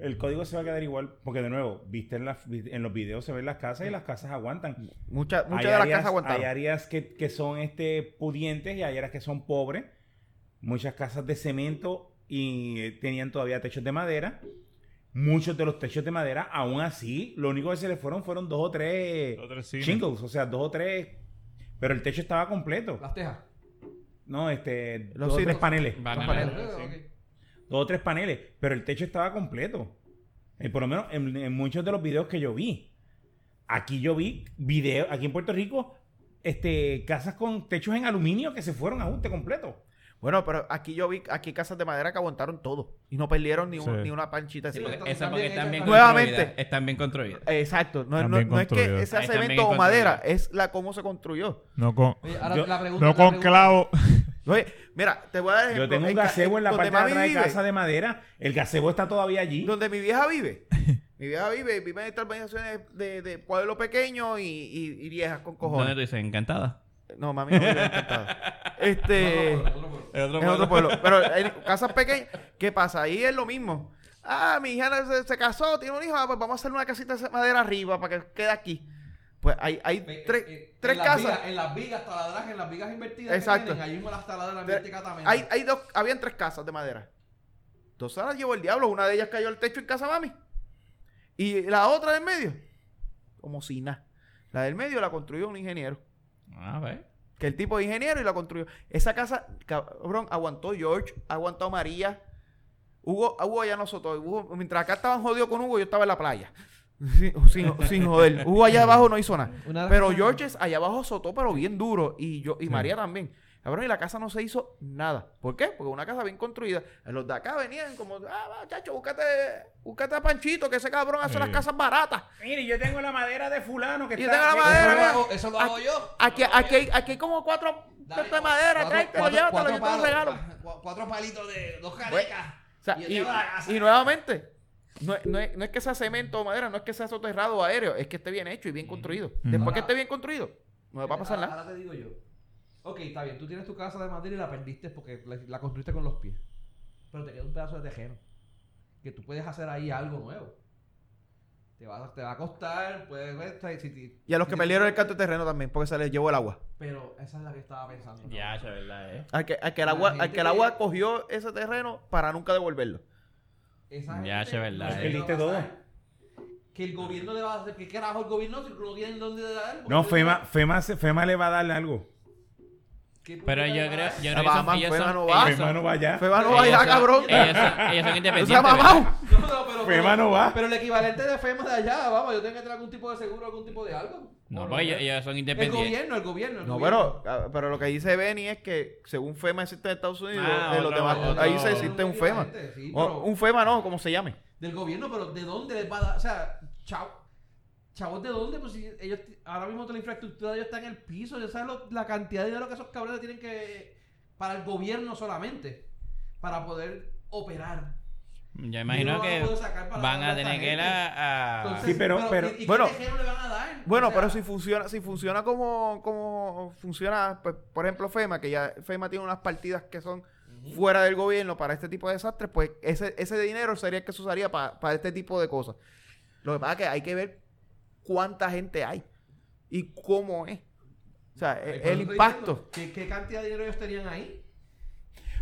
Speaker 4: El código se va a quedar igual, porque de nuevo, viste en, las- en los videos se ven las casas y las casas aguantan.
Speaker 3: Muchas
Speaker 4: Hay
Speaker 3: de las
Speaker 4: áreas-
Speaker 3: casas aguantaron.
Speaker 4: Hay áreas que, que son este, pudientes y hay áreas que son pobres. Muchas casas de cemento y eh, tenían todavía techos de madera. Muchos de los techos de madera, aún así, lo único que se le fueron fueron dos o tres
Speaker 5: Dos o tres cines.
Speaker 4: shingles, o sea, dos o tres. Pero el techo estaba completo.
Speaker 2: Las tejas.
Speaker 4: No, este,
Speaker 3: Los
Speaker 4: dos o tres
Speaker 3: cines.
Speaker 4: paneles.
Speaker 6: Van a-
Speaker 2: Las paredes,
Speaker 5: sí.
Speaker 2: ok.
Speaker 4: Dos o tres paneles, pero el techo estaba completo. Eh, por lo menos en, en muchos de los videos que yo vi. Aquí yo vi videos, aquí en Puerto Rico, este, casas con techos en aluminio que se fueron a ajuste completo.
Speaker 3: Bueno, pero aquí yo vi, aquí hay casas de madera que aguantaron todo. Y no perdieron ni, un-
Speaker 5: Sí.
Speaker 3: ni una panchita.
Speaker 2: Sí,
Speaker 3: así.
Speaker 2: porque-
Speaker 6: Esa porque están bien
Speaker 3: Nuevamente.
Speaker 6: construidas. Están bien construidas.
Speaker 3: Exacto. No,
Speaker 5: Están
Speaker 3: no-
Speaker 5: bien
Speaker 3: no es que
Speaker 5: construidas.
Speaker 3: sea
Speaker 6: Están bien
Speaker 3: cemento o
Speaker 6: construidas.
Speaker 3: madera, es la cómo se construyó.
Speaker 5: No con,
Speaker 2: Oye, ahora
Speaker 4: Yo-
Speaker 2: la pregunta.
Speaker 5: no
Speaker 2: la
Speaker 5: con
Speaker 2: pregunta-
Speaker 5: clavo.
Speaker 3: Oye, mira, te voy a dar ejemplo.
Speaker 4: Yo tengo un
Speaker 3: ca-
Speaker 4: gazebo en la
Speaker 3: donde
Speaker 4: parte de
Speaker 3: mami
Speaker 4: atrás de
Speaker 3: vive,
Speaker 4: casa de madera. El gazebo está todavía allí.
Speaker 3: Donde mi vieja
Speaker 4: <laughs>
Speaker 3: vive. Mi vieja vive, vive en estas urbanizaciones de, de pueblos pequeños y, y- y viejas con
Speaker 6: ¿Dónde
Speaker 3: cojones.
Speaker 6: tú dices? Encantada.
Speaker 3: No, mami, no vive
Speaker 4: <laughs>
Speaker 3: encantada. Este.
Speaker 2: Otro pueblo, otro pueblo.
Speaker 3: En otro pueblo. Pero en casas pequeñas, ¿qué pasa? Ahí es lo mismo. Ah, mi hija se, se casó, tiene un hijo, ah, pues vamos a hacer una casita de madera arriba para que quede aquí. Pues hay, hay
Speaker 2: Ve-
Speaker 3: tres,
Speaker 2: en- eh,
Speaker 4: eh,
Speaker 2: en
Speaker 3: tres
Speaker 2: las
Speaker 3: casas.
Speaker 2: vigas- en las vigas taladradas, en las vigas invertidas.
Speaker 3: Exacto.
Speaker 2: Que tienen, ahí mismo las taladradas
Speaker 3: Pero
Speaker 2: verticales también.
Speaker 3: Hay, hay dos, habían tres casas de madera. Dos salas llevó el diablo, una de ellas cayó al techo en casa mami. Y la otra del medio, como si nada. La del medio la construyó un ingeniero.
Speaker 6: A ver.
Speaker 3: Que el tipo de ingeniero y la construyó. Esa casa, cabrón, aguantó George, aguantó María. Hugo, Hugo allá nosotros. Hugo, mientras acá estaban jodidos con Hugo, yo estaba en la playa. <laughs> Sin, sin- sin joder. Hugo allá abajo no hizo nada.
Speaker 2: Una de las
Speaker 3: Pero
Speaker 2: cosas-
Speaker 3: George es allá abajo sotó, pero bien duro. Y yo, y María también. Cabrón, y la casa no se hizo nada. ¿Por qué? Porque una casa bien construida. Los de acá venían como, ah, va, chacho, búscate, búscate a Panchito, que ese cabrón hace
Speaker 5: Sí.
Speaker 3: las casas baratas.
Speaker 4: Mire, yo tengo la madera de fulano que
Speaker 3: Yo tengo la madera.
Speaker 2: Eso lo
Speaker 3: mira,
Speaker 2: hago- eso lo hago yo.
Speaker 3: Aquí, aquí, hay, aquí hay como cuatro
Speaker 2: Dale,
Speaker 3: de madera,
Speaker 2: cuatro-
Speaker 3: tráetelo,
Speaker 2: cuatro-
Speaker 3: llévatelo, yo
Speaker 2: cuatro
Speaker 3: te lo
Speaker 2: palos,
Speaker 3: regalo.
Speaker 2: cua- Cuatro palitos de dos canecas.
Speaker 3: O sea,
Speaker 2: Y yo
Speaker 3: y,
Speaker 2: llego a la casa.
Speaker 3: y nuevamente, no, es- no es, no es que sea cemento o madera, no es que sea soterrado o aéreo, es que esté bien hecho y
Speaker 2: Mm.
Speaker 3: bien construido. Después que esté bien construido, no me va a pasar
Speaker 2: Ahora-
Speaker 3: nada.
Speaker 2: Eh, Ahora te digo yo. Ok, está bien, tú tienes tu casa de madera y la perdiste porque la, la construiste con los pies. Pero te queda un pedazo de tejeno. Que tú puedes hacer ahí algo nuevo. Te va, a- te va a costar, puedes ver. Si, si-
Speaker 3: Y a los
Speaker 2: si
Speaker 3: que
Speaker 2: te-
Speaker 3: perdieron el canto de terreno también, porque se les llevó el agua.
Speaker 2: Pero esa es la que estaba pensando. ¿no?
Speaker 6: Ya, ya, verdad, eh.
Speaker 3: Al que, al que el
Speaker 2: La
Speaker 3: agua,
Speaker 2: gente
Speaker 3: al que el
Speaker 2: que-
Speaker 3: agua cogió ese terreno para nunca devolverlo.
Speaker 2: Esa
Speaker 6: Ya,
Speaker 2: gente
Speaker 6: che, verdad,
Speaker 2: no sé
Speaker 6: eh.
Speaker 2: qué va a
Speaker 4: Perdiste todo.
Speaker 2: pasar. Que el gobierno le va a hacer. ¿Qué carajo el gobierno si no tienen dónde dar?
Speaker 4: No, FEMA, FEMA, se- FEMA le va a dar algo.
Speaker 2: ¿Qué
Speaker 6: Pero
Speaker 2: puñeta
Speaker 6: yo
Speaker 2: le va a
Speaker 6: creo,
Speaker 2: dar?
Speaker 6: yo
Speaker 3: Ah,
Speaker 6: creo que son,
Speaker 3: mamá,
Speaker 6: ellos
Speaker 3: fue
Speaker 6: son,
Speaker 3: mano
Speaker 6: ellos
Speaker 3: baja.
Speaker 6: son-
Speaker 4: FEMA no va allá.
Speaker 3: Feba no
Speaker 6: ellos
Speaker 3: vaya,
Speaker 6: son-
Speaker 3: cabrón.
Speaker 6: Ellos son, ellos son
Speaker 3: No
Speaker 6: independientes.
Speaker 3: eh, sea mamado.
Speaker 2: <laughs> No, no, pero.
Speaker 4: FEMA no
Speaker 3: Ah.
Speaker 4: va.
Speaker 2: Pero el equivalente de FEMA de allá, vamos, yo tengo que tener algún tipo de seguro, algún tipo de algo.
Speaker 6: No,
Speaker 2: Por lo
Speaker 6: pues ellos,
Speaker 2: menos.
Speaker 6: ellos son
Speaker 2: El
Speaker 6: independientes.
Speaker 2: gobierno, el gobierno. el
Speaker 3: No,
Speaker 2: gobierno.
Speaker 3: pero, ah, pero lo que dice Benny es que según FEMA existe en Estados Unidos,
Speaker 6: Ah,
Speaker 3: en los
Speaker 6: otro-
Speaker 3: demás
Speaker 6: otro-
Speaker 3: países existe un FEMA.
Speaker 2: Sí,
Speaker 3: O
Speaker 2: pero
Speaker 3: un FEMA no, como se llame.
Speaker 2: Del gobierno, pero ¿de dónde les va a dar? O sea, chao. Chavos, ¿de dónde? Pues si ellos t- ahora mismo toda la infraestructura de ellos está en el piso. Ya sabes lo- la cantidad de dinero que esos cabrones tienen que. Para el gobierno solamente. Para poder operar.
Speaker 6: Yo
Speaker 2: Yo
Speaker 6: imagino
Speaker 2: no
Speaker 6: que
Speaker 2: puedo sacar para
Speaker 6: van
Speaker 2: toda
Speaker 6: a
Speaker 2: esta
Speaker 6: tener que ir
Speaker 2: gente.
Speaker 6: a... a-
Speaker 4: Sí, pero- pero-
Speaker 2: ¿y- y qué
Speaker 3: Ah. bueno.
Speaker 2: tejero le van a dar?
Speaker 3: Bueno,
Speaker 2: O sea,
Speaker 3: pero si funciona, si funciona como, como funciona, pues, por ejemplo, FEMA, que ya FEMA tiene unas partidas que son fuera del gobierno para este tipo de desastres, pues ese, ese dinero sería el que se usaría pa- para este tipo de cosas. Lo que pasa es que hay que ver cuánta gente hay y cómo es. O sea, e,
Speaker 2: por
Speaker 3: Eh, el,
Speaker 2: eso
Speaker 3: el
Speaker 2: estoy
Speaker 3: impacto.
Speaker 2: diciendo, ¿Qué, ¿Qué cantidad de dinero ellos tenían ahí?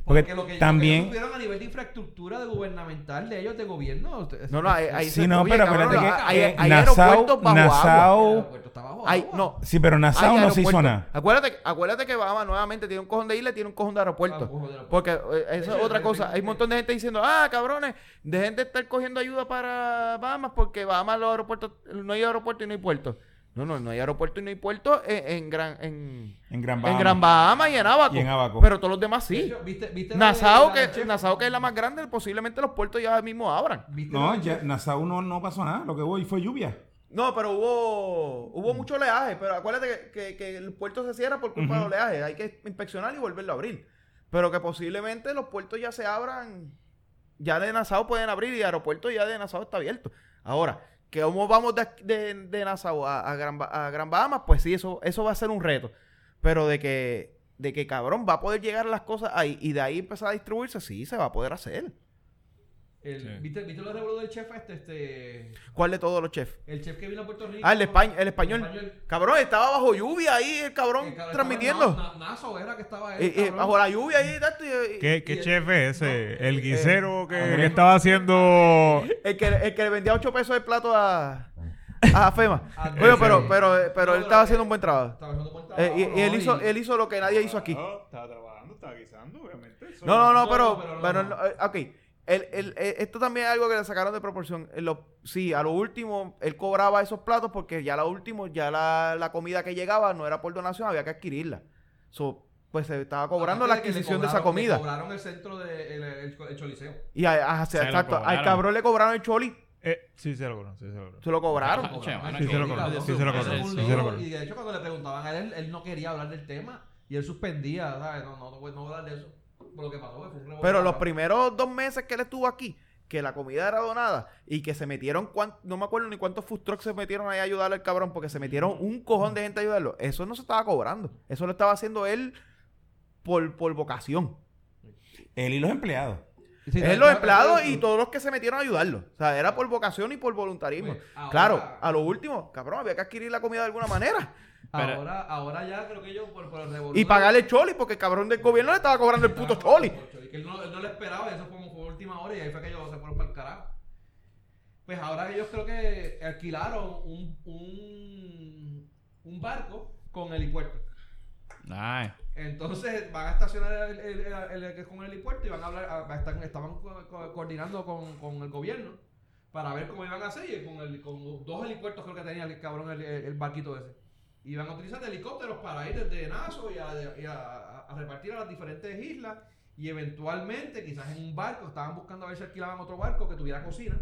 Speaker 4: Porque
Speaker 2: ellos-
Speaker 4: también-
Speaker 2: ellos tuvieron a nivel de infraestructura de gubernamental de ellos, de gobierno. ustedes-
Speaker 3: No, no, ahí, ahí
Speaker 4: Sí,
Speaker 3: se-
Speaker 4: no,
Speaker 3: oye,
Speaker 4: pero
Speaker 3: cabrón,
Speaker 4: acuérdate que
Speaker 3: hay,
Speaker 4: eh,
Speaker 3: hay
Speaker 4: Nassau,
Speaker 3: aeropuertos bajo agua.
Speaker 2: El
Speaker 4: Nassau-
Speaker 2: aeropuerto está bajo
Speaker 3: Hay-
Speaker 2: agua.
Speaker 3: no,
Speaker 4: Sí, pero
Speaker 3: Hay
Speaker 4: Nassau no se hizo
Speaker 3: aeropuertos.
Speaker 4: nada.
Speaker 3: Acuérdate, acuérdate que Bahamas nuevamente tiene un cojón de isla y tiene un cojón de aeropuerto.
Speaker 2: Ah, un cojón de aeropuerto.
Speaker 3: Porque eh, eso
Speaker 2: Sí,
Speaker 3: es otra
Speaker 2: sí,
Speaker 3: cosa.
Speaker 2: sí,
Speaker 3: Hay
Speaker 2: sí.
Speaker 3: un montón de gente diciendo, ah, cabrones, dejen de estar cogiendo ayuda para Bahamas porque Bahamas los aeropuertos, no hay aeropuerto y no hay puerto. No, no, no hay aeropuerto y no hay puerto en, en Gran en,
Speaker 4: En Gran
Speaker 3: en
Speaker 4: Bahama.
Speaker 3: Gran Bahamas y en Abaco.
Speaker 4: Y en Abaco.
Speaker 3: Pero todos los demás
Speaker 2: De
Speaker 3: sí.
Speaker 2: hecho, ¿Viste, viste la de-
Speaker 3: Nassau
Speaker 2: la
Speaker 3: que,
Speaker 2: del chef?
Speaker 3: Nassau, que es la más grande, posiblemente los puertos ya mismo abran.
Speaker 2: ¿Viste la
Speaker 4: No,
Speaker 2: del
Speaker 4: ya,
Speaker 2: chef?
Speaker 4: Nassau no, no pasó nada. Lo que hubo ahí fue lluvia.
Speaker 3: No, pero hubo hubo mucho oleaje, pero acuérdate que, que- que el puerto se cierra por culpa del oleaje, hay que inspeccionar y volverlo a abrir. Pero que posiblemente los puertos ya se abran, ya de Nassau pueden abrir y el aeropuerto ya de Nassau está abierto. Ahora, que cómo vamos de, aquí- de, de Nassau a, a Gran, Ba- a Gran Bahamas, pues sí, eso, eso va a ser un reto. Pero de que, de que cabrón va a poder llegar las cosas ahí y de ahí empezar a distribuirse, sí, se va a poder hacer.
Speaker 2: El-
Speaker 5: Sí.
Speaker 2: ¿Viste, ¿Viste lo revolú del chef este, este?
Speaker 3: ¿Cuál de todos los chefs?
Speaker 2: El chef que vino a Puerto Rico.
Speaker 3: Ah, el, espa- el español. Cabrón, estaba bajo lluvia ahí el cabrón
Speaker 2: El cabrón
Speaker 3: transmitiendo.
Speaker 2: estaba- Na- Nazo era que estaba él.
Speaker 3: Eh, eh,
Speaker 2: cabrón.
Speaker 3: bajo la lluvia ahí, tanto, y- y-
Speaker 5: ¿Qué, qué
Speaker 2: y el-
Speaker 5: chef es ese?
Speaker 2: no,
Speaker 5: el guisero que,
Speaker 4: Andrés.
Speaker 5: que estaba haciendo...
Speaker 3: El que, el que le vendía 8 pesos el plato a,
Speaker 5: <laughs>
Speaker 3: a Fema.
Speaker 2: A-
Speaker 3: Bueno, pero,
Speaker 2: Ese.
Speaker 3: pero, pero él estaba
Speaker 2: No, pero-
Speaker 3: haciendo un buen trabajo.
Speaker 2: Estaba haciendo buen
Speaker 3: Eh,
Speaker 2: trabajo,
Speaker 3: y, y él
Speaker 2: ¿no?
Speaker 3: hizo,
Speaker 2: Y-
Speaker 3: él hizo lo que nadie hizo aquí.
Speaker 5: Estaba trabajando, estaba guisando, obviamente.
Speaker 3: No, no, no,
Speaker 2: No,
Speaker 3: pero,
Speaker 2: no, pero no,
Speaker 3: pero
Speaker 2: no.
Speaker 3: no, eh, ok. El- el- eh, esto también es algo que le sacaron de proporción. Eh, lo- sí, a lo último, él cobraba esos platos porque ya a lo último, ya la, la comida que llegaba no era por donación, había que adquirirla. So, pues se estaba cobrando la
Speaker 2: Aparte que le
Speaker 3: adquisición de esa
Speaker 2: cobraron- le
Speaker 3: comida.
Speaker 2: cobraron el centro de el, el- el choliseo.
Speaker 3: Y a- a-
Speaker 6: Se lo
Speaker 3: exacto, al
Speaker 6: cobraron.
Speaker 3: cabrón le cobraron el choli,
Speaker 5: Eh, sí, se lo conoce, sí, se lo conoce.
Speaker 3: se lo
Speaker 6: <laughs>
Speaker 3: cobraron.
Speaker 6: Che, mano,
Speaker 5: Sí, se lo
Speaker 6: que-
Speaker 5: conoce,
Speaker 2: Cabrón,
Speaker 5: sí, se lo
Speaker 2: eso
Speaker 5: conoce,
Speaker 2: fue un
Speaker 5: sí, se
Speaker 2: lío,
Speaker 5: lo conoce.
Speaker 2: Y de hecho, cuando le preguntaban a él, él no quería hablar del tema y él suspendía, ¿sabes? No, no, no, voy- no voy a hablar de eso. Por lo que pasó, que fue un revolú,
Speaker 3: Pero los
Speaker 2: cabrón.
Speaker 3: primeros dos meses que él estuvo aquí, que la comida era donada y que se metieron, cuan- no me acuerdo ni cuántos food trucks se metieron ahí a ayudarle al cabrón, porque se metieron un cojón de gente a ayudarlo. Eso no se estaba cobrando. Eso lo estaba haciendo él por, por vocación.
Speaker 4: Él y los empleados.
Speaker 2: Sí,
Speaker 3: él,
Speaker 2: sí,
Speaker 3: los
Speaker 2: sí,
Speaker 3: empleados
Speaker 2: sí,
Speaker 3: y
Speaker 2: sí.
Speaker 3: todos los que se metieron a ayudarlo. O sea, era por vocación y por voluntarismo.
Speaker 2: Oye, Pues, ahora-
Speaker 3: claro, a lo último, cabrón, había que adquirir la comida de alguna
Speaker 2: <laughs>
Speaker 3: manera.
Speaker 6: Pero-
Speaker 2: Ahora, ahora ya creo que yo por, por el revolú
Speaker 3: Y
Speaker 2: del-
Speaker 3: pagarle el choli, porque el cabrón del gobierno le estaba cobrando el puto
Speaker 2: Ah,
Speaker 3: choli.
Speaker 2: Que él no, él no lo esperaba, y eso fue como fue última hora y ahí fue que ellos se fueron para el carajo. Pues ahora ellos creo que alquilaron un, un, un barco con helipuerto.
Speaker 6: Ay,
Speaker 2: Entonces van a estacionar el, el, el- el que es con el helipuerto y van a hablar, a- a- están- estaban co- co- coordinando con, con el gobierno para ver cómo iban a hacer y con, el, con dos helipuertos creo que tenía el cabrón el, el- el barquito ese. Y van a utilizar helicópteros para ir desde Naso y, a, y a- a repartir a las diferentes islas y eventualmente quizás en un barco, estaban buscando a ver si alquilaban otro barco que tuviera cocina.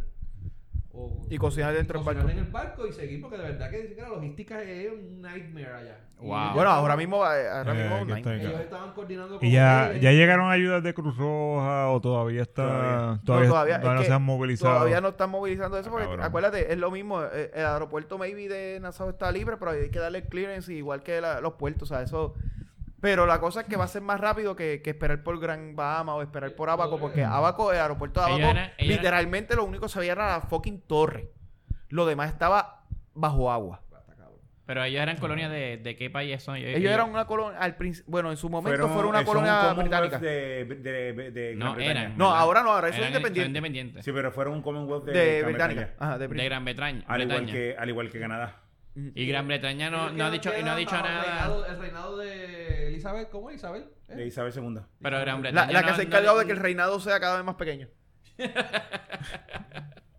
Speaker 2: O,
Speaker 3: Y cocinar dentro del
Speaker 2: cocinar
Speaker 3: barco.
Speaker 2: en el barco y seguir porque de verdad que dicen que la logística es un nightmare allá. Y
Speaker 6: Wow.
Speaker 3: Bueno,
Speaker 2: ellos estaban-
Speaker 3: ahora mismo, va- ahora
Speaker 5: Eh,
Speaker 3: mismo
Speaker 5: que
Speaker 3: online.
Speaker 5: está-
Speaker 2: ellos estaban coordinando con
Speaker 5: ¿Y ya,
Speaker 2: hoteles.
Speaker 5: ya llegaron ayudas de Cruz Roja o todavía está,
Speaker 3: No, todavía,
Speaker 5: todavía, todavía,
Speaker 3: es
Speaker 5: no
Speaker 3: que
Speaker 5: se han movilizado?
Speaker 3: Todavía no están movilizando eso
Speaker 5: Ah,
Speaker 3: porque
Speaker 5: cabrón.
Speaker 3: acuérdate, es lo mismo. eh, El aeropuerto maybe de Nassau está libre, pero hay que darle clearance igual que la- los puertos, o sea, eso. Pero la cosa es que va a ser más rápido que, que esperar por Gran Bahama o esperar por Abaco, porque Abaco, el aeropuerto de
Speaker 6: Ellos
Speaker 3: Abaco,
Speaker 6: eran- ellos
Speaker 3: literalmente lo único que se veía era la fucking torre. Lo demás estaba bajo agua.
Speaker 6: pero ellos eran colonia de, de qué país son ellos.
Speaker 3: Ellos eran una colonia, al principio, bueno, en su momento fueron una
Speaker 4: eh, son un
Speaker 3: colonia
Speaker 4: Commonwealth
Speaker 3: británica.
Speaker 4: De, de, de- de
Speaker 6: No,
Speaker 4: Gran Bretaña.
Speaker 6: eran.
Speaker 3: No, ahora no, ahora son
Speaker 6: Eran-
Speaker 3: independientes.
Speaker 6: son independientes.
Speaker 4: Sí, pero fueron un Commonwealth de,
Speaker 3: de
Speaker 4: Gran
Speaker 3: británica.
Speaker 4: Bretaña.
Speaker 3: Ajá, de mm,
Speaker 6: De
Speaker 3: británica.
Speaker 6: Gran Bretaña.
Speaker 4: Al igual,
Speaker 6: Bretaña.
Speaker 4: que, al igual que Canadá.
Speaker 6: Y Gran Bretaña no, no ha dicho, y no ha dicho
Speaker 2: Bajo el
Speaker 6: nada.
Speaker 2: reinado- El reinado de Elizabeth, ¿cómo es Isabel? ¿Eh?
Speaker 4: De Isabel II.
Speaker 6: Pero Gran
Speaker 3: La,
Speaker 6: Bretaña.
Speaker 3: la
Speaker 6: no-
Speaker 3: que se ha
Speaker 6: no-
Speaker 3: encargado de que el reinado sea cada vez más
Speaker 6: <laughs>
Speaker 3: pequeño.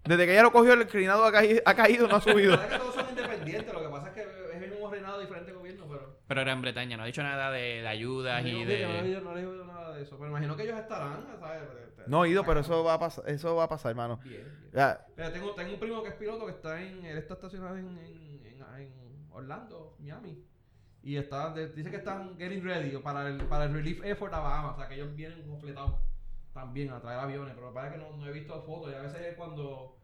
Speaker 3: Desde que ella lo cogió, el reinado ha caído, ha caído no ha subido.
Speaker 2: La verdad que todos son independientes, lo que pasa es que es el mismo reinado de diferentes gobiernos, pero...
Speaker 6: Pero Gran Bretaña no ha dicho nada de, de ayudas y
Speaker 2: Imagino que yo no
Speaker 6: de.
Speaker 2: le he no le he oído nada de eso, pero imagino que ellos estarán, ¿sabes? este,
Speaker 3: No ha ido, pero eso va a pasar, eso va a pasar, hermano.
Speaker 2: Bien, bien.
Speaker 3: Ya,
Speaker 2: Mira, tengo, tengo un primo que es piloto que está en... Él está estacionado en, en, en, en Orlando, Miami. Y está, de- dice que están getting ready para el, para el relief effort a Bahamas. O sea, que ellos vienen completados también a traer aviones. Pero parece que no, no he visto fotos. Y a veces es cuando,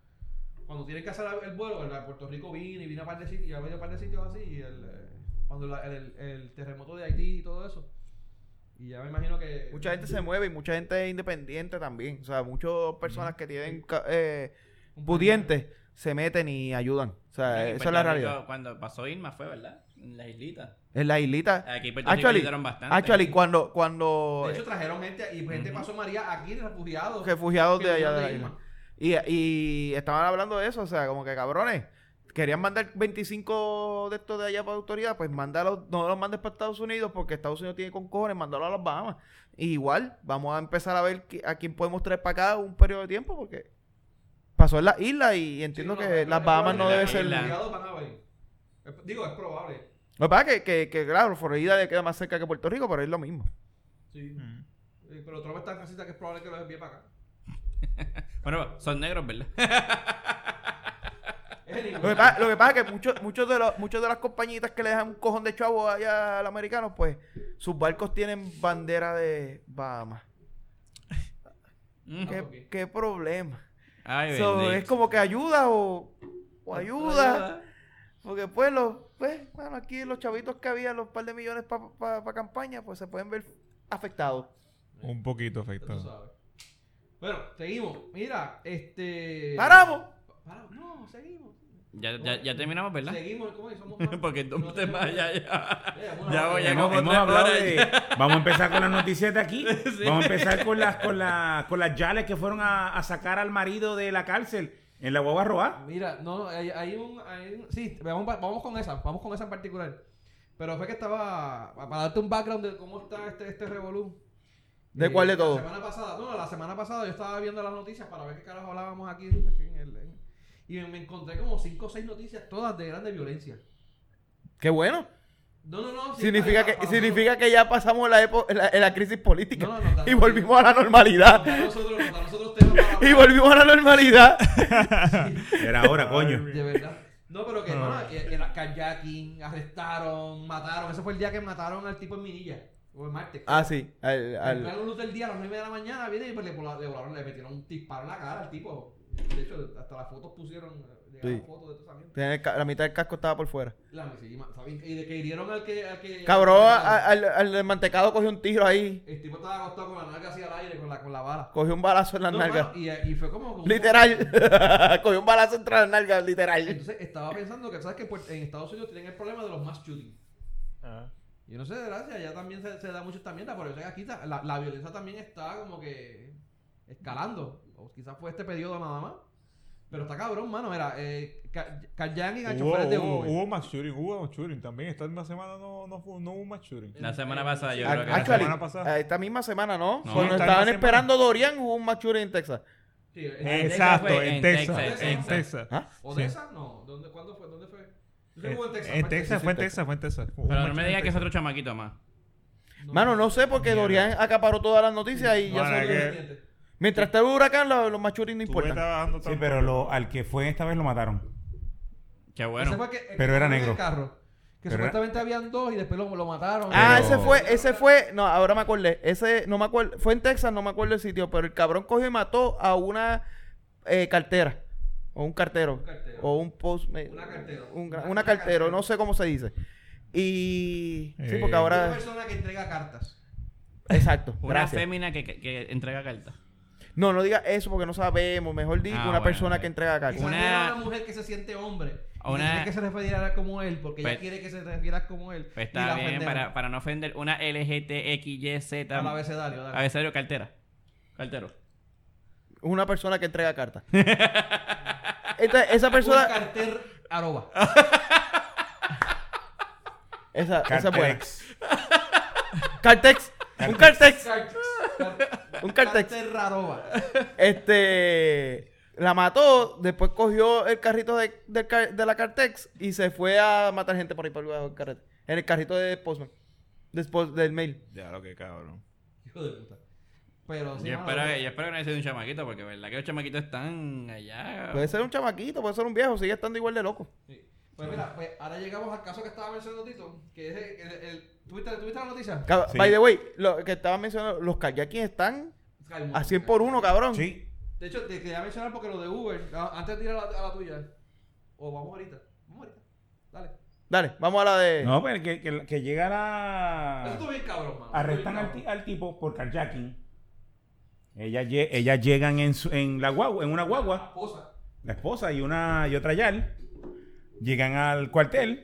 Speaker 2: cuando tienen que hacer el vuelo, el de Puerto Rico vino y vino a par de sitios, y ha habido un par de sitios así. Y el, eh, cuando la- el, el- el terremoto de Haití y todo eso. Y ya me imagino que...
Speaker 3: mucha gente se mueve y mucha gente es independiente también. O sea, muchas personas que tienen ca- eh,
Speaker 2: un
Speaker 3: pudientes se meten y ayudan. O sea,
Speaker 6: Aquí en
Speaker 3: esa es la
Speaker 6: Puerto Rico,
Speaker 3: realidad.
Speaker 6: Pues Cuando pasó Irma fue, ¿verdad? En las islitas.
Speaker 3: En la islita. Ah,
Speaker 6: Aquí en Puerto Rico
Speaker 3: Actually,
Speaker 6: ayudaron bastante.
Speaker 3: actually, cuando, cuando
Speaker 2: De hecho, trajeron gente y gente pasó María aquí refugiados.
Speaker 3: refugiados
Speaker 2: que
Speaker 3: de allá
Speaker 2: vinieron
Speaker 3: de la
Speaker 2: Irma.
Speaker 3: isla. Y, y estaban hablando de eso, o sea, como que cabrones. Querían mandar 25 de estos de allá para la autoridad, pues mándalos, no los mandes para Estados Unidos porque Estados Unidos tiene con cojones, mándalos a las Bahamas. Y igual, vamos a empezar a ver qui- a quién podemos traer para acá un periodo de tiempo porque pasó en las islas y entiendo
Speaker 2: Sí, no,
Speaker 3: que
Speaker 2: no,
Speaker 3: las
Speaker 2: es
Speaker 3: Bahamas no
Speaker 2: probable
Speaker 3: debe
Speaker 2: que
Speaker 3: ser...
Speaker 2: los
Speaker 6: la-
Speaker 3: Lo
Speaker 2: refugiados van a venir. Es- Digo, es probable.
Speaker 3: que pasa es que, que, que, claro, Florida le queda más cerca que Puerto Rico, pero es lo mismo.
Speaker 2: Sí. Eh, Pero Trump está en casita que es probable que los envíe para acá. <laughs>
Speaker 6: Bueno, son negros, ¿verdad? <laughs>
Speaker 3: Lo que pasa, lo que pasa es que muchos, muchos de los, muchos de las compañitas que le dejan un cojón de chavo allá al americano, pues sus barcos tienen bandera de Bahamas.
Speaker 6: Mm.
Speaker 2: Ah,
Speaker 3: ¿Qué, qué problema?
Speaker 6: Ay,
Speaker 3: So,
Speaker 6: Mm. bendito.
Speaker 3: es como que ayuda o o ayuda. Porque pues, los, pues, bueno, aquí los chavitos que había, los par de millones para campaña, pues se pueden ver afectados.
Speaker 5: Un poquito
Speaker 2: Ya tú
Speaker 5: afectado.
Speaker 2: sabes. Bueno, seguimos. Mira, este.
Speaker 3: ¡Paramos!
Speaker 2: Paramos. No, seguimos.
Speaker 6: Ya, ya, ya terminamos, ¿verdad?
Speaker 2: Seguimos, ¿cómo es? Somos
Speaker 6: <laughs> Porque tú
Speaker 2: no
Speaker 6: te
Speaker 2: tenemos-
Speaker 6: vas ya, ya.
Speaker 2: Ya, bueno,
Speaker 6: Ya voy, ya
Speaker 4: Hemos,
Speaker 6: como
Speaker 4: hemos
Speaker 6: tres
Speaker 4: hablado
Speaker 6: horas
Speaker 4: de-
Speaker 6: ya.
Speaker 4: <laughs> Vamos a empezar con las noticias de
Speaker 6: <laughs>
Speaker 4: aquí. Vamos a empezar con las, con, la- con las yales que fueron a, a sacar al marido de la cárcel en la guagua robada.
Speaker 2: Ah, Mira, no, no, hay, hay un, hay un- Sí, vamos, pa- vamos con esa, vamos con esa en particular. Pero fue que estaba. pa- Para darte un background de cómo está este, este revolú.
Speaker 3: ¿De
Speaker 2: Eh,
Speaker 3: cuál de todo?
Speaker 2: La semana pasada, no, la semana pasada yo estaba viendo las noticias para ver qué carajo hablábamos aquí. en el- en- y me, me encontré como cinco o seis noticias, todas de grande violencia.
Speaker 3: ¡Qué bueno!
Speaker 2: No, no, no. sí,
Speaker 3: Significa
Speaker 2: para-
Speaker 3: que,
Speaker 2: <laughs> para
Speaker 3: significa que ya pasamos la, epo- la, la crisis política
Speaker 2: No, no, no,
Speaker 3: y
Speaker 2: no,
Speaker 3: volvimos a la normalidad.
Speaker 2: nosotros- para nosotros- para nosotros tenemos para
Speaker 3: <laughs> Y
Speaker 2: hablar.
Speaker 3: volvimos a la normalidad. <laughs>
Speaker 4: Era ahora, coño.
Speaker 2: De verdad. No, pero que, mano, que- era carjacking, arrestaron, mataron. Ese fue el día que mataron al tipo en Minilla. O el martes.
Speaker 3: Ah, sí. al-
Speaker 2: Al...
Speaker 3: al-
Speaker 2: luz del día a las 9 de la mañana, viene y pues, le, vola- le volaron, le metieron un disparo en la cara al tipo. De hecho, hasta las fotos pusieron, eh, llegaron
Speaker 3: Sí.
Speaker 2: fotos de toda esa mierda.
Speaker 3: tenía el ca- la mitad del casco estaba por fuera.
Speaker 2: La sí, ma- está bien. Y de que hirieron al que... Al que
Speaker 3: Cabrón,
Speaker 2: al que-
Speaker 3: a- al, al del mantecado cogió un tiro ahí.
Speaker 2: El tipo estaba acostado con la nalga hacia el aire, con la, con la bala.
Speaker 3: Cogió un balazo en las
Speaker 2: No,
Speaker 3: nalgas.
Speaker 2: mano, y, y fue como... como-
Speaker 3: Literal. <laughs> cogió un balazo entre las nalgas, literal.
Speaker 2: Entonces, estaba pensando que, ¿sabes que Pues, en Estados Unidos tienen el problema de los mass shootings? Yo no sé, de gracia, allá también se, se da mucho esta mierda, pero yo sé que aquí ta- la, la violencia también está como que escalando. O quizás fue este periodo nada más. Pero está cabrón, mano. Mira, eh, ca- carjacking a
Speaker 5: Hubo,
Speaker 2: choferes de
Speaker 5: hubo,
Speaker 2: Uber.
Speaker 5: hubo más shooting, hubo más shooting también. Esta misma semana no, no, fu- no hubo más shooting.
Speaker 6: La semana pasada yo
Speaker 3: Ah,
Speaker 6: creo que...
Speaker 5: la
Speaker 3: Actually,
Speaker 5: semana pasada.
Speaker 3: eh, esta misma semana, ¿no?
Speaker 6: No,
Speaker 3: Cuando
Speaker 5: esta
Speaker 3: estaban
Speaker 5: misma
Speaker 3: esperando Dorian, hubo un mature en Texas.
Speaker 2: Sí, en-
Speaker 5: Exacto,
Speaker 6: Texas fue,
Speaker 5: en
Speaker 6: en
Speaker 5: Texas,
Speaker 6: Texas,
Speaker 5: en
Speaker 6: en
Speaker 5: Texas.
Speaker 3: Ah,
Speaker 2: ¿Odessa? No. ¿Dónde, ¿Cuándo fue? ¿Dónde fue? Yo sé que
Speaker 5: En
Speaker 2: hubo en Texas.
Speaker 5: Eh, en
Speaker 2: fue en
Speaker 5: Texas,
Speaker 2: Texas.
Speaker 5: fue en Texas, fue en Texas. Hubo
Speaker 6: Pero
Speaker 5: más
Speaker 6: no me
Speaker 5: shooting
Speaker 6: digas
Speaker 5: en
Speaker 6: que es
Speaker 5: Texas.
Speaker 6: otro chamaquito más.
Speaker 3: Mano, no sé porque Dorian acaparó todas las noticias y ya
Speaker 5: Bueno,
Speaker 3: se
Speaker 5: es que-
Speaker 2: Pendiente.
Speaker 3: Mientras está el huracán, lo- los, machuris no
Speaker 5: Tú ves
Speaker 3: importan.
Speaker 5: trabajando
Speaker 4: Sí,
Speaker 5: tan-
Speaker 4: pero lo, al que fue esta vez lo mataron.
Speaker 6: Qué
Speaker 2: Ese
Speaker 6: bueno.
Speaker 2: fue que- el
Speaker 4: Pero
Speaker 2: que
Speaker 4: era
Speaker 2: fue en
Speaker 4: negro.
Speaker 2: el carro. Que
Speaker 4: Pero era-
Speaker 2: supuestamente habían dos y después lo, lo mataron.
Speaker 3: Ah,
Speaker 4: Pero-
Speaker 3: ese fue, ese fue, no, ahora me acordé, ese, no me acuerdo, fue en Texas, no me acuerdo el sitio, pero el cabrón cogió y mató a una eh, cartera, o un cartero,
Speaker 2: cartero.
Speaker 3: o un post, eh,
Speaker 2: Una cartera.
Speaker 3: un gra-
Speaker 2: Una-
Speaker 3: una
Speaker 2: una
Speaker 3: cartero,
Speaker 2: cartera.
Speaker 3: no sé cómo se dice. Y, sí,
Speaker 5: Eh.
Speaker 3: porque
Speaker 2: Una
Speaker 3: ahora,
Speaker 2: persona que entrega cartas.
Speaker 3: exacto,
Speaker 6: Una
Speaker 3: gracias.
Speaker 6: fémina que, que- que entrega cartas.
Speaker 3: No, no diga eso porque no sabemos, mejor digo,
Speaker 6: Ah,
Speaker 3: una
Speaker 6: bueno,
Speaker 3: persona
Speaker 6: bueno.
Speaker 3: que entrega
Speaker 2: Quizás
Speaker 3: cartas.
Speaker 6: Una-
Speaker 2: era una mujer que se siente hombre.
Speaker 6: Una-
Speaker 2: Una... que se refiriera como él, porque ella
Speaker 6: Pues-
Speaker 2: quiere que se refiera como él. Y
Speaker 6: Pues está
Speaker 2: la
Speaker 6: bien,
Speaker 2: ofendemos.
Speaker 6: para, para no ofender, una LGTXYZ.
Speaker 2: Al abecedario, dale.
Speaker 6: Abecedario cartera. Cartero.
Speaker 3: Una persona que entrega cartas. Esta- esa persona,
Speaker 2: Un carter aroba.
Speaker 3: esa, esa es buena.
Speaker 4: Cartex.
Speaker 3: Cartex, <laughs> un cartex.
Speaker 2: Cart- cart-
Speaker 3: Un cartex.
Speaker 2: Carter aroba.
Speaker 3: Este. La mató, después cogió el carrito de, del car- de la Cartex y se fue a matar gente por ahí por debajo del carrete. En el carrito de Postman. de Post- del mail.
Speaker 5: Ya lo que cabrón.
Speaker 2: Hijo de puta. Pero sí,
Speaker 6: yo,
Speaker 2: mano,
Speaker 6: espero,
Speaker 2: yo-
Speaker 6: que- yo espero que no haya sido un chamaquito, porque verdad que los chamaquitos están allá.
Speaker 4: Pues,
Speaker 3: Puede ser un chamaquito, puede ser un viejo, sigue estando igual de loco.
Speaker 2: sí. Pues mira, pues ahora llegamos al caso que estaba mencionando Tito, que es el... el, el- ¿tuviste, ¿Tuviste la noticia?
Speaker 3: Cab-
Speaker 4: Sí.
Speaker 3: By the way, lo que estaba mencionando, los kayaking están
Speaker 2: Sky Moon.
Speaker 3: a 100 por 1, cabrón.
Speaker 4: Sí.
Speaker 2: De hecho, te quería mencionar porque lo de Uber, a- antes de ir a la, a la tuya, o vamos ahorita, vamos ahorita, dale.
Speaker 3: Dale, vamos a la de.
Speaker 4: No, pero que, que, que llega
Speaker 2: Eso
Speaker 4: la...
Speaker 2: estuvo bien cabrón, mano.
Speaker 4: Arrestan al, ti-
Speaker 2: tío.
Speaker 4: al tipo por carjacking. Ellas, lle- ellas llegan en, su- en, la guagua, en una guagua.
Speaker 2: Esposa.
Speaker 4: la esposa y una y otra Yal llegan al cuartel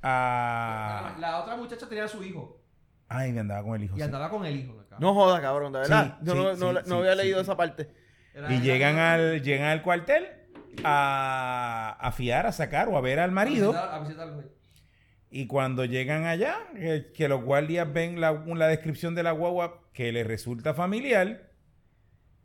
Speaker 3: Ah.
Speaker 4: a
Speaker 2: La otra muchacha tenía a su hijo
Speaker 4: ay me andaba con el hijo
Speaker 2: y
Speaker 4: sí.
Speaker 2: andaba con el hijo. acá.
Speaker 3: No jodas, cabrón, de verdad.
Speaker 4: Sí,
Speaker 3: Yo
Speaker 4: sí,
Speaker 3: no, no-
Speaker 4: sí,
Speaker 3: no
Speaker 4: sí,
Speaker 3: había
Speaker 4: sí,
Speaker 3: leído
Speaker 4: sí.
Speaker 3: esa parte.
Speaker 2: Era-
Speaker 4: y
Speaker 2: era-
Speaker 4: llegan al llegan al cuartel a, a fiar a sacar o a ver al marido
Speaker 2: A visitar- a visitarlo.
Speaker 4: y cuando llegan allá eh, que los guardias ven la, la descripción de la guagua que les resulta familiar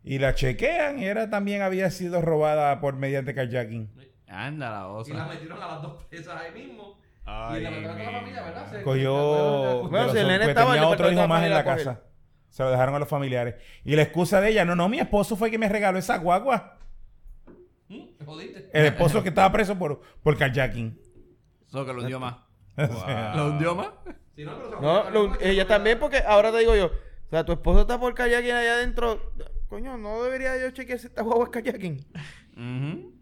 Speaker 4: y la chequean y era también había sido robada por mediante carjacking
Speaker 6: Anda la osa.
Speaker 2: Y las metieron a las dos presas ahí mismo.
Speaker 5: Ay,
Speaker 2: y le mataron a toda la
Speaker 5: mi-
Speaker 2: familia, ¿verdad? Se-
Speaker 4: cogió
Speaker 3: Bueno,
Speaker 4: de
Speaker 3: si el
Speaker 4: los-
Speaker 3: nene
Speaker 4: pues
Speaker 3: estaba,
Speaker 4: tenía
Speaker 3: le
Speaker 4: otro
Speaker 3: faltaba
Speaker 4: hijo más en
Speaker 3: familia
Speaker 4: la
Speaker 3: con él.
Speaker 4: casa se lo dejaron a los familiares y la excusa de ella no no mi esposo fue que me regaló esa guagua
Speaker 2: ¿Mm? ¿Te Jodiste.
Speaker 4: el esposo que estaba preso por por carjacking
Speaker 6: Eso que lo hundió más.
Speaker 4: <laughs> O sea,
Speaker 6: ¿Lo hundió más?
Speaker 2: Sí, no, pero se
Speaker 3: No, lo- ella también, pues. porque ahora te digo yo, o sea, tu esposo está por kayaking allá adentro. Coño, no debería yo chequear si esta guagua es kayaking.
Speaker 6: Ujú.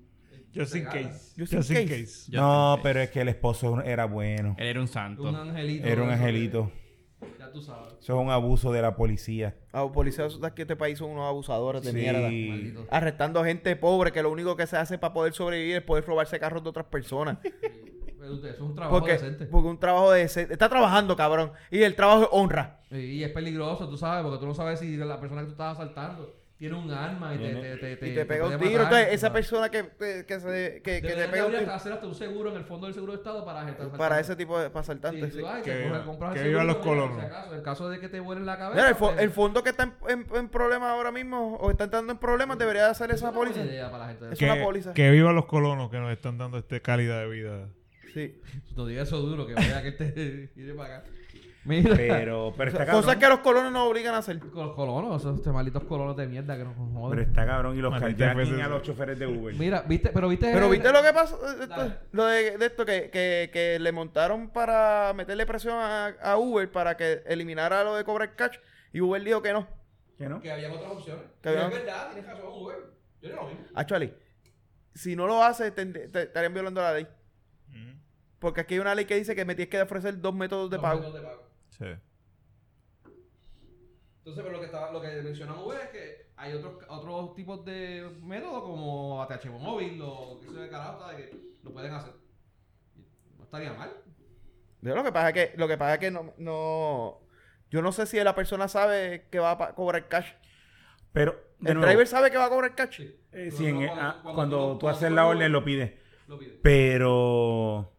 Speaker 5: Just in
Speaker 2: Regala.
Speaker 5: case.
Speaker 3: Just in case.
Speaker 4: No, pero es que el esposo era bueno.
Speaker 6: Él era un santo.
Speaker 2: Un angelito.
Speaker 4: Era un
Speaker 2: de esos
Speaker 4: angelito.
Speaker 2: que- Ya tú sabes.
Speaker 4: Eso es un abuso de la policía.
Speaker 3: A los policías de este país son unos abusadores de
Speaker 4: Sí.
Speaker 3: mierda.
Speaker 2: Maldito.
Speaker 3: Arrestando a gente pobre que lo único que se hace para poder sobrevivir es poder robarse carros de otras
Speaker 2: <laughs>
Speaker 3: personas.
Speaker 2: Pero usted, eso es un trabajo
Speaker 3: porque,
Speaker 2: decente.
Speaker 3: porque un trabajo de... Está trabajando, cabrón. Y el trabajo es honra.
Speaker 2: Y- Y es peligroso, tú sabes, porque tú no sabes si la persona que tú estás asaltando tiene un arma y te,
Speaker 4: Tiene-
Speaker 2: te, te,
Speaker 3: Y te pega
Speaker 2: puede
Speaker 3: un tiro.
Speaker 2: matar,
Speaker 3: Entonces, esa
Speaker 2: tú sabes.
Speaker 3: persona que, que, que se- que- que te
Speaker 2: Deberían
Speaker 3: pega un
Speaker 2: de
Speaker 3: tiro
Speaker 2: hacer hasta un seguro en el fondo del seguro de Estado para gente
Speaker 3: para
Speaker 2: asaltante.
Speaker 3: ese tipo de para
Speaker 2: Sí,
Speaker 3: asaltantes.
Speaker 2: tú,
Speaker 3: sí.
Speaker 2: ay,
Speaker 5: Que
Speaker 2: te
Speaker 5: viva-
Speaker 2: compras- compras el
Speaker 5: que
Speaker 2: seguro,
Speaker 5: vivan los
Speaker 2: mira, por si
Speaker 5: colonos.
Speaker 2: acaso, En caso de que te vuelen la cabeza.
Speaker 3: Mira, el, fo-
Speaker 2: pues,
Speaker 3: el fondo que está en, en, en problemas ahora mismo o está entrando en problemas debería de hacer
Speaker 2: es
Speaker 3: esa
Speaker 2: una buena
Speaker 3: póliza.
Speaker 2: idea para la gente.
Speaker 3: Es
Speaker 5: Que,
Speaker 3: una póliza.
Speaker 5: que viva los colonos que nos están dando esta calidad de vida.
Speaker 3: Sí.
Speaker 2: No digas eso duro, que vaya que te <laughs> iré para acá. Mira.
Speaker 4: Pero, pero está
Speaker 3: Cosas
Speaker 4: cabrón.
Speaker 3: que los colonos no obligan a hacer.
Speaker 2: Con los colonos, esos este, malditos colonos de mierda que nos
Speaker 4: Pero
Speaker 2: joden.
Speaker 4: está cabrón. Y los
Speaker 5: Maldita
Speaker 4: carjacking
Speaker 5: veces.
Speaker 4: a los choferes de Uber.
Speaker 2: Mira, viste, pero viste.
Speaker 3: este- Pero
Speaker 2: el-
Speaker 3: viste lo que pasó, Eh, esto-
Speaker 2: Dale.
Speaker 3: lo de, de esto que, que, que le montaron para meterle presión a, a Uber para que eliminara lo de cobrar cash y Uber dijo que no.
Speaker 4: ¿Qué no?
Speaker 2: Que había otras opciones.
Speaker 3: Que había-
Speaker 2: Y es verdad, tienes razón, güey. Yo no lo mismo.
Speaker 3: Actually, si no lo hace te, te- te estarían violando la ley. Porque aquí hay una ley que dice que me tienes que ofrecer dos métodos de
Speaker 2: Los
Speaker 3: pago.
Speaker 2: métodos de pago.
Speaker 5: Sí.
Speaker 2: Entonces, pero lo que, estaba, lo que mencionamos Uber es que hay otros, otros tipos de métodos como ATH móvil o que se de carajo, ¿sabes? que lo pueden hacer. No estaría mal.
Speaker 3: Yo lo que pasa es que, lo que, pasa es que no, no- Yo no sé si la persona sabe que va a pa- cobrar cash.
Speaker 4: Pero, de
Speaker 3: ¿El
Speaker 4: nuevo,
Speaker 3: driver sabe que va a cobrar cash?
Speaker 4: eh, si en- ah, cuando, tú,
Speaker 2: cuando
Speaker 4: haces
Speaker 2: tú
Speaker 4: la
Speaker 2: lo-
Speaker 4: orden, lo pides.
Speaker 2: Lo piden.
Speaker 4: Pero.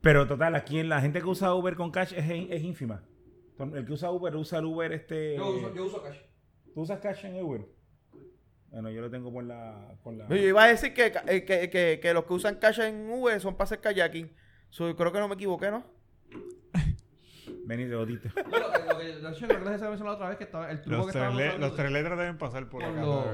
Speaker 4: Pero total, aquí en la gente que usa Uber con cash es, es ínfima. El que usa Uber usa el Uber este.
Speaker 2: Yo uso, yo uso cash.
Speaker 4: ¿Tú usas cash en Uber? Bueno, yo lo tengo por la. Por la...
Speaker 3: Yo iba a decir que, eh, que, que- que los que usan cash en Uber son para hacer kayaking. So, creo que no me equivoqué, ¿no?
Speaker 4: Vení de odito.
Speaker 2: No, lo que, lo que, de hecho, creo que les había mencionado otra vez que estaba, el truco
Speaker 5: Los
Speaker 2: que
Speaker 5: tres,
Speaker 2: estábamos
Speaker 5: le-
Speaker 2: hablando
Speaker 5: los tres letras deben pasar por
Speaker 2: con,
Speaker 5: acá.
Speaker 2: los-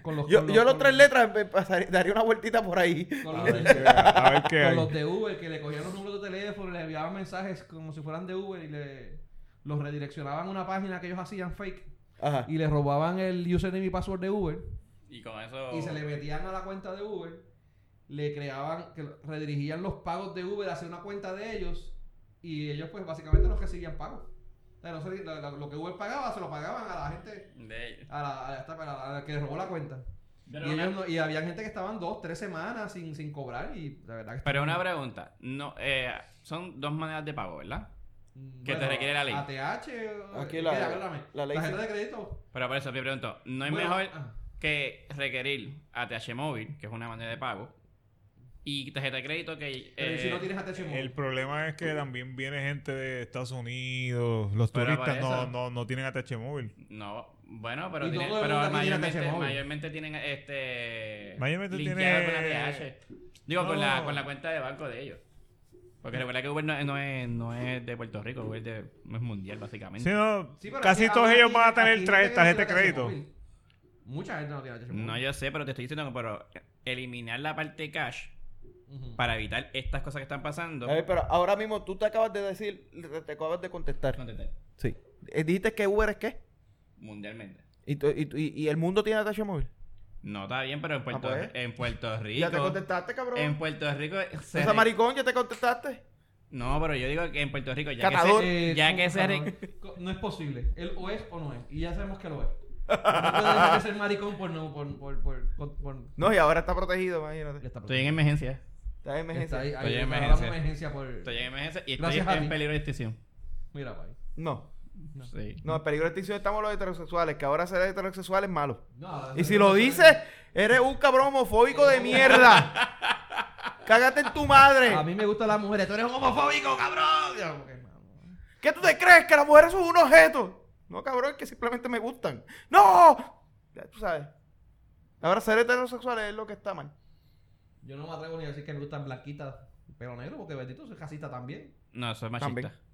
Speaker 2: con los
Speaker 3: Yo,
Speaker 2: con los-
Speaker 3: yo los
Speaker 2: con
Speaker 3: tres letras me pasaría- daría una vueltita por ahí. <laughs>
Speaker 2: con
Speaker 5: A
Speaker 2: los-
Speaker 5: ver qué- a ver qué
Speaker 2: con
Speaker 5: hay.
Speaker 2: los de Uber que le cogían los números de teléfono, les enviaban mensajes como si fueran de Uber y le, los redireccionaban a una página que ellos hacían fake
Speaker 3: Ajá.
Speaker 2: y le robaban el username y password de Uber
Speaker 6: Y con eso.
Speaker 2: y se le metían a la cuenta de Uber, le creaban, que lo- redirigían los pagos de Uber hacia una cuenta de ellos y ellos pues básicamente los recibían pagos. O sea, no se- la- la- lo que Uber pagaba se lo pagaban a la gente,
Speaker 6: de-
Speaker 2: a la, a la- a la- a la que le robó la cuenta.
Speaker 6: Pero
Speaker 2: y,
Speaker 6: una-
Speaker 2: ellos no- y había gente que estaban dos, tres semanas sin, sin cobrar y la verdad que...
Speaker 6: Pero
Speaker 2: estaban-
Speaker 6: una pregunta. No, eh, son dos maneras de pago, ¿verdad?
Speaker 2: Mm,
Speaker 6: Que te requiere la ley.
Speaker 2: ATH. o-
Speaker 3: Aquí
Speaker 2: ¿qué?
Speaker 3: la-
Speaker 2: Espérame,
Speaker 3: la ley
Speaker 2: eh, Tarjeta
Speaker 3: sí.
Speaker 2: de crédito.
Speaker 6: Pero por eso te pregunto, ¿no es
Speaker 2: Bueno,
Speaker 6: mejor
Speaker 2: ah.
Speaker 6: que requerir ATH móvil, que es una manera de pago, y tarjeta de crédito que...
Speaker 2: Pero
Speaker 6: eh,
Speaker 2: si no tienes ATH
Speaker 5: El
Speaker 2: móvil.
Speaker 5: problema es que también viene gente de Estados Unidos. Los
Speaker 6: Pero
Speaker 5: turistas
Speaker 6: para
Speaker 5: no,
Speaker 6: eso-
Speaker 5: no, no tienen ATH móvil.
Speaker 6: No, bueno, pero,
Speaker 2: Y
Speaker 6: tiene-
Speaker 2: todo el
Speaker 6: pero
Speaker 2: mundo aquí tiene
Speaker 6: mayormente,
Speaker 2: ATH móvil.
Speaker 6: mayormente tienen este...
Speaker 5: Mayormente
Speaker 6: linkeado
Speaker 5: tiene-
Speaker 6: con ATH. Digo, con, la,
Speaker 5: No.
Speaker 6: con la cuenta de banco de ellos. Porque recuerda que Uber no, no es, no es de Puerto Rico, Uber de- no es mundial, básicamente.
Speaker 5: Sí, no,
Speaker 2: Sí, pero
Speaker 5: casi
Speaker 2: aquí-
Speaker 5: todos
Speaker 2: aquí-
Speaker 5: ellos van a tener
Speaker 2: aquí
Speaker 5: tra-
Speaker 2: gente
Speaker 5: tarjeta de
Speaker 2: que no tiene ATH
Speaker 5: crédito.
Speaker 2: móvil. Mucha gente no tiene ATH móvil.
Speaker 6: No, yo sé, pero te estoy diciendo que pero eliminar la parte cash
Speaker 2: Ujú.
Speaker 6: para evitar estas cosas que están pasando.
Speaker 3: A ver, pero ahora mismo tú te acabas de decir, te- te acabas de contestar.
Speaker 6: Contestar.
Speaker 3: Sí. Eh, Dijiste que Uber es qué?
Speaker 6: Mundialmente.
Speaker 3: ¿Y, tú- y, tú- y- y el mundo tiene ATH móvil?
Speaker 6: No, está bien,
Speaker 2: Ah,
Speaker 6: pero en Puerto,
Speaker 3: pues.
Speaker 6: en Puerto Rico.
Speaker 3: Ya te contestaste, cabrón.
Speaker 6: En Puerto Rico. se
Speaker 3: Esa
Speaker 6: re-
Speaker 3: maricón, ya te contestaste.
Speaker 6: No, pero yo digo que en Puerto Rico. Ya que
Speaker 3: Catador.
Speaker 6: se-
Speaker 2: Eh,
Speaker 6: ya
Speaker 2: no,
Speaker 6: que se.
Speaker 2: no,
Speaker 6: re-
Speaker 2: no, No es posible. Él o es o no es. Y ya sabemos que lo es. No puede dejar de ser maricón por no. Por, por, por, por, por-
Speaker 3: No, y ahora está protegido, imagínate.
Speaker 2: está
Speaker 6: Estoy en emergencia.
Speaker 3: Está en emergencia.
Speaker 2: Está ahí,
Speaker 6: Estoy
Speaker 2: ahí,
Speaker 6: en
Speaker 2: ahora
Speaker 6: emergencia.
Speaker 2: una emergencia por.
Speaker 6: Estoy en emergencia y estoy
Speaker 2: Gracias a ti.
Speaker 6: en peligro de extinción.
Speaker 2: Mira, pai.
Speaker 3: No.
Speaker 6: Sí.
Speaker 3: No, en peligro de extinción estamos los heterosexuales, que ahora ser heterosexual es malo.
Speaker 2: No, ahora-
Speaker 3: Y si lo dices, eres un cabrón homofóbico de mierda. Cágate en tu
Speaker 2: A
Speaker 3: madre.
Speaker 2: mí me gustan las mujeres. Tú eres homofóbico, cabrón. Ya, ok, mamá.
Speaker 3: ¿Qué tú te crees? Que las mujeres son un objeto. No, cabrón, es que simplemente me gustan. ¡No! Ya tú sabes. Ahora ser heterosexual es lo que está mal.
Speaker 2: Yo no me atrevo ni a decir que me gustan blanquitas, pero negro, porque bendito soy casita también.
Speaker 6: No, soy machista.
Speaker 3: También.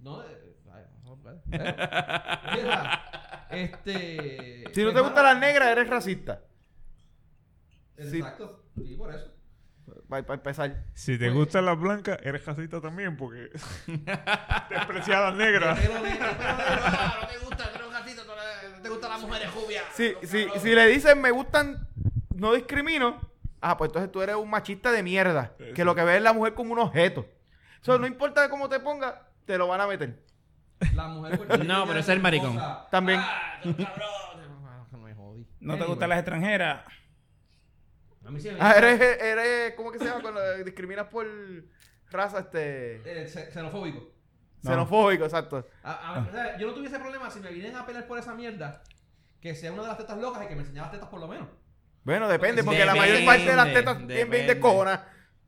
Speaker 2: No, eh, ay, no,
Speaker 6: <laughs>
Speaker 2: eh, eh. Mira, este.
Speaker 3: Si no te gustan las negras, eres racista.
Speaker 2: negras.
Speaker 3: sí.
Speaker 2: Exacto. Sí, por eso.
Speaker 3: Para empezar.
Speaker 5: Si te
Speaker 2: Pues-
Speaker 5: gustan las blancas, eres casita también porque desprecia a las negras.
Speaker 2: Pero negro, pero negro, ah, no te gusta, pero gatito, no le- no te gustan las mujeres jubias.
Speaker 3: Si,
Speaker 2: Los
Speaker 3: si,
Speaker 2: cabrones.
Speaker 3: si le dicen me gustan no discrimino, ah, pues entonces tú eres un machista de mierda. Que lo que ve es la mujer como un objeto. Eso no importa de cómo te ponga, te lo van a meter.
Speaker 2: La mujer puertorriqueña
Speaker 6: No, pero ese es el maricón.
Speaker 2: cosa-
Speaker 3: También.
Speaker 2: Ah, tú, cabrón. Ah, que me jodí.
Speaker 4: ¿No te
Speaker 2: Anyway.
Speaker 4: gustan las extranjeras?
Speaker 2: A mí sí me
Speaker 6: <laughs>
Speaker 3: Ah, eres, eres, ¿cómo que se llama? Cuando discriminas por raza, este...
Speaker 2: eh, xe- xenofóbico.
Speaker 4: No.
Speaker 3: Xenofóbico, exacto.
Speaker 2: A- a- o sea, yo no tuviese problema si me vienen a pelear por esa mierda. Que sea una de las tetas locas y que me enseñara las tetas por lo menos.
Speaker 3: Bueno, depende, porque la mayor
Speaker 6: Depende,
Speaker 3: parte de las tetas tienen bien
Speaker 6: depende.
Speaker 3: descojonadas.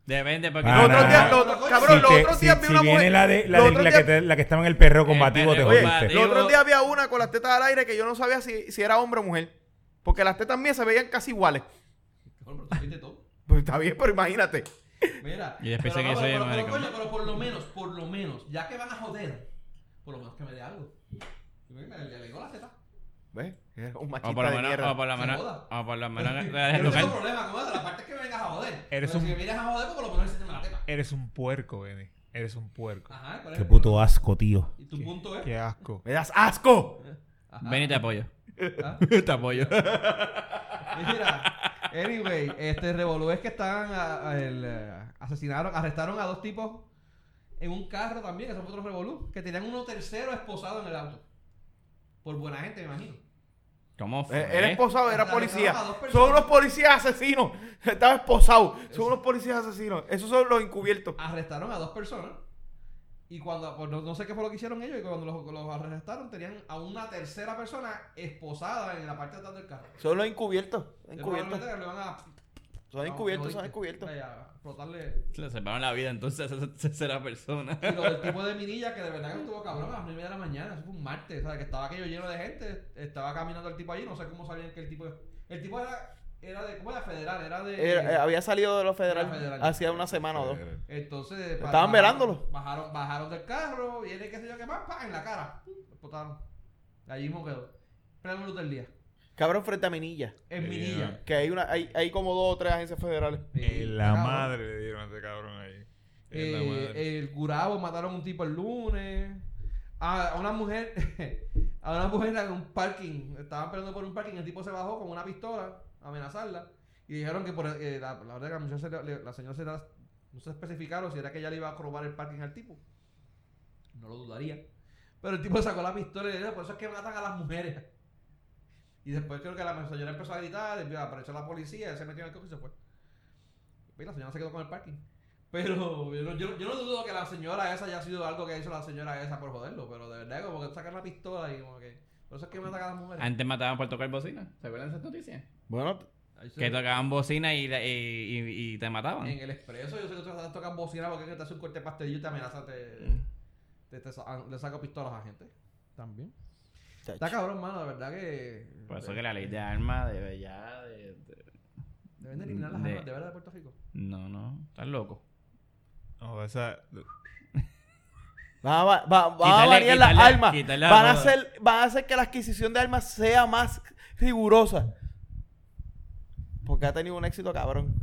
Speaker 6: Depende, porque...
Speaker 4: Ah,
Speaker 3: Los otros
Speaker 4: no,
Speaker 3: días,
Speaker 4: no.
Speaker 3: los otros- cabrón,
Speaker 4: si
Speaker 3: los
Speaker 4: te-
Speaker 3: otros
Speaker 4: si-
Speaker 3: días vi
Speaker 4: si
Speaker 3: una
Speaker 4: viene
Speaker 3: mujer...
Speaker 4: la, de, la,
Speaker 3: los
Speaker 4: de-
Speaker 3: otros
Speaker 4: la
Speaker 3: días- Eh,
Speaker 4: que te- la que estaba en el perro combativo,
Speaker 6: El
Speaker 4: te
Speaker 6: perreo
Speaker 4: jodiste.
Speaker 3: Oye,
Speaker 6: Digo-
Speaker 3: los otros días había una con las tetas al aire que yo no sabía si, si era hombre o mujer. Porque las tetas mías se veían casi iguales.
Speaker 2: Cabrón, pero tú viste todo.
Speaker 3: Pues está bien, pero imagínate.
Speaker 2: Mira.
Speaker 6: Y
Speaker 2: pero
Speaker 6: después sé que
Speaker 2: no,
Speaker 6: soy
Speaker 2: pero, pero, pero,
Speaker 6: maricón.
Speaker 2: coño, pero por lo menos, por lo menos, ya que van a joder, por lo menos que me dé algo. Y me- me- Le digo la teta.
Speaker 3: ¿Ves? Era un
Speaker 6: O
Speaker 3: machista
Speaker 6: por lo
Speaker 3: de
Speaker 6: menos...
Speaker 3: mierda.
Speaker 6: O por lo
Speaker 2: Se
Speaker 6: menos...
Speaker 2: joda.
Speaker 6: O por lo menos...
Speaker 2: Yo
Speaker 6: la dejes
Speaker 2: no tengo
Speaker 6: tocar.
Speaker 2: problema con eso, la parte es que me vengas a joder.
Speaker 5: Eres
Speaker 2: pero
Speaker 5: un-
Speaker 2: si me vienes a joder, pues por lo menos enséñame la teta.
Speaker 5: Eres un puerco, Benny. Eres un puerco.
Speaker 2: Ajá, ¿cuál es
Speaker 4: Qué
Speaker 2: el
Speaker 4: puto
Speaker 2: problema?
Speaker 4: asco, tío.
Speaker 2: Y tu punto es.
Speaker 5: Qué asco.
Speaker 3: ¡Me das asco!
Speaker 2: Ajá.
Speaker 6: Ven y te apoyo.
Speaker 2: Ah.
Speaker 6: te apoyo.
Speaker 2: Mira, anyway, este revolú es que están a- a el, eh, asesinaron, arrestaron a dos tipos en un carro también, eso fue otro revolú, que tenían uno tercero esposado en el auto. Por buena gente, me imagino.
Speaker 6: ¿Cómo
Speaker 3: Eh,
Speaker 6: fue?
Speaker 3: Era esposado, era
Speaker 2: Hasta
Speaker 3: policía.
Speaker 2: dejaron a dos personas.
Speaker 3: Son unos policías asesinos. <laughs> Estaba esposado. Son unos policías asesinos. Esos son los encubiertos.
Speaker 2: Arrestaron a dos personas y cuando, pues, no, no sé qué fue lo que hicieron ellos, y cuando los, los arrestaron tenían a una tercera persona esposada en la parte de atrás del carro.
Speaker 3: Son los encubiertos.
Speaker 2: Probablemente
Speaker 3: Encubiertos.
Speaker 2: que le van a...
Speaker 3: Son encubiertos, son encubiertos.
Speaker 2: Vaya, explotarle...
Speaker 6: Le separaron la vida entonces <laughs> a esa tercera persona. <laughs>
Speaker 2: Y lo del tipo de Mirilla que de verdad que estuvo cabrón a las 9 de la mañana, eso fue un martes, ¿sabes? Que estaba aquello lleno de gente, estaba caminando el tipo allí, no sé cómo sabían que el tipo. El tipo era, era de. ¿Cómo era? Federal, era de.
Speaker 3: Era- eh, había salido de los
Speaker 2: Era
Speaker 3: federal
Speaker 2: federal.
Speaker 3: hacía una semana o dos.
Speaker 5: Eh,
Speaker 2: entonces.
Speaker 3: Estaban velándolo.
Speaker 2: Bajaron, bajaron del carro, viene qué sé yo qué más, pa, en la cara. Lo explotaron. Allí mismo quedó. Plena luz del día.
Speaker 3: Cabrón frente a Minilla.
Speaker 2: En
Speaker 5: Sí,
Speaker 2: Mirilla.
Speaker 3: Que hay una, hay, hay como dos o tres agencias federales.
Speaker 5: Eh, la
Speaker 2: Cabrón.
Speaker 5: madre le dieron a ese cabrón ahí. Eh, la
Speaker 2: Eh,
Speaker 5: madre.
Speaker 2: el Gurabo mataron a un tipo el lunes. A a una mujer, <laughs> a una mujer en un parking, estaban peleando por un parking, el tipo se bajó con una pistola a amenazarla y dijeron que por eh, la, la verdad que la, muchacha se le- le- la señora se la- no se especificaron si era que ella le iba a robar el parking al tipo. No lo dudaría. Pero el tipo sacó la pistola y le dijo, por eso es que matan a las mujeres. Y después creo que la señora empezó a gritar, apareció la policía, se metió en el coche y se fue. Y la señora se quedó con el parking. Pero yo no, yo, no- yo no dudo que la señora esa haya sido algo que hizo la señora esa por joderlo, pero de verdad como que sacan la pistola y como que... Por eso es que matan a las mujeres.
Speaker 6: Antes mataban por tocar bocina. ¿Se acuerdan de esas noticias?
Speaker 3: Bueno,
Speaker 2: Ahí se-
Speaker 6: Que tocaban bocina y, la- y, y- y te mataban.
Speaker 2: En el expreso yo sé que tú tocan bocina porque es que te hace un corte de pastelillo y te amenaza, te,
Speaker 6: Mm.
Speaker 2: te- te sa- le saca pistolas a gente. También. Está cabrón, mano, de verdad que...
Speaker 6: Por eso que la ley de armas debe ya... de- de-
Speaker 2: Deben de eliminar las
Speaker 6: de-
Speaker 2: armas de verdad de Puerto Rico.
Speaker 6: No, no. Estás loco.
Speaker 5: No, esa-
Speaker 3: Va, va, va, va a
Speaker 6: Quitarle-
Speaker 3: variar las
Speaker 6: quitarle-
Speaker 3: armas.
Speaker 6: quitarle
Speaker 3: van, a
Speaker 6: la-
Speaker 3: hacer, van a hacer que la adquisición de armas sea más rigurosa. Porque ha tenido un éxito cabrón.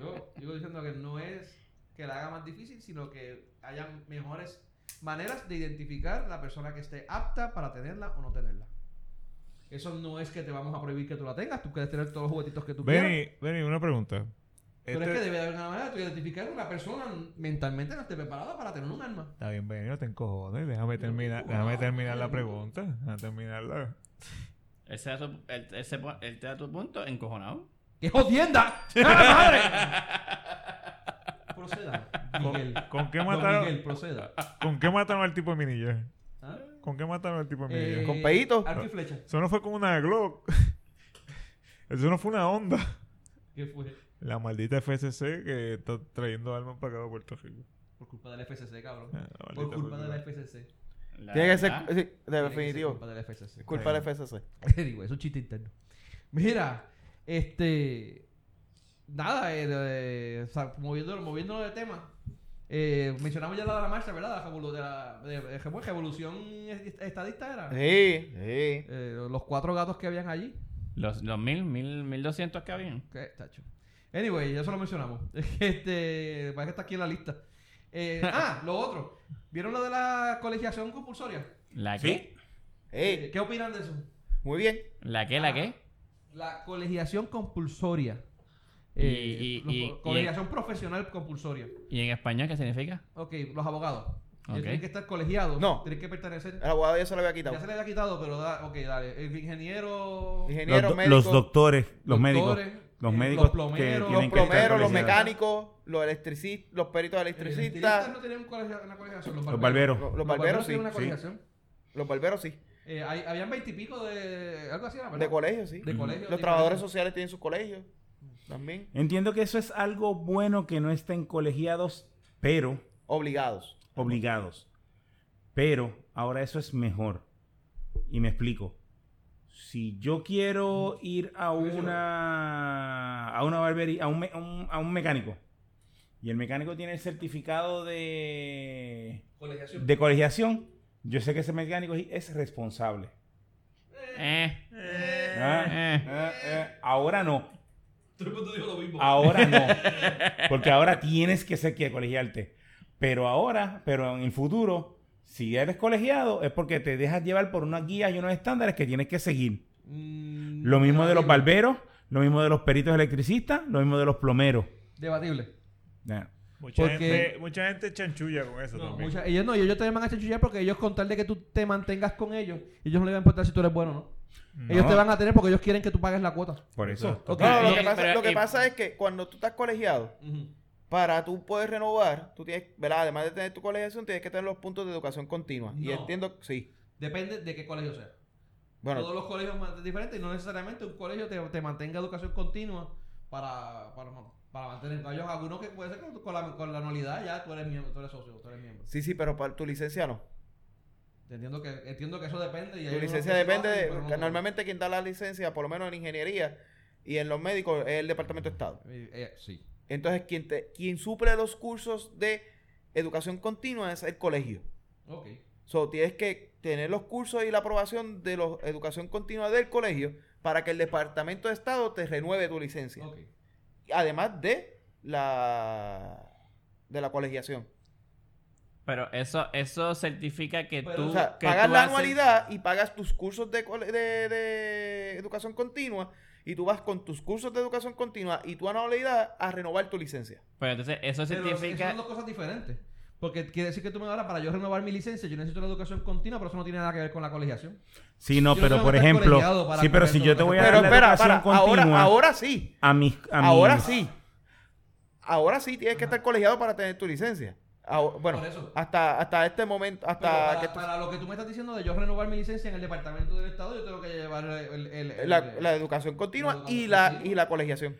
Speaker 2: Yo digo diciendo que no es que la haga más difícil, sino que haya mejores maneras de identificar la persona que esté apta para tenerla o no tenerla. Eso no es que te vamos a prohibir que tú la tengas, tú quieres tener todos los juguetitos que tú quieras.
Speaker 5: Benny, Benny, una pregunta.
Speaker 2: Pero
Speaker 5: Este-
Speaker 2: es que debe haber una manera de tú identificar que una persona mentalmente no esté preparada para tener un arma.
Speaker 5: Está bien, Benny, no te encojones. Déjame terminar, déjame terminar la pregunta. Déjame terminarla.
Speaker 6: Él se da tu, él- él se pon- él te da tu punto encojonado.
Speaker 2: ¡Qué jodienda! ¡Ah, madre! Proceda, Miguel.
Speaker 5: ¿Con
Speaker 2: <laughs>
Speaker 5: qué
Speaker 2: Don
Speaker 5: mataron,
Speaker 2: Miguel, proceda.
Speaker 5: ¿con qué mataron al tipo de Minilla?
Speaker 2: ¿Ah?
Speaker 5: ¿Con qué mataron al tipo de Minilla?
Speaker 2: Eh,
Speaker 3: ¿Con peito?
Speaker 2: Arco y flecha.
Speaker 5: Eso no fue con una Glock. <laughs> Eso no fue una onda.
Speaker 2: ¿Qué fue?
Speaker 5: La maldita FCC que está trayendo armas para acá a Puerto Rico.
Speaker 2: Por culpa del FCC, cabrón.
Speaker 5: Ah, la
Speaker 2: Por
Speaker 5: maldita
Speaker 2: culpa del
Speaker 5: FCC.
Speaker 2: FCC.
Speaker 6: La
Speaker 3: Tiene que ser,
Speaker 6: verdad.
Speaker 3: sí, de
Speaker 2: Tiene que ser
Speaker 3: definitivo.
Speaker 2: Culpa del FCC.
Speaker 3: Culpa del FSC.
Speaker 2: <laughs> Digo, eso es un chiste interno. Mira, este. Nada, eh, de- o sea, moviéndolo, moviéndolo de tema. eh, mencionamos ya la de la marcha, ¿verdad? La revolu- de la de- de- ¿cómo es? revolución est- estadista era.
Speaker 3: Sí, sí.
Speaker 2: Eh, los cuatro gatos que habían allí.
Speaker 6: Los, los mil, mil, mil doscientos que habían.
Speaker 2: ¿Qué, tacho? Anyway, ya eso lo mencionamos. <laughs> Este, parece que está aquí en la lista.
Speaker 3: <laughs>
Speaker 2: Eh, ah, lo otro. ¿Vieron lo de la colegiación compulsoria?
Speaker 6: ¿La
Speaker 5: ¿Sí?
Speaker 6: qué?
Speaker 3: Sí.
Speaker 2: ¿Qué opinan de eso?
Speaker 3: Muy bien.
Speaker 6: ¿La qué? ¿La qué?
Speaker 2: La colegiación compulsoria.
Speaker 6: Y-
Speaker 2: Eh,
Speaker 6: y-
Speaker 2: los-
Speaker 6: y-
Speaker 2: colegiación profesional compulsoria.
Speaker 6: ¿Y en español qué significa?
Speaker 2: Ok, los abogados. Ellos
Speaker 6: Ok.
Speaker 2: Tienen que estar colegiados.
Speaker 3: No. Ah,
Speaker 2: Tienen que pertenecer.
Speaker 3: El abogado ya se lo había quitado.
Speaker 2: Ya se le había quitado, pero da, ok, dale. El ingeniero.
Speaker 4: Los,
Speaker 3: Ingeniero,
Speaker 4: do-
Speaker 3: médico,
Speaker 4: los doctores, los médicos.
Speaker 2: doctores,
Speaker 4: Los
Speaker 2: eh,
Speaker 4: médicos
Speaker 2: los
Speaker 4: que
Speaker 2: plomeros,
Speaker 4: tienen
Speaker 3: los
Speaker 4: que estar
Speaker 3: plomeros, los
Speaker 4: colegiados.
Speaker 3: mecánicos, los electricistas, los peritos
Speaker 2: El electricista
Speaker 3: electricistas.
Speaker 2: no tienen colegia- una colegiación.
Speaker 4: Los barberos.
Speaker 3: Los,
Speaker 2: Los
Speaker 3: barberos sí.
Speaker 2: tienen una
Speaker 4: sí.
Speaker 2: colegiación.
Speaker 3: Los barberos sí.
Speaker 2: Eh, hay- habían veintipico de. Algo así era, ¿verdad?
Speaker 3: De colegio sí.
Speaker 2: De colegio.
Speaker 3: Los trabajadores sociales tienen sus colegios también.
Speaker 4: Entiendo que eso es algo bueno que no estén colegiados, pero
Speaker 3: Obligados.
Speaker 4: obligados. Pero ahora eso es mejor. Y me explico. Si yo quiero ir a una a una barbería, a un, me- a un- a un mecánico, y el mecánico tiene el certificado de,
Speaker 2: Colegiación.
Speaker 4: de colegiación, yo sé que ese mecánico es responsable.
Speaker 6: Eh,
Speaker 4: Ah,
Speaker 6: eh.
Speaker 4: ah, ah. Ahora no.
Speaker 2: Todo el mundo dijo lo mismo.
Speaker 4: Ahora
Speaker 2: <laughs>
Speaker 4: no. Porque ahora tienes que ser que colegiarte. Pero ahora, pero en el futuro, si ya eres colegiado, es porque te dejas llevar por unas guías y unos estándares que tienes que seguir.
Speaker 2: Mm,
Speaker 4: Lo mismo de los
Speaker 2: debatible.
Speaker 4: barberos, lo mismo de los peritos electricistas, lo mismo de los plomeros.
Speaker 2: Debatible.
Speaker 4: Ya.
Speaker 5: Mucha,
Speaker 2: Porque-
Speaker 5: gente, mucha gente chanchulla con eso
Speaker 2: No,
Speaker 5: también.
Speaker 2: mucha- ellos no, ellos te van a chanchullar porque ellos con tal de que tú te mantengas con ellos, ellos no les va a importar si tú eres bueno o no. Ellos
Speaker 4: No.
Speaker 2: te van a tener porque ellos quieren que tú pagues la cuota.
Speaker 4: Por eso.
Speaker 2: Ok.
Speaker 3: No, lo
Speaker 6: Eh,
Speaker 3: que, pasa,
Speaker 6: pero,
Speaker 3: lo que
Speaker 6: eh,
Speaker 3: pasa es que cuando tú estás colegiado, para tú poder renovar, tú tienes, ¿verdad? Además de tener tu colegiación, tienes que tener los puntos de educación continua. Y
Speaker 2: No.
Speaker 3: entiendo, sí.
Speaker 2: Depende de qué colegio sea. Todos
Speaker 3: Bueno,
Speaker 2: los colegios man- diferentes y no necesariamente un colegio te, te mantenga educación continua para, para, para mantener ellos algunos que puede ser que con la, con la anualidad ya tú eres miembro, tú eres socio, tú eres miembro.
Speaker 3: sí, sí, pero para tu licencia no.
Speaker 2: Entiendo que, entiendo que eso depende. Y
Speaker 3: Tu
Speaker 2: hay unos
Speaker 3: licencia
Speaker 2: que sí lo
Speaker 3: depende
Speaker 2: hacen,
Speaker 3: de.
Speaker 2: pero no
Speaker 3: porque
Speaker 2: todos.
Speaker 3: Normalmente quien da la licencia, por lo menos en ingeniería y en los médicos, es el Departamento de Estado.
Speaker 2: Eh, eh, sí.
Speaker 3: Entonces, quien, te, quien suple los cursos de educación continua es el colegio.
Speaker 2: Ok.
Speaker 3: So, tienes que tener los cursos y la aprobación de la educación continua del colegio para que el Departamento de Estado te renueve tu licencia.
Speaker 2: Ok.
Speaker 3: Además de la de la colegiación.
Speaker 6: Pero eso, eso certifica que
Speaker 2: Pero,
Speaker 6: tú.
Speaker 3: O sea,
Speaker 6: que
Speaker 3: pagas
Speaker 6: tú
Speaker 3: la
Speaker 6: haces-
Speaker 3: anualidad y pagas tus cursos de, cole- de- de educación continua y tú vas con tus cursos de educación continua y tu anualidad a renovar tu licencia.
Speaker 6: Pero entonces
Speaker 2: Pero
Speaker 6: eso
Speaker 2: es- esas
Speaker 6: certifica.
Speaker 2: son dos cosas diferentes. Porque quiere decir que tú me ahora para yo renovar mi licencia, yo necesito una educación continua, pero eso no tiene nada que ver con la colegiación.
Speaker 4: Sí, no,
Speaker 2: Yo
Speaker 4: pero
Speaker 2: tengo
Speaker 4: por
Speaker 2: que estar
Speaker 4: ejemplo,
Speaker 2: colegiado para
Speaker 4: sí, pero si
Speaker 2: comer
Speaker 4: yo te
Speaker 2: todo
Speaker 4: voy a
Speaker 2: eso.
Speaker 4: dar
Speaker 3: Pero
Speaker 4: la
Speaker 3: espera,
Speaker 4: educación
Speaker 3: para, ahora,
Speaker 4: continua
Speaker 3: ahora sí.
Speaker 4: a mis a mis-
Speaker 3: Ahora sí. Ahora sí tienes que estar colegiado para tener tu licencia. Ahora- bueno,
Speaker 2: Por eso.
Speaker 3: hasta, hasta este momento,
Speaker 2: Pero
Speaker 3: hasta
Speaker 2: para,
Speaker 3: que tú-
Speaker 2: para lo que tú me estás diciendo de yo renovar mi licencia en el Departamento del Estado, yo tengo que llevar el... el- el-
Speaker 3: la,
Speaker 2: el-
Speaker 3: la educación continua
Speaker 2: la
Speaker 3: y
Speaker 2: educación
Speaker 3: la
Speaker 2: continua.
Speaker 3: y la colegiación.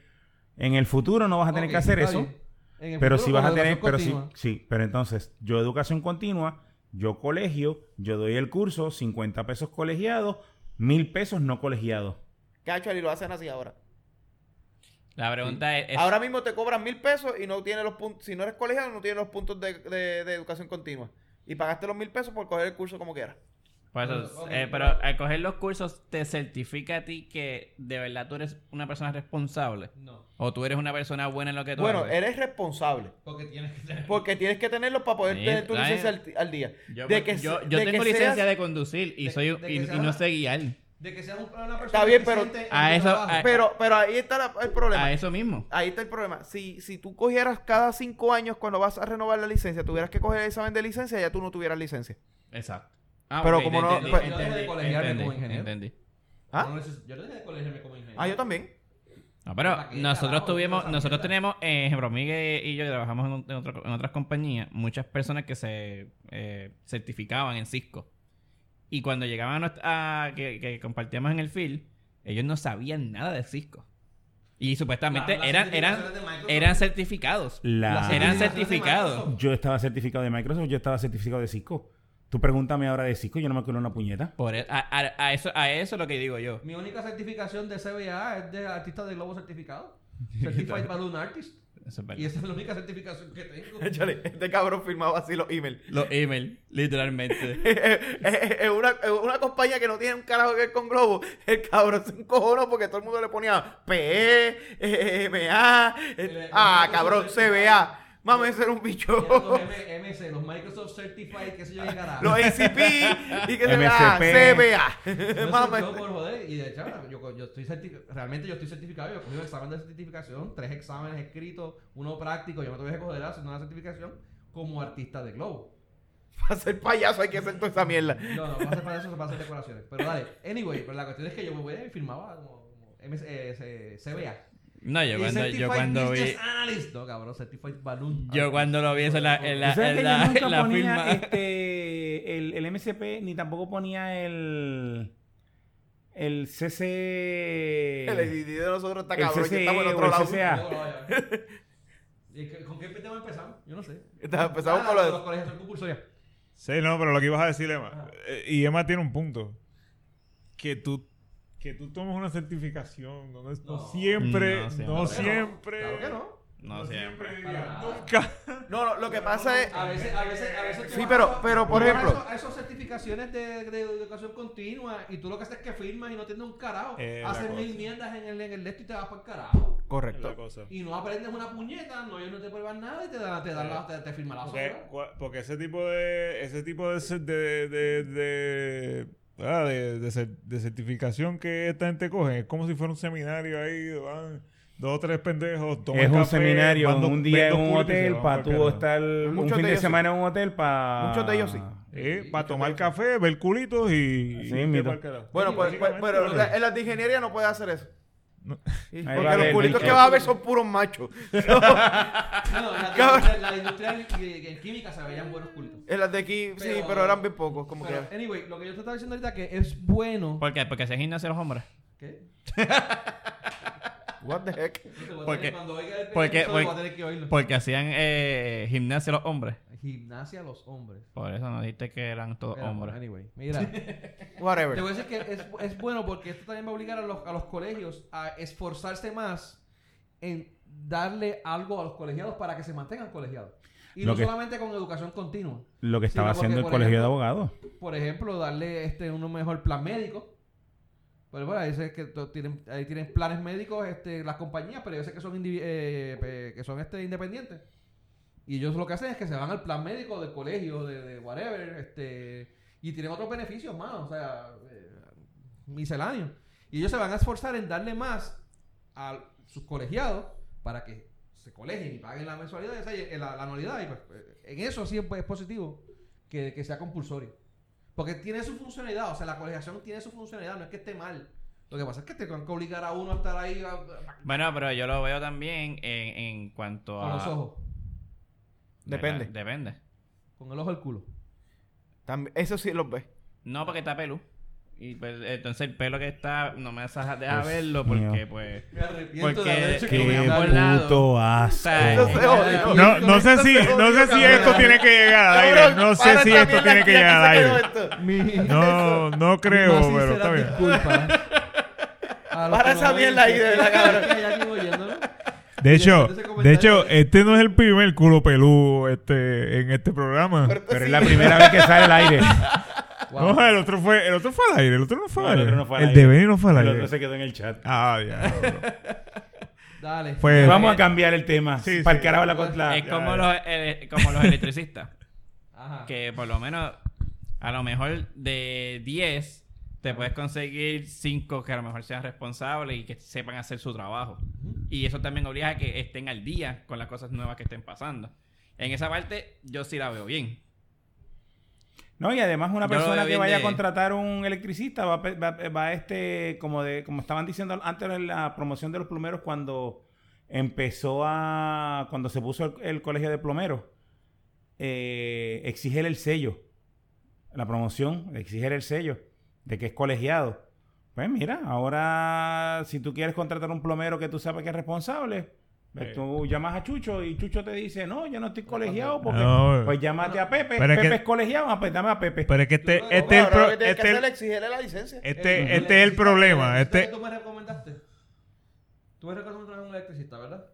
Speaker 4: en el futuro no vas a tener
Speaker 2: Ok,
Speaker 4: que hacer
Speaker 2: está
Speaker 4: eso.
Speaker 2: bien. En el
Speaker 4: Pero
Speaker 2: futuro
Speaker 4: si
Speaker 2: con
Speaker 4: vas a
Speaker 2: la
Speaker 4: tener, pero sí,
Speaker 2: educación continua.
Speaker 4: sí, pero entonces, yo educación continua, yo colegio, yo doy el curso, 50 pesos colegiados, mil pesos no colegiados.
Speaker 3: Cacho, y lo hacen así ahora.
Speaker 6: La pregunta es. es-
Speaker 3: Ahora mismo te cobran mil pesos y no tienes los puntos. Si no eres colegiado, no tienes los puntos de, de- de educación continua. Y pagaste los mil pesos por coger el curso como quieras.
Speaker 6: por eso,
Speaker 2: Bueno, ok,
Speaker 6: eh, pero
Speaker 2: claro.
Speaker 6: al coger los cursos te certifica a ti que de verdad tú eres una persona responsable.
Speaker 2: No,
Speaker 6: O tú eres una persona buena en lo que tú
Speaker 3: Bueno,
Speaker 6: haces.
Speaker 3: eres responsable.
Speaker 2: porque tienes que tener...
Speaker 3: Porque tienes que tenerlos para poder
Speaker 6: Sí,
Speaker 3: tener tu
Speaker 6: claro.
Speaker 3: licencia al, al día.
Speaker 6: Yo, pues,
Speaker 3: de que
Speaker 6: yo-
Speaker 3: se-
Speaker 6: yo
Speaker 3: de
Speaker 6: tengo
Speaker 3: que
Speaker 6: licencia
Speaker 3: seas-
Speaker 6: de conducir y
Speaker 2: de-
Speaker 6: soy
Speaker 2: de que
Speaker 6: y, y
Speaker 2: seas-
Speaker 6: no sé guiar.
Speaker 2: De que seas un- una persona
Speaker 3: bien,
Speaker 2: que
Speaker 3: pero-
Speaker 2: siente en
Speaker 6: A
Speaker 2: tu
Speaker 6: eso-
Speaker 2: trabajo.
Speaker 6: a-
Speaker 3: Pero, pero ahí está la- el problema.
Speaker 6: A eso mismo.
Speaker 3: Ahí está el problema. Si, si tú cogieras cada cinco años cuando vas a renovar la licencia, tuvieras que coger el examen de licencia, ya tú no tuvieras licencia.
Speaker 6: Exacto. Ah,
Speaker 3: Pero
Speaker 6: ok,
Speaker 3: como
Speaker 6: te
Speaker 3: no-
Speaker 6: entendí,
Speaker 3: pues-
Speaker 6: entendí,
Speaker 2: Yo de colegiarme
Speaker 6: entendí,
Speaker 2: como ingeniero.
Speaker 6: entendí.
Speaker 3: ¿Ah?
Speaker 2: No neces- yo no tenía que colegiarme como ingeniero.
Speaker 3: Ah, yo también.
Speaker 2: <laughs>
Speaker 6: No,
Speaker 2: ¿Para
Speaker 6: pero
Speaker 2: qué
Speaker 6: nosotros
Speaker 2: carajo?
Speaker 6: tuvimos,
Speaker 2: Esa
Speaker 6: nosotros
Speaker 2: mierda.
Speaker 6: tenemos, eh, ejemplo, Miguel y yo que trabajamos en, un- en otro- en otras compañías, muchas personas que se eh, certificaban en Cisco. Y cuando llegaban a, nuestra- a- que, que compartíamos en el field, ellos no sabían nada de Cisco. Y supuestamente
Speaker 2: Claro, las
Speaker 6: eran, eran,
Speaker 2: certificaciones de Microsoft.
Speaker 6: eran certificados.
Speaker 4: La-
Speaker 6: Ah. Eran
Speaker 2: certificaciones de
Speaker 6: certificados.
Speaker 2: Microsoft.
Speaker 4: Yo estaba certificado de Microsoft, yo estaba certificado de Cisco. Tú pregúntame ahora de Cisco, yo no me acuerdo una puñeta.
Speaker 6: Por e- a, a- a eso, a eso es lo que digo yo.
Speaker 2: Mi única certificación de CBA es de artista de globo
Speaker 6: <laughs>
Speaker 2: certificado. Certified Balloon Artist.
Speaker 6: Eso es verdad.
Speaker 2: Y esa es la única certificación que
Speaker 3: <laughs>
Speaker 2: tengo.
Speaker 3: Échale, este cabrón firmaba así los emails. <laughs>
Speaker 6: Los emails, literalmente.
Speaker 3: es una, es una compañía que no tiene un carajo que ver con Globo. El cabrón se encojonó porque todo el mundo le ponía E, PE, MA,
Speaker 2: Eh,
Speaker 3: ah,
Speaker 2: Microsoft
Speaker 3: cabrón,
Speaker 2: Certified.
Speaker 3: CBA. Mami, ese era un
Speaker 2: Y eran Los
Speaker 3: bicho.
Speaker 2: M- MC, los Microsoft Certified, qué sé yo, qué carajo.
Speaker 3: Los ACP y que se
Speaker 4: MCP.
Speaker 3: vea CBA.
Speaker 2: No sé,
Speaker 3: Mami.
Speaker 2: yo, por joder, y de hecho, ahora, yo, yo estoy certi- realmente yo estoy certificado, yo cogí un examen de certificación, tres exámenes escritos, uno práctico, yo no tuve que coger eso, una certificación como artista de globo.
Speaker 3: <laughs> Para ser payaso hay que hacer toda esa mierda.
Speaker 2: No, no, pasa para eso, se pasa hacer decoraciones. Pero dale, anyway, pero la cuestión es que yo me voy y firmaba como, como MS, eh, se- CBA.
Speaker 6: No,
Speaker 2: Y
Speaker 6: yo cuando, yo
Speaker 2: Certified
Speaker 6: cuando vi...
Speaker 2: Business Analyst. No, cabrón, Certified Balloon.
Speaker 6: Yo cuando lo vi eso en la, en la,
Speaker 4: ¿Tú sabes
Speaker 6: en
Speaker 4: que
Speaker 6: la-
Speaker 4: yo nunca
Speaker 6: en la
Speaker 4: ponía
Speaker 6: firma...
Speaker 4: este, el, el MCP ni tampoco ponía el el CC
Speaker 3: El ID de nosotros está
Speaker 4: El
Speaker 3: cabrón, que
Speaker 4: CCE
Speaker 3: estamos en
Speaker 4: o
Speaker 3: otro
Speaker 4: el
Speaker 3: lado.
Speaker 4: CCA.
Speaker 2: No, no, no.
Speaker 5: <laughs>
Speaker 2: ¿Y qué- ¿Con qué tema empezamos? Yo no sé.
Speaker 3: Está- Empezamos
Speaker 2: Ah,
Speaker 3: con
Speaker 2: los
Speaker 3: lo de...
Speaker 2: colegios son compulsorias.
Speaker 5: Sí, no, pero lo que ibas a decir, Emma.
Speaker 2: Ajá.
Speaker 5: eh, Y Emma tiene un punto. Que tú, que tú tomes una certificación. No, es- no
Speaker 2: No.
Speaker 5: siempre.
Speaker 6: No,
Speaker 5: No,
Speaker 6: sí,
Speaker 2: Claro que no,
Speaker 5: siempre.
Speaker 2: Claro que no.
Speaker 6: No siempre.
Speaker 2: Para
Speaker 5: diga,
Speaker 2: nada.
Speaker 5: Nunca.
Speaker 3: No, no, lo que pasa es...
Speaker 2: A veces, a veces, a veces. te
Speaker 3: eh, Sí,
Speaker 2: vas
Speaker 3: pero-
Speaker 2: a-
Speaker 3: pero, por
Speaker 2: te vas a
Speaker 3: ejemplo-
Speaker 2: esos- A esas certificaciones de, de educación continua y tú lo que haces es que firmas y no tienes un carajo.
Speaker 5: Eh, la
Speaker 2: haces mil
Speaker 5: cosa.
Speaker 2: mierdas en el, en el de esto y te vas para el carajo.
Speaker 5: La
Speaker 3: Correcto.
Speaker 5: cosa.
Speaker 2: Y no aprendes una puñeta, no, ellos no te prueban nada y te dan, te dan la, te, te firman la
Speaker 5: Porque,
Speaker 2: sola.
Speaker 5: cua- porque ese tipo de. Ese tipo de. cer- de, de, de- ah, de- de cer- de certificación que esta gente coge. Es como si fuera un seminario ahí. Van dos o tres pendejos. toman
Speaker 4: es un
Speaker 5: café,
Speaker 4: seminario,
Speaker 5: van dos-
Speaker 4: un día
Speaker 5: ven
Speaker 4: en
Speaker 5: dos
Speaker 4: un
Speaker 5: culitos y se
Speaker 4: hotel
Speaker 5: van
Speaker 4: para
Speaker 5: pa'l
Speaker 4: tú
Speaker 5: carajo.
Speaker 4: estar un
Speaker 3: Muchos
Speaker 4: fin
Speaker 3: de
Speaker 4: de
Speaker 3: ellos
Speaker 4: semana en un hotel para
Speaker 3: Muchos de ellos sí.
Speaker 5: Eh, para tomar café, ver culitos y.
Speaker 4: Sí,
Speaker 5: y irte
Speaker 4: mito.
Speaker 5: pa'l carajo.
Speaker 3: Bueno, pues, pues,
Speaker 5: Básicamente,
Speaker 3: pero
Speaker 5: lo
Speaker 3: la-
Speaker 5: que-
Speaker 3: en las de ingeniería no puedes hacer eso. Sí,
Speaker 4: Ahí va
Speaker 3: Porque los
Speaker 4: el
Speaker 3: culitos
Speaker 4: bicho.
Speaker 3: que vas a ver son puros machos.
Speaker 2: No, no, la,
Speaker 3: <laughs> Cabrón.
Speaker 2: la, la industria en, en química se veían buenos culitos.
Speaker 3: En las de aquí, sí,
Speaker 2: Pero-
Speaker 3: pero eran bien pocos. Como
Speaker 2: Pero,
Speaker 3: que...
Speaker 2: anyway, lo que yo te estaba diciendo ahorita que es bueno.
Speaker 6: ¿Por qué? Porque hacía gimnasia los hombres.
Speaker 2: ¿Qué?
Speaker 3: What the heck?
Speaker 2: No te voy a
Speaker 6: Porque-
Speaker 2: tener- cuando oiga el
Speaker 6: porque-
Speaker 2: episodio, voy a
Speaker 6: porque-
Speaker 2: tener que oírlo.
Speaker 6: Porque hacían eh, gimnasia los hombres.
Speaker 2: Gimnasia a los hombres.
Speaker 6: Por eso no dijiste que eran todos
Speaker 2: Espera,
Speaker 6: hombres.
Speaker 2: Anyway, mira. Te
Speaker 3: Whatever.
Speaker 2: voy a decir que es, es bueno porque esto también va a obligar a los, a los colegios a esforzarse más en darle algo a los colegiados para que se mantengan colegiados. Y
Speaker 4: Lo
Speaker 2: no
Speaker 4: que-
Speaker 2: solamente con educación continua.
Speaker 4: Lo que
Speaker 2: Sí,
Speaker 4: estaba
Speaker 2: no, porque,
Speaker 4: haciendo el
Speaker 2: por
Speaker 4: colegio de
Speaker 2: ejemplo,
Speaker 4: abogados.
Speaker 2: Por ejemplo, darle este un mejor plan médico. Pero bueno, dice que to- tienen, ahí tienen planes médicos este, las compañías, pero yo sé que son, indivi- eh, pe- que son este, independientes. Y ellos lo que hacen es que se van al plan médico del colegio, de, de whatever, este, y tienen otros beneficios más, o sea, eh, misceláneos. Y ellos se van a esforzar en darle más a sus colegiados para que se colegien y paguen la mensualidad, o sea, y- eh, la, la anualidad. Y pues, eh, en eso sí es, es positivo que, que sea compulsorio. Porque tiene su funcionalidad, o sea, la colegiación tiene su funcionalidad, no es que esté mal. Lo que pasa es que te van que obligar a uno a estar ahí a- a-
Speaker 6: Bueno, pero yo lo veo también en, en cuanto a...
Speaker 2: con los ojos,
Speaker 3: Depende.
Speaker 6: Mira, Depende.
Speaker 2: con el ojo al culo.
Speaker 3: También- eso sí los ves.
Speaker 5: Eh.
Speaker 6: No, porque está pelu. Y pues, entonces el pelo que está... No me dejas deja verlo porque
Speaker 4: mío.
Speaker 6: pues...
Speaker 2: Me arrepiento
Speaker 6: Porque-
Speaker 2: de haber hecho que
Speaker 6: Qué
Speaker 2: me
Speaker 6: por
Speaker 2: hagan-
Speaker 6: lado.
Speaker 4: asco.
Speaker 6: O sea,
Speaker 3: Eso
Speaker 6: eh,
Speaker 3: se jodió.
Speaker 5: No, no sé si, no sé si esto tiene que llegar al aire.
Speaker 3: Cabrón,
Speaker 5: No sé
Speaker 3: para
Speaker 5: si
Speaker 3: esta
Speaker 5: esto
Speaker 3: mierda
Speaker 5: tiene
Speaker 3: aquí,
Speaker 5: que llegar al
Speaker 3: aquí se
Speaker 5: aire.
Speaker 3: quedó esto.
Speaker 2: Mi
Speaker 5: No,
Speaker 2: <laughs>
Speaker 5: no creo,
Speaker 2: más
Speaker 5: pero
Speaker 2: sinceras
Speaker 5: está bien.
Speaker 2: disculpas a los
Speaker 3: Para
Speaker 2: que
Speaker 3: esa
Speaker 2: nos ven,
Speaker 3: mierda ahí, de verdad, cabrón.
Speaker 2: que hay alguien oyéndolo.
Speaker 5: De hecho,
Speaker 2: Ese comentario-
Speaker 5: de hecho, este no es el primer culo peludo este, en este programa.
Speaker 4: Pero es la primera vez que sale al <laughs> aire.
Speaker 2: Wow.
Speaker 5: No, el otro fue, el otro fue al aire, el otro no fue
Speaker 4: No,
Speaker 5: al
Speaker 4: el
Speaker 5: aire.
Speaker 4: otro no fue al
Speaker 5: el
Speaker 4: aire.
Speaker 5: de Benny no fue al
Speaker 4: El
Speaker 5: aire.
Speaker 4: otro se quedó en el chat.
Speaker 5: Ah, <laughs> ya.
Speaker 2: Dale.
Speaker 5: Fue-
Speaker 4: Vamos
Speaker 3: Eh,
Speaker 4: a cambiar el tema.
Speaker 5: Sí,
Speaker 4: para el
Speaker 5: sí.
Speaker 4: carajo la contra.
Speaker 6: Es como los, eh, como los electricistas.
Speaker 2: Ajá.
Speaker 6: que por lo menos a lo mejor de 10 te puedes conseguir 5 que a lo mejor sean responsables y que sepan hacer su trabajo. Y eso también obliga a que estén al día con las cosas nuevas que estén pasando. En esa parte yo sí la veo bien.
Speaker 4: No, y además una
Speaker 6: Yo lo
Speaker 4: persona
Speaker 6: veo
Speaker 4: que
Speaker 6: bien
Speaker 4: vaya a
Speaker 6: de-
Speaker 4: contratar un electricista va, a pe- va, va a este, como de, como estaban diciendo antes en la promoción de los plomeros cuando empezó a, cuando se puso el, el colegio de plomeros, eh, exige el sello, la promoción, exige el sello de que es colegiado. Pues mira, ahora si tú quieres contratar un plomero que tú sabes que es responsable, pues
Speaker 5: Sí.
Speaker 4: tú llamas a Chucho y Chucho te dice, no, yo no estoy colegiado porque...
Speaker 5: No,
Speaker 4: Pues llámate a Pepe.
Speaker 5: Pero es
Speaker 4: Pepe
Speaker 5: que-
Speaker 4: es colegiado. Ah, pues dame a Pepe.
Speaker 5: pero es que este,
Speaker 2: Yo creo que
Speaker 5: este, es el
Speaker 3: Ahora lo
Speaker 5: pro-
Speaker 3: que tienes que
Speaker 5: este,
Speaker 3: hacer es
Speaker 5: el-
Speaker 3: exigirle la licencia.
Speaker 2: El- el
Speaker 5: este, este es el
Speaker 2: electricista-
Speaker 5: problema.
Speaker 2: electricista
Speaker 5: Este,
Speaker 2: que tú me recomendaste. Tú me recomendaste un electricista, ¿verdad?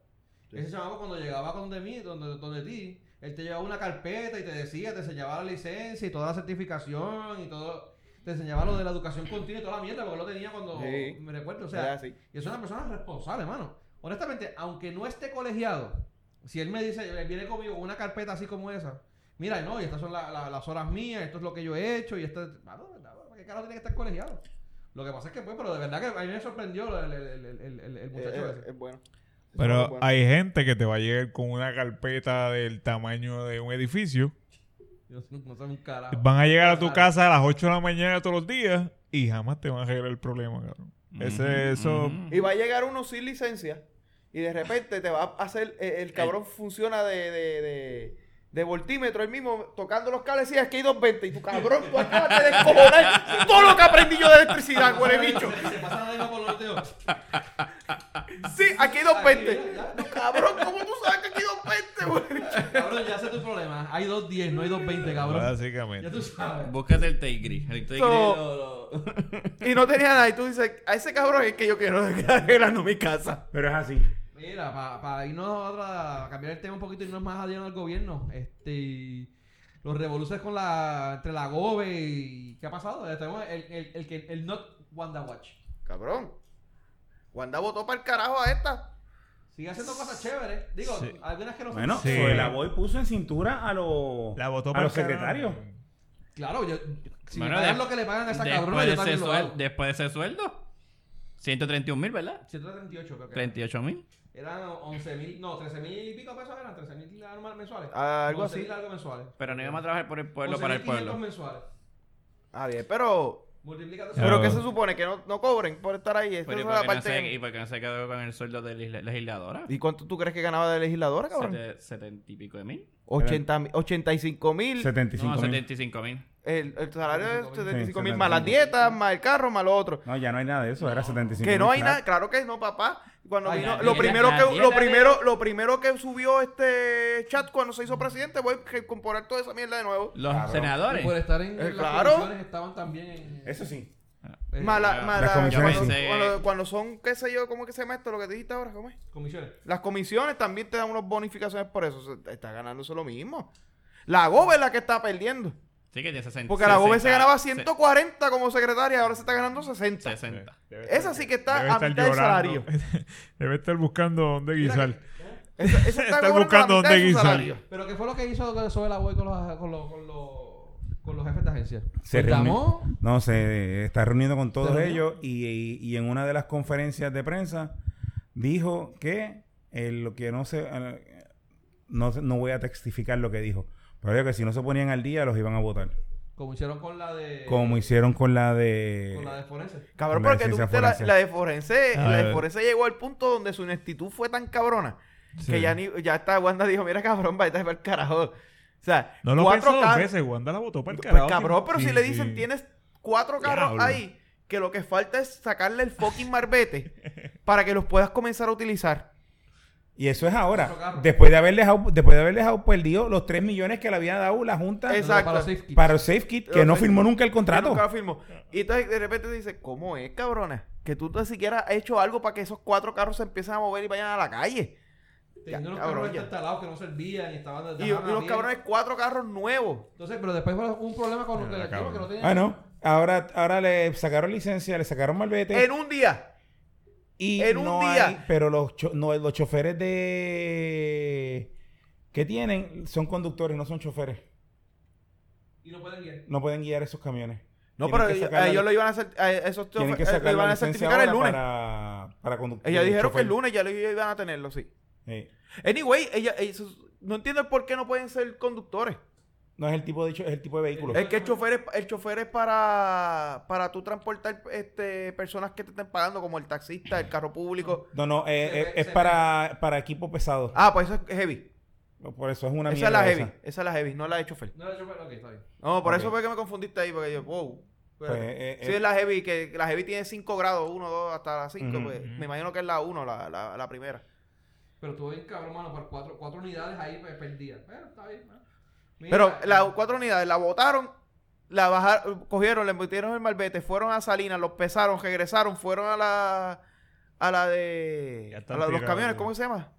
Speaker 2: Ese chamaco cuando llegaba donde mí, donde, donde ti, él te llevaba una carpeta y te decía, te enseñaba la licencia y toda la certificación y todo. Te enseñaba lo de la educación continua y toda la mierda, porque lo tenía cuando
Speaker 3: Sí.
Speaker 2: me recuerdo. O
Speaker 3: Era
Speaker 2: sea,
Speaker 3: así.
Speaker 2: y es una persona responsable, hermano. Honestamente, aunque no esté colegiado, si él me dice, él viene conmigo con una carpeta así como esa, mira, no, y estas son la- la- las horas mías, esto es lo que yo he hecho, y esto, mano, ¿verdad? ¿para qué carajo tiene que estar colegiado? Lo que pasa es que, pues, pero de verdad que a mí me sorprendió el, el, el, el- el- el muchacho
Speaker 3: eh, Es,
Speaker 2: ese.
Speaker 3: es bueno.
Speaker 5: Pero
Speaker 3: bueno.
Speaker 5: hay gente que te va a llegar con una carpeta del tamaño de un edificio.
Speaker 2: Yo no, no sé un
Speaker 3: Ah,
Speaker 2: carajo.
Speaker 5: Van a llegar a tu
Speaker 2: Claro.
Speaker 5: casa a las 8 de la mañana todos los días y jamás te van a arreglar el problema, cabrón. Ese, eso...
Speaker 3: Y va a llegar uno sin licencia y de repente te va a hacer. eh, El, cabrón funciona de, de, de, de voltímetro, él mismo tocando los cables y es que hay 220. Y tu cabrón, tú acabas de descojonar todo lo que aprendí yo de electricidad, huele bicho.
Speaker 2: Se pasa la lengua por los dedos.
Speaker 3: Sí, aquí hay 220. No, cabrón, ¿cómo tú sabes que aquí hay 220, huele bicho?
Speaker 2: Cabrón, ya sé tu problema. Hay 2.10, no hay 2.20, cabrón. Ya
Speaker 5: Básicamente.
Speaker 2: tú sabes.
Speaker 6: Búscate el Tigri. El Tigri
Speaker 3: So-
Speaker 6: lo- lo-
Speaker 3: Y no tenía nada. Y tú dices, a ese cabrón es que yo quiero arreglando mi casa.
Speaker 4: Pero es así.
Speaker 2: Mira, para irnos a otra, a cambiar el tema un poquito y irnos más adentro al gobierno, este los revoluciones con la entre la gobe y qué ha pasado, Ya tenemos el el el que- el not Wanda Watch.
Speaker 3: Cabrón. Wanda votó para el carajo a esta.
Speaker 2: Sigue haciendo cosas chéveres, digo,
Speaker 5: Sí.
Speaker 2: algunas que no son-
Speaker 4: Bueno,
Speaker 5: Sí.
Speaker 4: pues la voy puso en cintura a los,
Speaker 5: La votó
Speaker 4: a
Speaker 5: para
Speaker 4: los
Speaker 5: el carajo.
Speaker 4: secretarios.
Speaker 2: claro, yo si
Speaker 6: Bueno,
Speaker 2: me pagan
Speaker 6: de-
Speaker 2: lo que le pagan a esa cabrona,
Speaker 6: Después
Speaker 2: yo
Speaker 6: de, ese
Speaker 2: también lo
Speaker 6: suel-
Speaker 2: hago.
Speaker 6: después de ese sueldo, 131 mil, ¿verdad?
Speaker 2: 138 creo que era.
Speaker 6: 38 mil.
Speaker 2: eran 11 mil, no, 13 mil y pico pesos eran, 13 mil algo mensuales.
Speaker 3: Ah, algo así.
Speaker 2: 11.000 algo mensuales.
Speaker 6: Pero no íbamos a trabajar por el pueblo para el
Speaker 2: 11.500
Speaker 6: pueblo.
Speaker 2: mensuales.
Speaker 3: Ah, bien, pero.
Speaker 2: Multiplícate eso.
Speaker 5: Ya.
Speaker 3: Pero que se supone que no, no cobren por estar ahí. Esa
Speaker 6: Pero ¿y
Speaker 3: es
Speaker 6: por,
Speaker 3: la
Speaker 6: qué no
Speaker 3: parte.
Speaker 6: se, ¿Y por qué no se quedó con el sueldo de la legisladora?
Speaker 3: ¿Y cuánto tú crees que ganaba de legisladora, cabrón?
Speaker 6: Sete- 70 y pico de mil.
Speaker 3: 80, mil- 85 mil.
Speaker 4: 75
Speaker 6: No,
Speaker 4: mil.
Speaker 6: 75 mil.
Speaker 3: El, el salario es
Speaker 2: 75.000.
Speaker 3: 75
Speaker 4: Sí,
Speaker 3: mil. Más las
Speaker 4: 75.000.
Speaker 3: dietas, más el carro, más lo otro.
Speaker 4: No, ya no hay nada de eso, era 75
Speaker 3: Que no hay
Speaker 4: claro.
Speaker 3: nada, claro que no, papá. Cuando
Speaker 2: Ay,
Speaker 3: vino,
Speaker 2: la
Speaker 3: lo
Speaker 6: dieta-
Speaker 3: primero
Speaker 6: la
Speaker 3: que lo
Speaker 6: dieta de-
Speaker 3: primero, lo primero que subió este chat cuando se hizo presidente, voy a componer toda esa mierda de nuevo.
Speaker 6: Los
Speaker 4: Cabrón.
Speaker 2: Y por
Speaker 6: senadores.
Speaker 2: estar en,
Speaker 3: Eh,
Speaker 2: en
Speaker 3: claro.
Speaker 2: las comisiones estaban también en...
Speaker 4: Eso sí.
Speaker 2: eh,
Speaker 3: Más la-
Speaker 6: ya.
Speaker 3: más
Speaker 4: Las
Speaker 3: la-
Speaker 4: comisiones,
Speaker 3: cuando,
Speaker 6: sí.
Speaker 3: cuando- cuando son, qué sé yo, ¿cómo que se llama esto? Lo que dijiste ahora, ¿cómo es?
Speaker 2: comisiones.
Speaker 3: Las comisiones también te dan unas bonificaciones por eso. Se- Está ganándose lo mismo. La GOBE es la que está perdiendo.
Speaker 6: Sí, que tiene 60.
Speaker 3: Porque la GOBE se
Speaker 6: 60,
Speaker 3: ganaba
Speaker 6: se-
Speaker 3: 140 como secretaria, ahora se está ganando 60.
Speaker 6: 60.
Speaker 3: Esa sí que está
Speaker 5: Debe
Speaker 3: a
Speaker 5: estar
Speaker 3: mitad del
Speaker 5: llorando.
Speaker 3: salario.
Speaker 5: <laughs> Debe estar buscando dónde
Speaker 2: Mira
Speaker 5: guisar.
Speaker 3: Esa, esa
Speaker 5: <laughs>
Speaker 3: está,
Speaker 5: Están
Speaker 3: cobrando la
Speaker 5: buscando
Speaker 3: mitad
Speaker 5: dónde
Speaker 3: de su
Speaker 5: guisar.
Speaker 3: salario.
Speaker 2: Pero ¿qué fue lo que hizo sobre la con los, con los, con los, con los jefes de agencia?
Speaker 4: Se
Speaker 2: Pues
Speaker 4: reunió.
Speaker 2: llamó,
Speaker 4: No, se está reuniendo con todos
Speaker 2: reunió?
Speaker 4: ellos y, y- y en una de las conferencias de prensa dijo que eh, lo que no se eh, no, no voy a testificar lo que dijo, pero dijo que si no se ponían al día los iban a votar,
Speaker 2: como hicieron con la de...
Speaker 4: como hicieron con la de
Speaker 2: Con la de forense.
Speaker 3: Cabrón,
Speaker 4: Con la
Speaker 3: porque tú
Speaker 4: licencia
Speaker 3: viste la,
Speaker 4: forense.
Speaker 3: la de Forense,
Speaker 5: Ah,
Speaker 3: la de
Speaker 5: eh.
Speaker 3: Forense llegó al punto donde su ineptitud fue tan cabrona
Speaker 5: Sí.
Speaker 3: que ya ni, ya está Wanda dijo, mira cabrón, vaya a el carajo. O sea,
Speaker 5: No lo
Speaker 3: cuatro
Speaker 5: pensó dos
Speaker 3: ca-
Speaker 5: veces. Wanda la votó para el
Speaker 3: Pues,
Speaker 5: carajo.
Speaker 3: cabrón, pero
Speaker 5: Sí,
Speaker 3: si le dicen
Speaker 5: sí.
Speaker 3: tienes cuatro carros
Speaker 5: Diablo.
Speaker 3: ahí, que lo que falta es sacarle el fucking marbete para que los puedas comenzar a utilizar.
Speaker 4: y eso es
Speaker 2: Otro
Speaker 4: ahora,
Speaker 2: carro.
Speaker 4: después de haber dejado, después de haber dejado perdido los 3 millones que le había dado la Junta
Speaker 3: Exacto.
Speaker 2: Para los safety.
Speaker 4: para el Safe Kit, que no firmó nunca el
Speaker 3: Y
Speaker 4: contrato.
Speaker 3: nunca lo firmó. Y entonces de repente te dice, ¿cómo es, cabrona? Que tú ni siquiera has hecho algo para que esos cuatro carros se empiecen a mover y vayan a la calle.
Speaker 2: Teniendo unos
Speaker 3: Ya, cabrón,
Speaker 2: cabrones
Speaker 3: ya.
Speaker 2: instalados que no servían y estaban...
Speaker 3: Y, y
Speaker 2: estaban a
Speaker 3: los
Speaker 2: pie.
Speaker 3: cabrones, cuatro carros nuevos.
Speaker 2: Entonces, pero después fue un problema con los
Speaker 5: Mira,
Speaker 2: que,
Speaker 5: cabrón.
Speaker 2: que no tenían...
Speaker 4: Ah, no. Ahora, ahora le sacaron licencia, le sacaron malvete.
Speaker 3: En un día.
Speaker 4: y
Speaker 3: en un
Speaker 4: no
Speaker 3: día.
Speaker 4: hay- pero los, cho- no, los choferes de... que tienen? Son conductores, no son choferes.
Speaker 2: Y no pueden guiar.
Speaker 4: No pueden guiar esos camiones.
Speaker 3: No, pero
Speaker 4: Tienen que
Speaker 3: ellos, eh,
Speaker 4: sacar la-
Speaker 3: ellos lo iban a hacer, a esos
Speaker 4: tienen que
Speaker 3: chofer- eh,
Speaker 4: sacar
Speaker 3: lo iban
Speaker 4: la
Speaker 3: a
Speaker 4: licencia
Speaker 3: certificar el
Speaker 4: ahora
Speaker 3: lunes.
Speaker 4: para, para conductor.
Speaker 3: Ellos dijeron que el lunes ya lo iban a tenerlo, sí. Anyway, ella, ellos- no entiendo por qué no pueden ser conductores.
Speaker 4: No es el tipo de, cho- es el tipo de vehículo.
Speaker 3: Es que el chofer es, el chofer es para, para tú transportar este, personas que te estén pagando, como el taxista, el carro público.
Speaker 4: No, no, eh,
Speaker 2: Se
Speaker 4: eh,
Speaker 2: ve-
Speaker 4: es
Speaker 2: se ve.
Speaker 4: para, para equipo pesado.
Speaker 3: Ah, pues eso es heavy.
Speaker 4: Por eso es una
Speaker 3: Ah. Esa
Speaker 4: mierda.
Speaker 3: es la heavy.
Speaker 4: esa.
Speaker 3: Esa. es la heavy, no la de chofer.
Speaker 2: No era yo, pero ok, está bien.
Speaker 3: No, por
Speaker 4: Ok.
Speaker 3: eso fue que me confundiste ahí, porque yo, wow.
Speaker 4: Pues,
Speaker 3: espérate.
Speaker 4: eh,
Speaker 3: Sí,
Speaker 4: eh,
Speaker 3: es la heavy, que la heavy tiene 5 grados, 1, 2, hasta la 5.
Speaker 4: Ujú,
Speaker 3: pues,
Speaker 5: ujú.
Speaker 3: Me imagino que es la 1, la, la, la primera.
Speaker 2: Pero estuvo bien cabrón, mano, por cuatro, cuatro unidades ahí pues, perdidas. Pero está bien, mano. Mira,
Speaker 3: Pero las cuatro unidades la botaron, la bajaron, cogieron, le metieron el malvete, fueron a Salinas, los pesaron, regresaron, fueron a la a la
Speaker 5: Ya
Speaker 3: de a
Speaker 5: están
Speaker 3: la de los
Speaker 5: tirados,
Speaker 3: camiones,
Speaker 5: ya.
Speaker 3: ¿cómo se llama?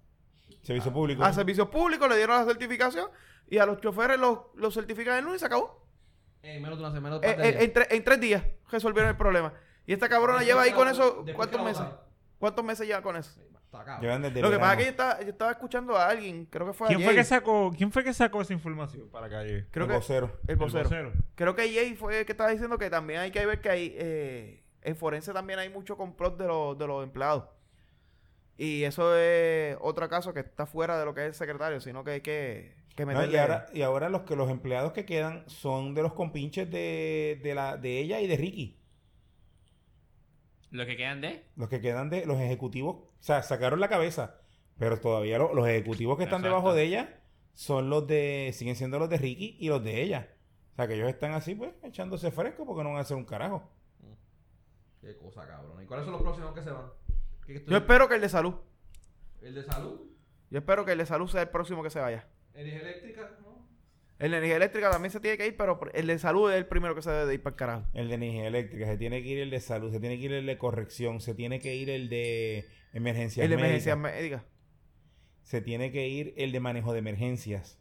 Speaker 4: servicio público.
Speaker 3: A servicios públicos le dieron la certificación y a los choferes los, los certifican el lunes y se acabó.
Speaker 2: En menos de una semana.
Speaker 3: Eh, eh, en, tre- en tres días resolvieron el problema. Y esta cabrona lleva ahí con eso cuántos meses. ¿Cuántos meses lleva con eso?
Speaker 2: Está cabrón.
Speaker 4: Llevan desde
Speaker 3: Lo que pasa es
Speaker 4: verano.
Speaker 3: que yo estaba, yo estaba escuchando a alguien, creo que fue
Speaker 5: ¿Quién
Speaker 3: ayer.
Speaker 5: fue, que sacó, ¿Quién fue que sacó esa información para calle?
Speaker 3: Creo
Speaker 4: El
Speaker 3: que
Speaker 4: vocero.
Speaker 3: el vocero. Creo que Jay fue el que estaba diciendo que también hay que ver que hay eh, En forense también hay mucho complot de, los- de los empleados. Y eso es otro caso que está fuera de lo que es el secretario, sino que hay que, que
Speaker 4: No, y,
Speaker 3: meterle-
Speaker 4: ahora, y ahora los que los empleados que quedan son de los compinches de, de la, de ella y de Ricky.
Speaker 6: Lo que quedan de.
Speaker 4: Los que quedan de los ejecutivos, o sea, sacaron la cabeza, pero todavía lo- los ejecutivos que están
Speaker 6: Exacto.
Speaker 4: debajo de ella son los de, siguen siendo los de Ricky y los de ella. O sea, que ellos están así, pues, echándose fresco porque no van a hacer un carajo.
Speaker 2: Qué cosa, cabrón. ¿Y cuáles son los próximos que se van? ¿Qué estoy-
Speaker 3: Yo espero que el de salud.
Speaker 2: El de salud,
Speaker 3: Yo espero que el de salud sea el próximo que se vaya.
Speaker 2: energía eléctrica, ¿no?
Speaker 3: El de energía eléctrica también se tiene que ir, pero el de salud es el primero que se debe de ir para el carajo.
Speaker 4: El de energía eléctrica, se tiene que ir el de salud, se tiene que ir el de corrección, se tiene que ir el de emergencias
Speaker 3: el de emergencia
Speaker 4: médicas,
Speaker 3: médica.
Speaker 4: se tiene que ir el de manejo de emergencias.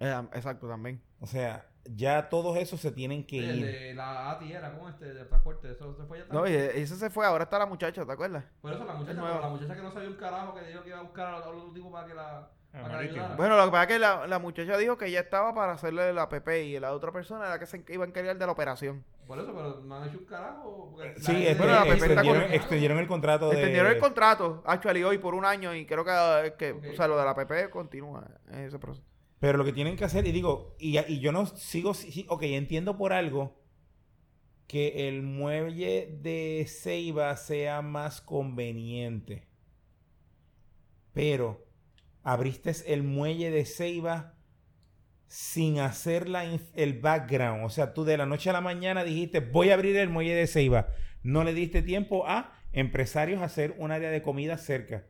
Speaker 3: Eh, exacto, también.
Speaker 4: O sea, ya todos esos se tienen que
Speaker 2: El
Speaker 4: ir.
Speaker 2: de la ATI era con este, de transporte, eso se fue
Speaker 4: Ah.
Speaker 2: ya
Speaker 3: No, y
Speaker 2: también.
Speaker 3: ese se fue, ahora está la muchacha, ¿te acuerdas?
Speaker 2: Por eso la muchacha,
Speaker 3: es nueva.
Speaker 2: la muchacha que no sabía un carajo que dijo que iba a buscar a otro tipo para que la,
Speaker 4: Ah,
Speaker 2: para que la
Speaker 5: marítimo.
Speaker 2: ayudara.
Speaker 3: Bueno, lo que pasa es que la, la muchacha dijo que ya estaba para hacerle la PP y la otra persona era la que se iba a encargar de la operación.
Speaker 2: Por eso, pero no han hecho un carajo.
Speaker 3: Eh,
Speaker 2: porque
Speaker 4: Sí,
Speaker 2: nadie-
Speaker 4: este,
Speaker 3: Bueno, la perfecta
Speaker 4: extendieron,
Speaker 3: con-
Speaker 2: <laughs>
Speaker 4: extendieron el contrato de...
Speaker 3: Extendieron el contrato, actually, hoy por un año y creo que, eh, que,
Speaker 2: Ok.
Speaker 3: o sea, lo de la PP continúa en ese proceso.
Speaker 4: Pero lo que tienen que hacer, y digo, y, y yo no sigo, sí, ok, entiendo por algo que el muelle de Ceiba sea más conveniente. Pero abriste el muelle de Ceiba sin hacer la inf- el background. O sea, tú de la noche a la mañana dijiste, voy a abrir el muelle de Ceiba. No le diste tiempo a empresarios a hacer un área de comida cerca.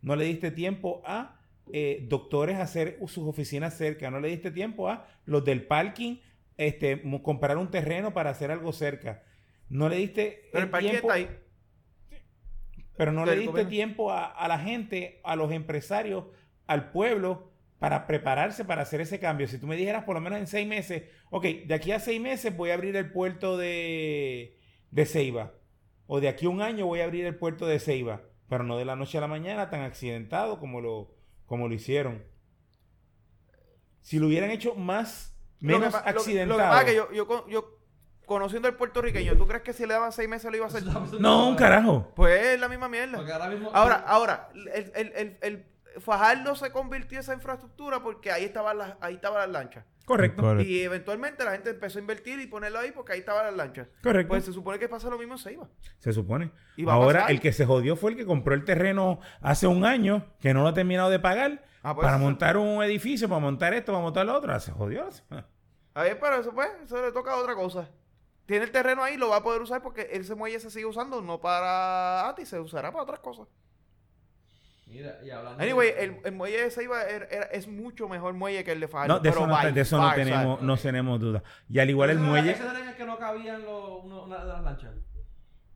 Speaker 4: No le diste tiempo a eh, doctores a hacer sus oficinas cerca. No le diste tiempo a los del parking este, mu- comprar un terreno para hacer algo cerca. No le diste
Speaker 3: Pero el parque
Speaker 4: tiempo-
Speaker 3: está ahí.
Speaker 4: pero no
Speaker 3: Del
Speaker 4: le diste
Speaker 3: gobierno.
Speaker 4: tiempo a, a la gente, a los empresarios, al pueblo, para prepararse para hacer ese cambio. Si tú me dijeras por lo menos en seis meses, ok, de aquí a seis meses voy a abrir el puerto de, de Ceiba. O de aquí a un año voy a abrir el puerto de Ceiba. Pero no de la noche a la mañana tan accidentado como lo, como lo hicieron. Si lo hubieran hecho más,
Speaker 3: Lo que
Speaker 4: menos
Speaker 3: pa- lo que-
Speaker 4: accidentado.
Speaker 3: Lo, que pasa es que yo, yo, con- yo, conociendo al puertorriqueño, ¿tú crees que si le daban seis meses lo iba a hacer?
Speaker 4: No, un carajo.
Speaker 3: Pues es la misma mierda.
Speaker 2: Porque ahora mismo.
Speaker 3: Ahora, ahora, el, el, el, el Fajardo se convirtió en esa infraestructura porque ahí estaban las, ahí estaban las lanchas.
Speaker 4: Correcto.
Speaker 5: Correcto.
Speaker 3: Y eventualmente la gente empezó a invertir y ponerlo ahí porque ahí estaban las lanchas.
Speaker 4: Correcto.
Speaker 3: Pues se supone que pasa lo mismo en Ceiba.
Speaker 4: Se supone.
Speaker 3: Y va a
Speaker 4: Ahora,
Speaker 3: pasar.
Speaker 4: el que se jodió fue el que compró el terreno hace un año, que no lo ha terminado de pagar,
Speaker 3: Ah, pues,
Speaker 4: para
Speaker 3: eso-
Speaker 4: montar un edificio, para montar esto, para montar lo otro. Ah, Se jodió.
Speaker 3: A ver, pero eso pues, eso le toca a otra cosa. Tiene el terreno ahí, lo va a poder usar porque ese muelle se sigue usando, no para ATI, se usará para otras cosas.
Speaker 2: Mira, y hablando.
Speaker 3: Anyway,
Speaker 2: de-
Speaker 3: el, el muelle de Ceiba era- era- es mucho mejor muelle que el de Fajardo.
Speaker 4: No, de
Speaker 3: pero
Speaker 4: eso, no,
Speaker 3: by
Speaker 4: te- de eso no
Speaker 3: far, o sea,
Speaker 4: tenemos, no tenemos duda. Y al igual el
Speaker 2: Ese era-
Speaker 4: muelle.
Speaker 2: Ese era en el que no cabían los, uno- una de las lanchas.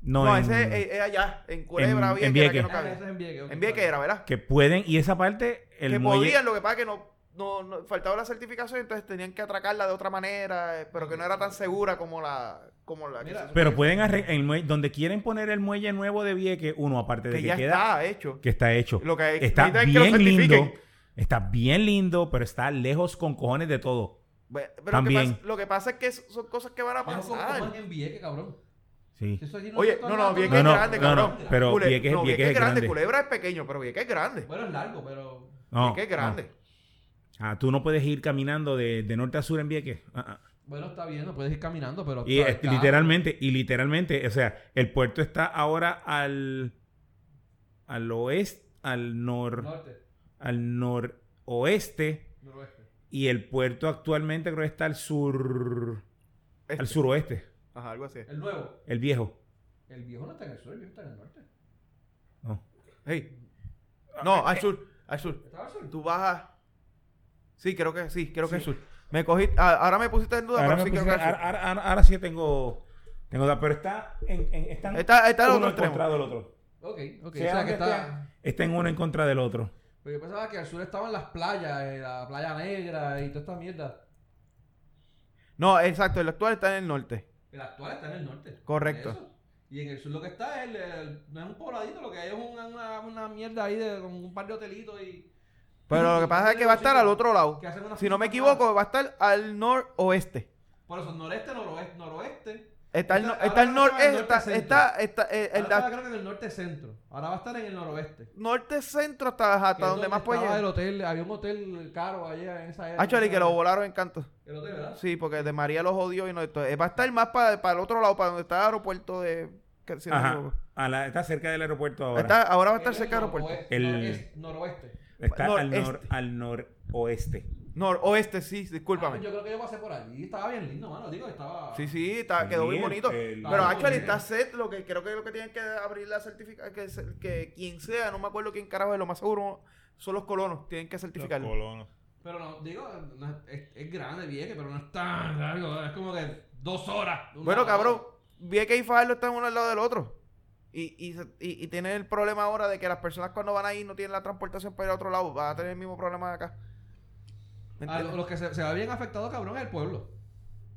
Speaker 4: No,
Speaker 3: No,
Speaker 4: en-
Speaker 3: ese eh, es, es allá, en Culebra, bien,
Speaker 4: en
Speaker 3: que era que
Speaker 4: Vieques.
Speaker 3: no
Speaker 2: Ah,
Speaker 3: cabía.
Speaker 2: ese es en Vieques. ok,
Speaker 3: En Vieques
Speaker 2: claro.
Speaker 3: era, ¿verdad?
Speaker 4: Que pueden, y esa parte, el
Speaker 3: que
Speaker 4: muelle.
Speaker 3: podían, lo que pasa es que no, no, no- faltaba la certificación, entonces tenían que atracarla de otra manera, eh, pero que no era tan segura como la, como la que,
Speaker 2: Mira,
Speaker 3: se-
Speaker 4: Pero pueden arre- el muelle, donde quieren poner el muelle nuevo de Vieque, uno, aparte de
Speaker 3: que
Speaker 4: que,
Speaker 3: ya
Speaker 4: queda,
Speaker 3: está hecho.
Speaker 4: que está hecho.
Speaker 3: Lo que
Speaker 4: está
Speaker 3: necesitan es que lo
Speaker 4: bien lindo.
Speaker 3: certifiquen.
Speaker 4: Está bien lindo, pero está lejos con cojones de todo.
Speaker 3: Ve- Pero
Speaker 4: También.
Speaker 3: Lo, que pasa, lo que pasa es que es- son cosas que van a
Speaker 2: Vamos con- con
Speaker 3: pasar.
Speaker 2: en Vieques, cabrón.
Speaker 4: Sí.
Speaker 2: Si eso allí
Speaker 3: Oye,
Speaker 2: está
Speaker 3: no, no,
Speaker 2: nada,
Speaker 3: Vieques
Speaker 4: No,
Speaker 3: es
Speaker 4: no,
Speaker 3: grande,
Speaker 4: no, no,
Speaker 3: cabrón.
Speaker 4: pero
Speaker 3: Cule-
Speaker 4: Vieques es-
Speaker 3: no,
Speaker 4: Vieques es grande.
Speaker 3: Culebra es pequeño, pero Vieques es grande.
Speaker 2: Bueno, es largo, pero.
Speaker 4: No,
Speaker 3: Vieques es
Speaker 4: no.
Speaker 3: grande.
Speaker 4: Ah, tú no puedes ir caminando de, de norte a sur en Vieques. Ah, ah.
Speaker 2: Bueno, está bien, no puedes ir caminando, pero.
Speaker 4: Y
Speaker 2: está-
Speaker 4: este,
Speaker 2: está-
Speaker 4: literalmente, y literalmente, o sea, el puerto está ahora al al oeste, al nor,
Speaker 2: Norte,
Speaker 4: al noroeste
Speaker 2: noroeste.
Speaker 4: y el puerto actualmente creo que está al sur,
Speaker 3: Este.
Speaker 4: al suroeste,
Speaker 3: Ajá, algo así.
Speaker 2: El nuevo.
Speaker 4: el viejo.
Speaker 2: El viejo no está en el sur, el viejo está en el norte.
Speaker 4: No.
Speaker 3: Hey.
Speaker 4: Ah, eh,
Speaker 3: No, al sur, al sur.
Speaker 2: ¿Estaba al sur?
Speaker 3: Tú bajas. Sí, creo que sí, creo que es sur. Me cogí, a- ahora me pusiste en duda,
Speaker 4: Ahora,
Speaker 3: pero
Speaker 4: me
Speaker 3: sí creo
Speaker 4: puse-
Speaker 3: que es sur.
Speaker 4: ahora- ahora- ahora- ahora sí tengo, tengo, da- pero está en, en- están
Speaker 3: Está- está el
Speaker 4: uno
Speaker 3: otro
Speaker 4: en contra
Speaker 3: extremo.
Speaker 4: del otro.
Speaker 2: Ok, ok.
Speaker 4: Sea
Speaker 2: o sea
Speaker 4: donde
Speaker 2: que está.
Speaker 4: esté, está en uno en contra del otro.
Speaker 2: Pero yo pensaba que al sur estaban las playas, eh, la playa negra y toda esta mierda.
Speaker 3: No, exacto, el actual está en el norte.
Speaker 2: El actual está en el norte.
Speaker 3: Correcto.
Speaker 2: Eso. Y en el sur lo que está es, el- el- no es un pobladito, lo que hay es una, una, una mierda ahí de, con un par de hotelitos y...
Speaker 3: Pero lo que pasa es que va a estar al otro lado.
Speaker 2: que hacen unas
Speaker 3: Si no me
Speaker 2: fiestas raras.
Speaker 3: equivoco, va a estar al noroeste.
Speaker 2: Por eso, noreste, noroeste, noroeste
Speaker 3: Está el, no-
Speaker 2: Ahora
Speaker 3: está el
Speaker 2: va a
Speaker 3: nor-
Speaker 2: estar en el
Speaker 3: está,
Speaker 2: norte centro.
Speaker 3: está, está, eh, el
Speaker 2: Ahora
Speaker 3: da-
Speaker 2: está, creo que en el norte centro. Ahora va a estar en el noroeste. que
Speaker 3: norte centro hasta,
Speaker 2: es
Speaker 3: hasta donde más puede
Speaker 2: estaba
Speaker 3: llegar.
Speaker 2: el hotel, había un hotel caro allá en esa
Speaker 3: Ah, chale, que lo volaron en canto.
Speaker 2: El hotel, ¿verdad?
Speaker 3: Sí, porque de María los jodió y no esto. eh, Va a estar más para, para el otro lado, para donde está el aeropuerto de. que- si no me
Speaker 4: Ajá.
Speaker 3: equivoco.
Speaker 4: A la- está cerca del aeropuerto ahora.
Speaker 3: Está- ahora va a estar
Speaker 2: En
Speaker 3: cerca del aeropuerto.
Speaker 2: noroeste-
Speaker 4: El-
Speaker 2: noreste- noroeste.
Speaker 4: Está al, nor,
Speaker 3: noreste.
Speaker 4: al noroeste.
Speaker 3: Noroeste, este, sí,
Speaker 2: Ah,
Speaker 3: discúlpame.
Speaker 2: Yo creo que yo pasé por allí. Estaba bien lindo, mano. Digo, estaba.
Speaker 3: Sí, sí, está, quedó
Speaker 4: Sí,
Speaker 3: bien bonito.
Speaker 4: el-
Speaker 3: pero
Speaker 2: Ah,
Speaker 3: actually
Speaker 2: bien.
Speaker 3: está set, lo que creo que lo que tienen que abrir la certificación, que, se- que quien sea, no me acuerdo quién carajo es lo más seguro, son los colonos, tienen que
Speaker 5: Los
Speaker 3: certificarlo.
Speaker 5: colonos.
Speaker 2: Pero no, digo, no es- es, es grande, viejo, pero no es tan largo. Es como que dos horas. de un
Speaker 3: Bueno,
Speaker 2: lado a
Speaker 3: cabrón,
Speaker 2: otro.
Speaker 3: Vieques y Fajardo están uno al lado del otro. Y, y, se- y, y tienen el problema ahora de que las personas cuando van ahí no tienen la transportación para ir a otro lado, van a tener el mismo problema de acá. ¿Me
Speaker 2: A lo,
Speaker 3: entiendes?
Speaker 2: los que se, se va bien afectado, cabrón, es el pueblo.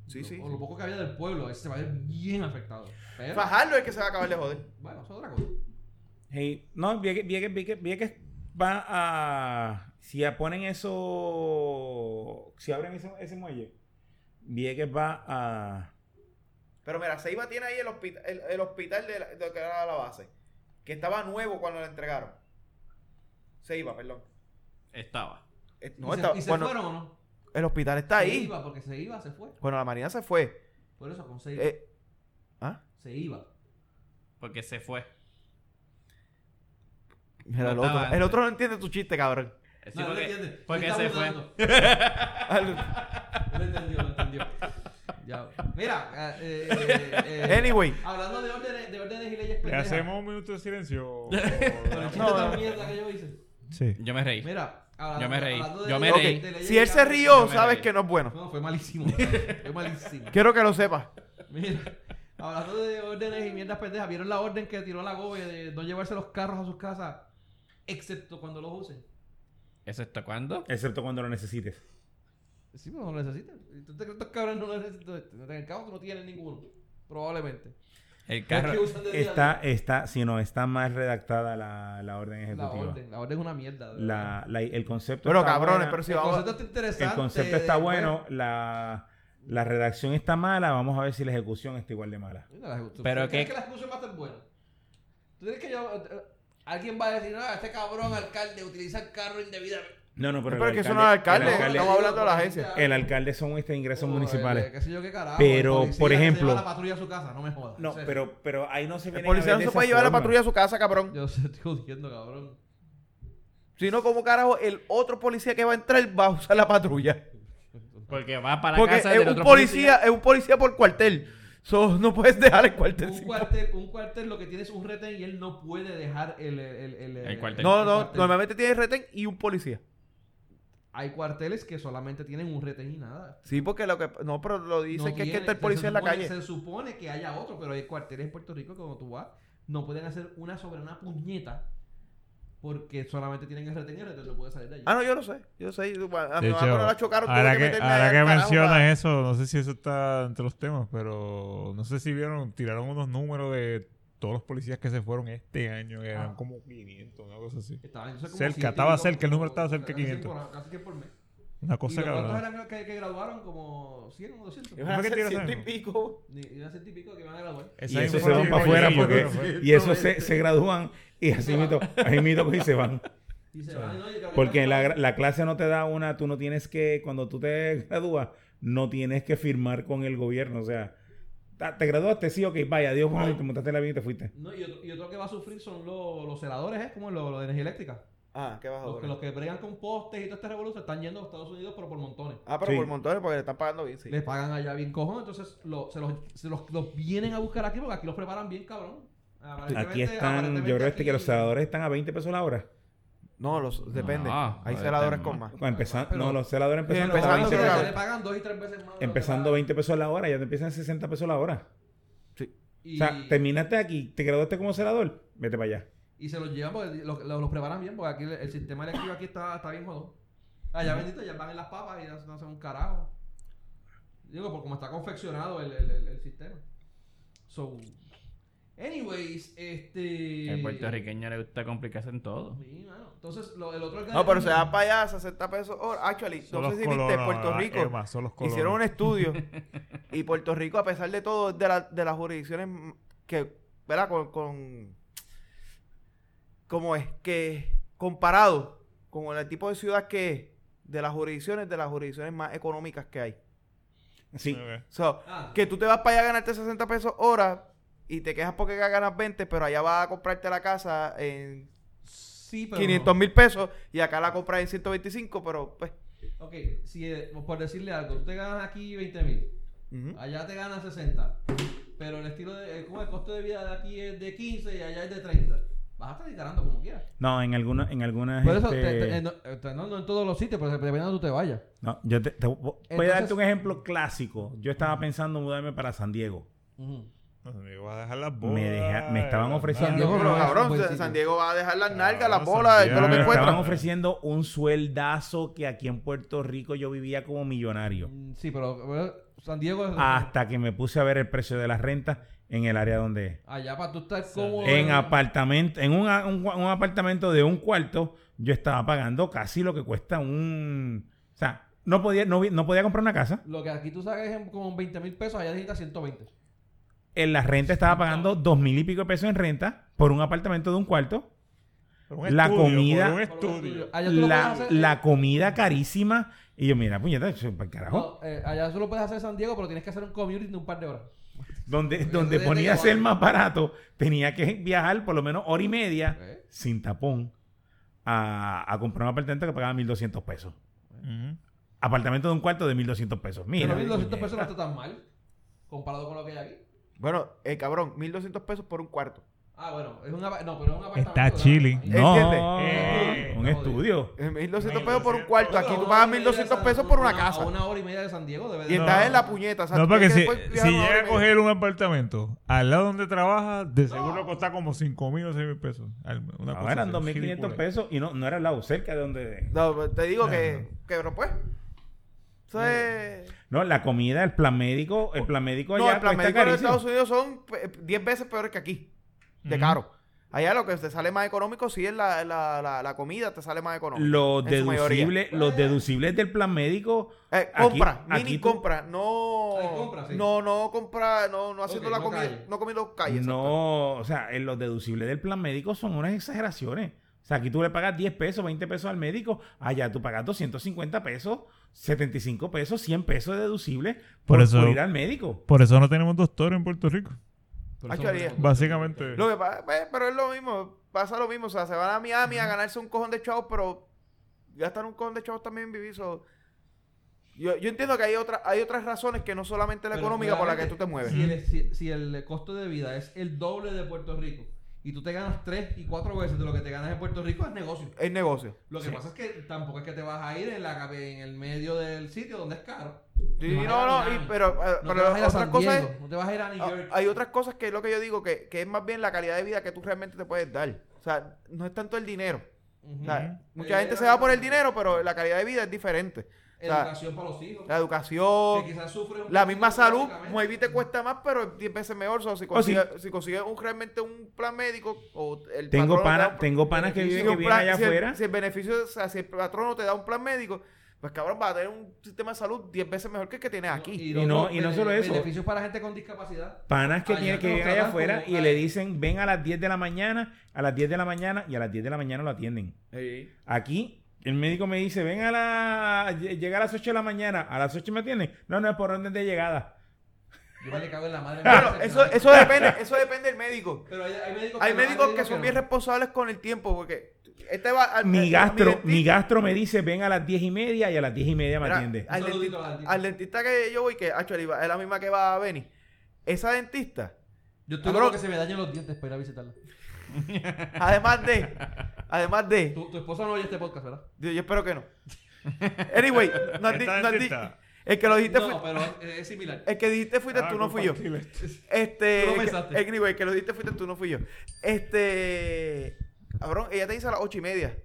Speaker 3: Sí, sí.
Speaker 2: O Ah, lo poco que había del pueblo, ese se va a ver bien afectado. Pero,
Speaker 3: Fajardo es el que se va a acabar de joder.
Speaker 2: bueno, eso es otra cosa.
Speaker 4: Hey, no, Vieques, Vieques, Vieques, Vieques va a... Si ya ponen eso... Si abren ese, ese muelle, Vieques va a...
Speaker 3: Pero mira, Seiba tiene ahí el hospital, el, el hospital de, la, de lo que era la base, que estaba nuevo cuando lo entregaron. Seiba, perdón.
Speaker 6: Estaba.
Speaker 3: Eh,
Speaker 2: ¿Y
Speaker 3: No,
Speaker 2: se,
Speaker 3: estaba-
Speaker 2: y se
Speaker 3: cuando-
Speaker 2: fueron o no?
Speaker 3: El hospital está
Speaker 2: Se
Speaker 3: ahí.
Speaker 2: iba, porque se iba, se fue.
Speaker 3: Cuando la Marina se fue.
Speaker 2: Por eso, con se iba.
Speaker 3: eh, ¿Ah?
Speaker 2: Se iba.
Speaker 6: Porque se fue.
Speaker 3: Mira, el,
Speaker 6: No estaba
Speaker 3: otro, el
Speaker 6: antes.
Speaker 3: otro no entiende tu chiste,
Speaker 2: <laughs>
Speaker 3: cabrón.
Speaker 6: Sí,
Speaker 2: No, no lo
Speaker 6: porque-
Speaker 2: entiende.
Speaker 6: porque
Speaker 2: Está
Speaker 6: se
Speaker 2: abusando.
Speaker 6: fue.
Speaker 3: Al-
Speaker 2: No lo entendió, no entendió. Ya. Mira, eh, eh, eh,
Speaker 3: Anyway.
Speaker 2: hablando de órdenes, de órdenes y leyes
Speaker 5: Le
Speaker 2: pendejas,
Speaker 5: hacemos un minuto de silencio.
Speaker 2: por el chiste
Speaker 3: No,
Speaker 2: tan
Speaker 3: no.
Speaker 2: mierda que yo hice.
Speaker 5: sí.
Speaker 6: Yo me reí.
Speaker 2: Mira, hablando,
Speaker 6: eh. Yo me reí.
Speaker 2: hablando de
Speaker 6: Yo me
Speaker 2: leyes-
Speaker 3: Ok,
Speaker 6: reí.
Speaker 2: de leyes
Speaker 3: Si él se
Speaker 2: legales-
Speaker 3: rió,
Speaker 6: No me
Speaker 3: sabes
Speaker 6: reí.
Speaker 3: que no es bueno.
Speaker 2: No, fue malísimo. cabrón. Fue malísimo.
Speaker 3: Quiero que lo sepas.
Speaker 2: Mira, hablando de órdenes y mierdas pendejas, ¿vieron la orden que tiró la gobe de no llevarse los carros a sus casas excepto cuando los usen?
Speaker 6: ¿Eso está cuándo?
Speaker 4: Excepto cuando lo necesites.
Speaker 2: Sí, pues no lo necesitan. ¿Y ¿Tú te crees que estos cabrones no necesitan esto? En el caso no tienen ninguno. Probablemente. ¿Sabes
Speaker 6: El
Speaker 2: qué
Speaker 6: carro.
Speaker 2: usan de día a
Speaker 4: Está,
Speaker 2: día?
Speaker 4: está, si no, está mal redactada la, la orden
Speaker 2: La
Speaker 4: ejecutiva.
Speaker 2: orden. La orden es una mierda. de verdad.
Speaker 4: La- la- el concepto
Speaker 3: Pero
Speaker 4: está
Speaker 3: cabrones,
Speaker 4: buena.
Speaker 3: pero si
Speaker 2: el
Speaker 3: vamos.
Speaker 2: concepto está interesante. pues.
Speaker 4: El concepto está
Speaker 2: de-
Speaker 4: bueno, la, la redacción está mala, vamos a ver si la ejecución está igual de mala.
Speaker 2: Mira, la ejecución.
Speaker 6: Pero
Speaker 2: ¿Tú crees
Speaker 6: que-
Speaker 2: que la ejecución va a estar buena? ¿Tú crees que yo... eh, eh, alguien va a decir, no, este cabrón alcalde utiliza el carro indebidamente?
Speaker 4: No, no, pero,
Speaker 3: Pero
Speaker 4: el
Speaker 3: que eso no es alcalde,
Speaker 4: alcalde- el alcalde-
Speaker 3: estamos hablando de la agencia.
Speaker 4: el alcalde son este ingresos
Speaker 2: Joder,
Speaker 4: municipales.
Speaker 2: qué sé yo, qué carajo,
Speaker 4: Pero,
Speaker 2: el policía
Speaker 4: por
Speaker 2: que se lleva
Speaker 4: ejemplo-
Speaker 2: la patrulla a su casa, no me jodas.
Speaker 4: No,
Speaker 2: en serio.
Speaker 4: pero, pero ahí no se
Speaker 3: El
Speaker 4: viene
Speaker 3: policía no se puede llevar la patrulla a su casa, cabrón.
Speaker 2: Yo se estoy jodiendo, cabrón.
Speaker 3: Si no, como carajo, el otro policía que va a entrar va a usar la patrulla.
Speaker 6: Porque va para la
Speaker 3: Porque
Speaker 6: casa del
Speaker 3: es un
Speaker 6: otro
Speaker 3: policía, es un policía por cuartel. So, no puedes dejar el cuartel.
Speaker 2: Un
Speaker 3: sin-
Speaker 2: cuartel, un cuartel lo que tiene es un retén y él no puede dejar el... El, el,
Speaker 6: El cuartel.
Speaker 3: No,
Speaker 2: el
Speaker 3: no,
Speaker 2: cuartel.
Speaker 3: normalmente tiene retén y un policía.
Speaker 2: Hay cuarteles que solamente tienen un retén y nada.
Speaker 3: Sí, porque lo que. No, pero lo dice
Speaker 2: No
Speaker 3: que es que
Speaker 2: tiene-
Speaker 3: está el
Speaker 2: se
Speaker 3: policía en la
Speaker 2: supone-
Speaker 3: calle.
Speaker 2: Se supone que haya otro, pero hay cuarteles en Puerto Rico que cuando tú vas no pueden hacer una sobre una puñeta porque solamente tienen el retén y el retén no puede salir de allí.
Speaker 3: Ah, no, yo lo sé. Yo sé. yo- A
Speaker 5: De
Speaker 4: ah,
Speaker 3: mi mamá
Speaker 5: hecho,
Speaker 3: cuando la chocaron, tuve
Speaker 5: ahora
Speaker 3: que
Speaker 5: que,
Speaker 3: meterme
Speaker 5: ahora
Speaker 3: al
Speaker 5: que
Speaker 3: carajo para-
Speaker 5: menciona eso, no sé si eso está entre los temas, pero no sé si vieron, tiraron unos números de todos los policías que se fueron este año, que
Speaker 3: Ah.
Speaker 5: eran como 500, una cosa así.
Speaker 2: Estaba, yo sé, como
Speaker 5: Cerca,
Speaker 2: siete y
Speaker 5: estaba
Speaker 2: pico,
Speaker 5: cerca, el número
Speaker 2: como-
Speaker 5: estaba cerca de
Speaker 2: casi
Speaker 5: 500.
Speaker 2: por- Casi que por mes.
Speaker 5: Una
Speaker 2: ¿Y
Speaker 5: cosa
Speaker 2: los cuántos
Speaker 5: cabrón.
Speaker 2: eran que, que graduaron? ¿Como 100 o 200?
Speaker 3: Iban a
Speaker 5: ¿Por qué
Speaker 3: ser
Speaker 5: tiras
Speaker 3: ciento y
Speaker 5: eso?
Speaker 3: pico.
Speaker 2: Ni- Iban a ser típicos que iban a graduar.
Speaker 4: Y eso se van para afuera
Speaker 3: <laughs>
Speaker 4: porque... Y eso se, se gradúan y así mismo, así mismo y se van.
Speaker 2: Y se van, ¿no? Y que-
Speaker 4: Porque la, gra- la clase no te da una, tú no tienes que, cuando tú te gradúas, no tienes que firmar con el gobierno. O sea, ta- te graduaste, sí, ok, vaya, adiós, bueno, te montaste en la vida y te fuiste.
Speaker 2: No, y, otro, y otro que va a sufrir son los, los celadores, ¿eh? Como los, los de energía eléctrica.
Speaker 3: Ah, qué bajo.
Speaker 2: Los que, los que bregan con postes y toda esta revolución están yendo a Estados Unidos, pero por montones.
Speaker 3: Ah, pero
Speaker 4: Sí.
Speaker 3: por montones, porque le están pagando bien, sí.
Speaker 2: Les pagan allá bien cojón, entonces lo- se, los, se los, los vienen a buscar aquí porque aquí los preparan bien, cabrón. Aparentemente-
Speaker 4: Aquí están,
Speaker 2: aparentemente
Speaker 4: yo creo este, que
Speaker 2: aquí-
Speaker 4: los celadores están a 20 pesos la hora.
Speaker 3: No, los, depende.
Speaker 6: Ah,
Speaker 3: Hay
Speaker 6: joder,
Speaker 3: celadores
Speaker 6: está
Speaker 3: con
Speaker 6: mal.
Speaker 3: más.
Speaker 4: Cuando empezan-
Speaker 2: pero-
Speaker 4: no, los celadores empezando, a
Speaker 3: empezando,
Speaker 4: 20
Speaker 2: Pero
Speaker 3: creo
Speaker 2: se
Speaker 4: pesos.
Speaker 2: le pagan dos y tres veces más.
Speaker 4: Empezando 20 pesos la hora, ya te empiezan 60 pesos la hora.
Speaker 2: Y,
Speaker 4: O sea, terminaste aquí, te graduaste como celador, vete para allá.
Speaker 2: y se los llevan porque los, los- los preparan bien, porque aquí el, el sistema eléctrico aquí está, está bien jodón. Allá bendito, ya van en las papas y ya no hacen un carajo. Digo, por cómo está confeccionado el, el, el- el sistema. So, Anyways, este.
Speaker 6: El puertorriqueño le gusta complicarse en todo.
Speaker 2: Sí, mano. Entonces, lo- el otro
Speaker 3: No, pero se
Speaker 2: organismo-
Speaker 3: va para allá, 60 pesos. hora. actually,
Speaker 5: Son
Speaker 3: no
Speaker 5: los
Speaker 3: sé si viste
Speaker 5: colonos,
Speaker 3: Puerto
Speaker 5: ah,
Speaker 3: Rico.
Speaker 5: Emma, son los colonos.
Speaker 3: Hicieron un estudio y Puerto Rico, a pesar de todo, es de, la- de las jurisdicciones que, ¿verdad? Con, con- ¿Cómo es? Que comparado con el tipo de ciudad que es, de las jurisdicciones, de las jurisdicciones más económicas que hay.
Speaker 4: Sí.
Speaker 5: Ok.
Speaker 3: So,
Speaker 2: Ah.
Speaker 3: que tú te vas para allá a ganarte 60 pesos hora y te quejas porque acá ganas 20, pero allá vas a comprarte la casa en
Speaker 2: Sí, pero.
Speaker 3: 500 mil pesos y acá la compras en 125, pero pues...
Speaker 2: no. Ok, si, eh, por decirle algo, usted gana aquí 20 mil.
Speaker 3: ujú.
Speaker 2: Allá te gana 60. Pero el estilo de. eh, El, como el costo de vida de aquí es de 15 y allá es de 30. Vas a estar disparando como quieras.
Speaker 4: No, en algunas... En algunas
Speaker 2: Por eso,
Speaker 4: este,
Speaker 2: te- te- eh, no, eh, te- no, no en todos los sitios, pero depende de donde tú te vayas.
Speaker 4: no, yo te, te voy
Speaker 2: Entonces-
Speaker 4: a darte un ejemplo clásico. Yo estaba pensando mudarme para San Diego.
Speaker 5: No, me iba a dejar las bolas.
Speaker 4: Me deja- me estaban
Speaker 5: las
Speaker 4: ofreciendo-
Speaker 5: nalgas.
Speaker 2: Diego,
Speaker 3: Pero
Speaker 2: no, es un
Speaker 3: cabrón,
Speaker 2: buen
Speaker 3: Sa-
Speaker 2: sitio.
Speaker 3: San Diego va a dejar las nalgas, las
Speaker 5: San
Speaker 3: bolas,
Speaker 5: Diego.
Speaker 3: todo lo que
Speaker 5: Me
Speaker 4: me estaban
Speaker 3: encuentra.
Speaker 4: ofreciendo un sueldazo que aquí en Puerto Rico yo vivía como millonario.
Speaker 2: Mm, Sí, pero eh, San Diego es.
Speaker 4: Hasta que me puse a ver el precio de las rentas en el área donde es.
Speaker 2: Allá para tú estar cómodo.
Speaker 4: En apartamento, en un, a- un cua- un apartamento de un cuarto, yo estaba pagando casi lo que cuesta un. O sea, no podía, no, vi- no podía comprar una casa.
Speaker 2: Lo que aquí tú sacas es como 20 mil pesos, allá necesitas 120.
Speaker 4: En eh, la renta estaba pagando dos mil y pico de pesos en renta por un apartamento de un cuarto.
Speaker 5: Por un
Speaker 4: La
Speaker 5: estudio,
Speaker 4: comida-
Speaker 5: por un
Speaker 2: Por un
Speaker 5: estudio.
Speaker 2: Allá Ah, tú lo
Speaker 4: La,
Speaker 2: puedes hacer-
Speaker 4: la comida carísima. Y yo, mira, puñeta, para carajo.
Speaker 2: No, eh, allá tú lo puedes hacer en San Diego, pero tienes que hacer un community de un par de horas.
Speaker 4: Donde,
Speaker 2: Porque
Speaker 4: donde
Speaker 2: desde
Speaker 4: ponía a
Speaker 2: que-
Speaker 4: ser más barato, tenía que viajar por lo menos hora y media
Speaker 2: Ok.
Speaker 4: sin tapón a, a comprar un apartamento que pagaba 1.200 pesos.
Speaker 5: Ujú.
Speaker 4: Apartamento de un cuarto de 1.200 pesos. Mira.
Speaker 2: Pero 1200
Speaker 4: puñeta.
Speaker 2: pesos no está tan mal comparado con lo que hay aquí.
Speaker 3: Bueno, eh, cabrón, 1200 pesos por un cuarto.
Speaker 2: Ah, bueno, es un apa- no, pero es un apartamento.
Speaker 5: Está
Speaker 2: ¿verdad?
Speaker 5: chilling.
Speaker 2: Ahí.
Speaker 4: No,
Speaker 5: ¿Entiendes?
Speaker 4: un
Speaker 2: Eh,
Speaker 4: estudio.
Speaker 3: Eh, 1200 pesos por un cuarto. Aquí tú pagas
Speaker 2: Una hora y media de
Speaker 3: 1200
Speaker 2: San-
Speaker 3: pesos por una
Speaker 2: A
Speaker 3: casa.
Speaker 2: una hora y media de San Diego debe
Speaker 3: Y
Speaker 2: de.
Speaker 5: No.
Speaker 3: estás en la puñeta. o sea,
Speaker 5: No,
Speaker 3: tú
Speaker 5: porque
Speaker 3: tienes
Speaker 5: si,
Speaker 3: que después viajar
Speaker 5: si
Speaker 3: una hora
Speaker 5: llega
Speaker 3: y
Speaker 5: a
Speaker 3: media.
Speaker 5: coger un apartamento al lado donde trabaja, de seguro cuesta como 5 mil o 6 mil pesos. Al-
Speaker 2: Ah,
Speaker 5: Una
Speaker 4: Ahora eran
Speaker 5: así,
Speaker 4: 2.500
Speaker 5: ridícula.
Speaker 4: pesos y no, no era al lado, cerca de donde...
Speaker 3: No, pero te digo que, que, pero pues. Eso es.
Speaker 4: No, la comida, el plan médico,
Speaker 2: Oh.
Speaker 4: el plan médico allá
Speaker 5: pues,
Speaker 3: No, el plan
Speaker 4: cuesta
Speaker 3: médico en
Speaker 4: carísimo.
Speaker 3: Estados Unidos son eh, 10 veces peores que aquí. De
Speaker 5: Ujú.
Speaker 3: caro. Allá lo que te sale más económico sí es la, la, la, la comida, te sale más económico.
Speaker 4: Los
Speaker 3: en su mayoría.
Speaker 4: deducibles, los deducibles del plan médico...
Speaker 3: Eh,
Speaker 4: Aquí-
Speaker 3: compra, mini
Speaker 4: aquí tú-
Speaker 3: compra, no,
Speaker 2: Ay, Ah, compra, sí.
Speaker 3: no, no compra, no, no haciendo
Speaker 2: Ok,
Speaker 3: la
Speaker 2: no
Speaker 3: comida,
Speaker 2: calle.
Speaker 3: no comiendo calle. exacto.
Speaker 4: No, o sea, en los deducibles del plan médico son unas exageraciones. O sea, aquí tú le pagas 10 pesos, 20 pesos al médico, allá tú pagas 250 pesos, 75 pesos, 100 pesos de deducibles por,
Speaker 5: Por eso-
Speaker 4: por ir al médico.
Speaker 5: Por eso no tenemos doctor en Puerto Rico.
Speaker 2: Por eso
Speaker 3: Hacho, haría.
Speaker 2: no-
Speaker 5: Básicamente.
Speaker 3: Lo que pasa, pues, pero es lo mismo, pasa lo mismo, o sea, se van a Miami a ganarse un cojón de chavos, pero gastan un cojón de chavos también en vivir. so- Yo, yo entiendo que hay otras, hay otras razones que no solamente la
Speaker 2: Pero
Speaker 3: económica por la que tú te
Speaker 2: claramente,
Speaker 3: mueves.
Speaker 2: Si el, si- si el costo de vida es el doble de Puerto Rico y tú te ganas tres y cuatro veces de lo que te ganas en Puerto Rico, es negocio.
Speaker 3: Es negocio.
Speaker 2: Lo que pasa es que tampoco es que te vas a ir en, la, cabe- en el medio del sitio donde es caro.
Speaker 3: Sí,
Speaker 2: Te vas a ir
Speaker 3: no,
Speaker 2: a
Speaker 3: no,
Speaker 2: Miami.
Speaker 3: y- pero, eh,
Speaker 2: No te
Speaker 3: pero
Speaker 2: vas a ir a
Speaker 3: otra
Speaker 2: San
Speaker 3: cosa es
Speaker 2: Diego, no te vas a ir a New
Speaker 3: Ah,
Speaker 2: York.
Speaker 3: Hay otras cosas que es lo que yo digo, que, que es más bien la calidad de vida que tú realmente te puedes dar. O sea, no es tanto el dinero. O
Speaker 2: Ujú.
Speaker 3: sea,
Speaker 2: El
Speaker 3: Mucha gente
Speaker 2: dinero
Speaker 3: se va
Speaker 2: no-
Speaker 3: por el dinero, pero la calidad de vida es diferente. O sea,
Speaker 2: Educación para los hijos.
Speaker 3: la
Speaker 2: que
Speaker 3: educación,
Speaker 2: quizás sufren un
Speaker 3: la
Speaker 2: poquito
Speaker 3: misma salud,
Speaker 2: económicamente.
Speaker 3: maybe te cuesta más, pero es 10 veces mejor. O sea, si
Speaker 4: Oh, sí.
Speaker 3: consigues, si consigues un, realmente un plan médico o el patrono
Speaker 4: Tengo,
Speaker 3: te da
Speaker 4: pana-
Speaker 3: un-
Speaker 4: tengo panas que
Speaker 3: si
Speaker 4: viven,
Speaker 3: un
Speaker 4: que viven
Speaker 3: plan-
Speaker 4: allá
Speaker 3: si el-
Speaker 4: afuera.
Speaker 3: si el beneficio, o sea, si el patrono te da un plan médico, pues cabrón, va a tener un sistema de salud 10 veces mejor que el que tienes aquí.
Speaker 4: Y no- y no solo
Speaker 2: bene-
Speaker 4: eso.
Speaker 2: Beneficios para gente con discapacidad.
Speaker 4: Panas que,
Speaker 2: Allá
Speaker 4: tiene,
Speaker 2: te
Speaker 4: que
Speaker 2: lo
Speaker 4: viven allá
Speaker 2: tratan
Speaker 4: afuera
Speaker 2: como-
Speaker 4: y le dicen, ven a las 10 de la mañana, a las 10 de la mañana y a las 10 de la mañana lo atienden. Aquí el médico me dice, ven a la... lle- Llega a las 8 de la mañana, a las 8 me atienden. No, no, es por orden de llegada.
Speaker 2: Yo me le cago en
Speaker 3: <laughs>
Speaker 2: la madre.
Speaker 3: Bueno, Ah, eso, eso depende, eso depende del médico.
Speaker 2: Pero hay, hay médicos
Speaker 3: Hay
Speaker 2: no,
Speaker 3: médicos que son bien
Speaker 2: no.
Speaker 3: responsables con el tiempo, porque este va al-
Speaker 4: Mi
Speaker 3: al-
Speaker 4: gastro,
Speaker 3: dentista-
Speaker 4: mi gastro me dice, ven a las 10 y media y a las 10 y media me
Speaker 3: Mira,
Speaker 4: atiende.
Speaker 3: Al,
Speaker 2: Un saludito
Speaker 3: dentista,
Speaker 2: al dentista.
Speaker 3: al dentista que yo voy, que actually, va- es la misma que va a Benny. Esa dentista,
Speaker 2: Yo estoy
Speaker 3: Cabrón.
Speaker 2: loco que se me dañen los dientes para ir a visitarla.
Speaker 3: además de, además de,
Speaker 2: Tu, tu esposa no oye este podcast, ¿verdad?
Speaker 3: yo, yo espero que no. Anyway, no has di-
Speaker 5: Esta
Speaker 3: no has di-
Speaker 5: dentista.
Speaker 3: el que lo dijiste
Speaker 2: No,
Speaker 3: fue,
Speaker 2: pero es, es
Speaker 3: <laughs>
Speaker 2: similar.
Speaker 3: el que dijiste fuiste
Speaker 5: Ah,
Speaker 3: tú, no fui yo.
Speaker 5: compartir esto.
Speaker 3: Este,
Speaker 2: Tú lo
Speaker 3: que-
Speaker 2: pensaste.
Speaker 3: anyway, el que lo dijiste fuiste tú, no fui yo. Este, cabrón, ella te dice a las ocho y media.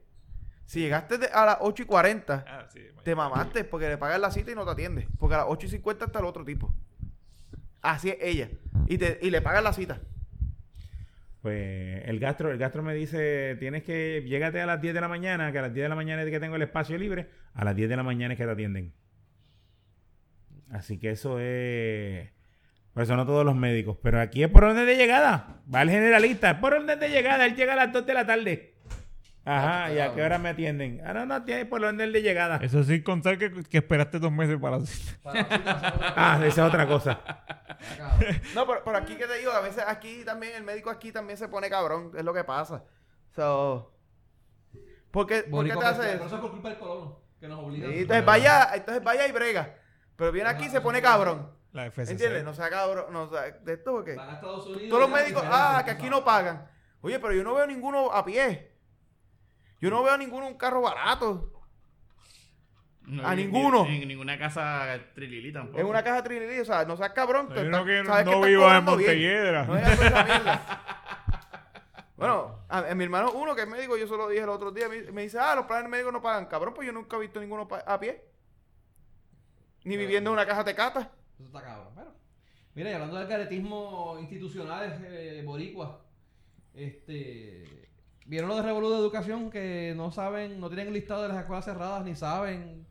Speaker 3: Si llegaste de- a las ocho y cuarenta,
Speaker 5: Ah, sí, imagínate.
Speaker 3: Te mamaste porque le pagas la cita y no te atiende. Porque a las 8 y 50 está el otro tipo. Así es ella. Y, te, y le pagas la cita.
Speaker 4: Pues el gastro, el gastro me dice, tienes que, llégate a las 10 de la mañana, que a las 10 de la mañana es que tengo el espacio libre, a las 10 de la mañana es que te atienden. Así que eso es... Por eso no todos los médicos, pero aquí es por orden de llegada. Va el generalista, es por orden de llegada, él llega a las 2 de la tarde.
Speaker 3: Ah,
Speaker 4: Ajá, ¿y a qué hora me atienden? Ah, no, no, tiene por orden de llegada.
Speaker 5: Eso sin contar que, que esperaste dos meses para la cita.
Speaker 4: Ah, esa es otra cosa.
Speaker 3: No, pero, pero aquí que te digo, a veces aquí también, el médico aquí también se pone cabrón, es lo que pasa. So, ¿Por qué, por qué
Speaker 2: Boricua
Speaker 3: te hace
Speaker 2: Castilla,
Speaker 3: eso?
Speaker 2: pero eso es por culpa del colono, que nos obliga.
Speaker 3: Sí, entonces vaya, entonces vaya y brega. Pero viene aquí y se pone cabrón.
Speaker 5: La FCC.
Speaker 3: ¿Entiendes? No sea cabrón, no sea de esto porque.
Speaker 2: Van a Estados Unidos.
Speaker 3: Todos los
Speaker 2: y ya,
Speaker 3: médicos,
Speaker 2: y ya,
Speaker 3: ah,
Speaker 2: y
Speaker 3: que
Speaker 2: ya,
Speaker 3: aquí
Speaker 2: tú
Speaker 3: no
Speaker 2: sabes.
Speaker 3: pagan. Oye, pero yo no veo ninguno a pie. Yo no veo ninguno un carro barato.
Speaker 6: No,
Speaker 3: A
Speaker 6: ni-
Speaker 3: ninguno.
Speaker 6: ni- En ninguna casa trilili tampoco.
Speaker 3: En una caja trinilí, o sea, no seas cabrón.
Speaker 5: No,
Speaker 3: te
Speaker 5: yo
Speaker 3: están-
Speaker 5: no quiero-
Speaker 3: sabes que
Speaker 5: no
Speaker 3: estás
Speaker 5: vivo en
Speaker 3: cobrando bien.
Speaker 5: Montelledra.
Speaker 3: No digas esa mierda. Bueno, a, a mi hermano uno que es médico, yo se lo dije el otro día, me, me dice, ah, los planes médicos no pagan. Cabrón, pues yo nunca he visto ninguno pa- a pie. Ni viviendo en una caja tecata.
Speaker 2: Eso está cabrón. Pero, mira, y hablando del caretismo institucional eh, boricua, este, ¿vieron lo de Revolú de Educación que no saben, no tienen el listado de las escuelas cerradas ni saben?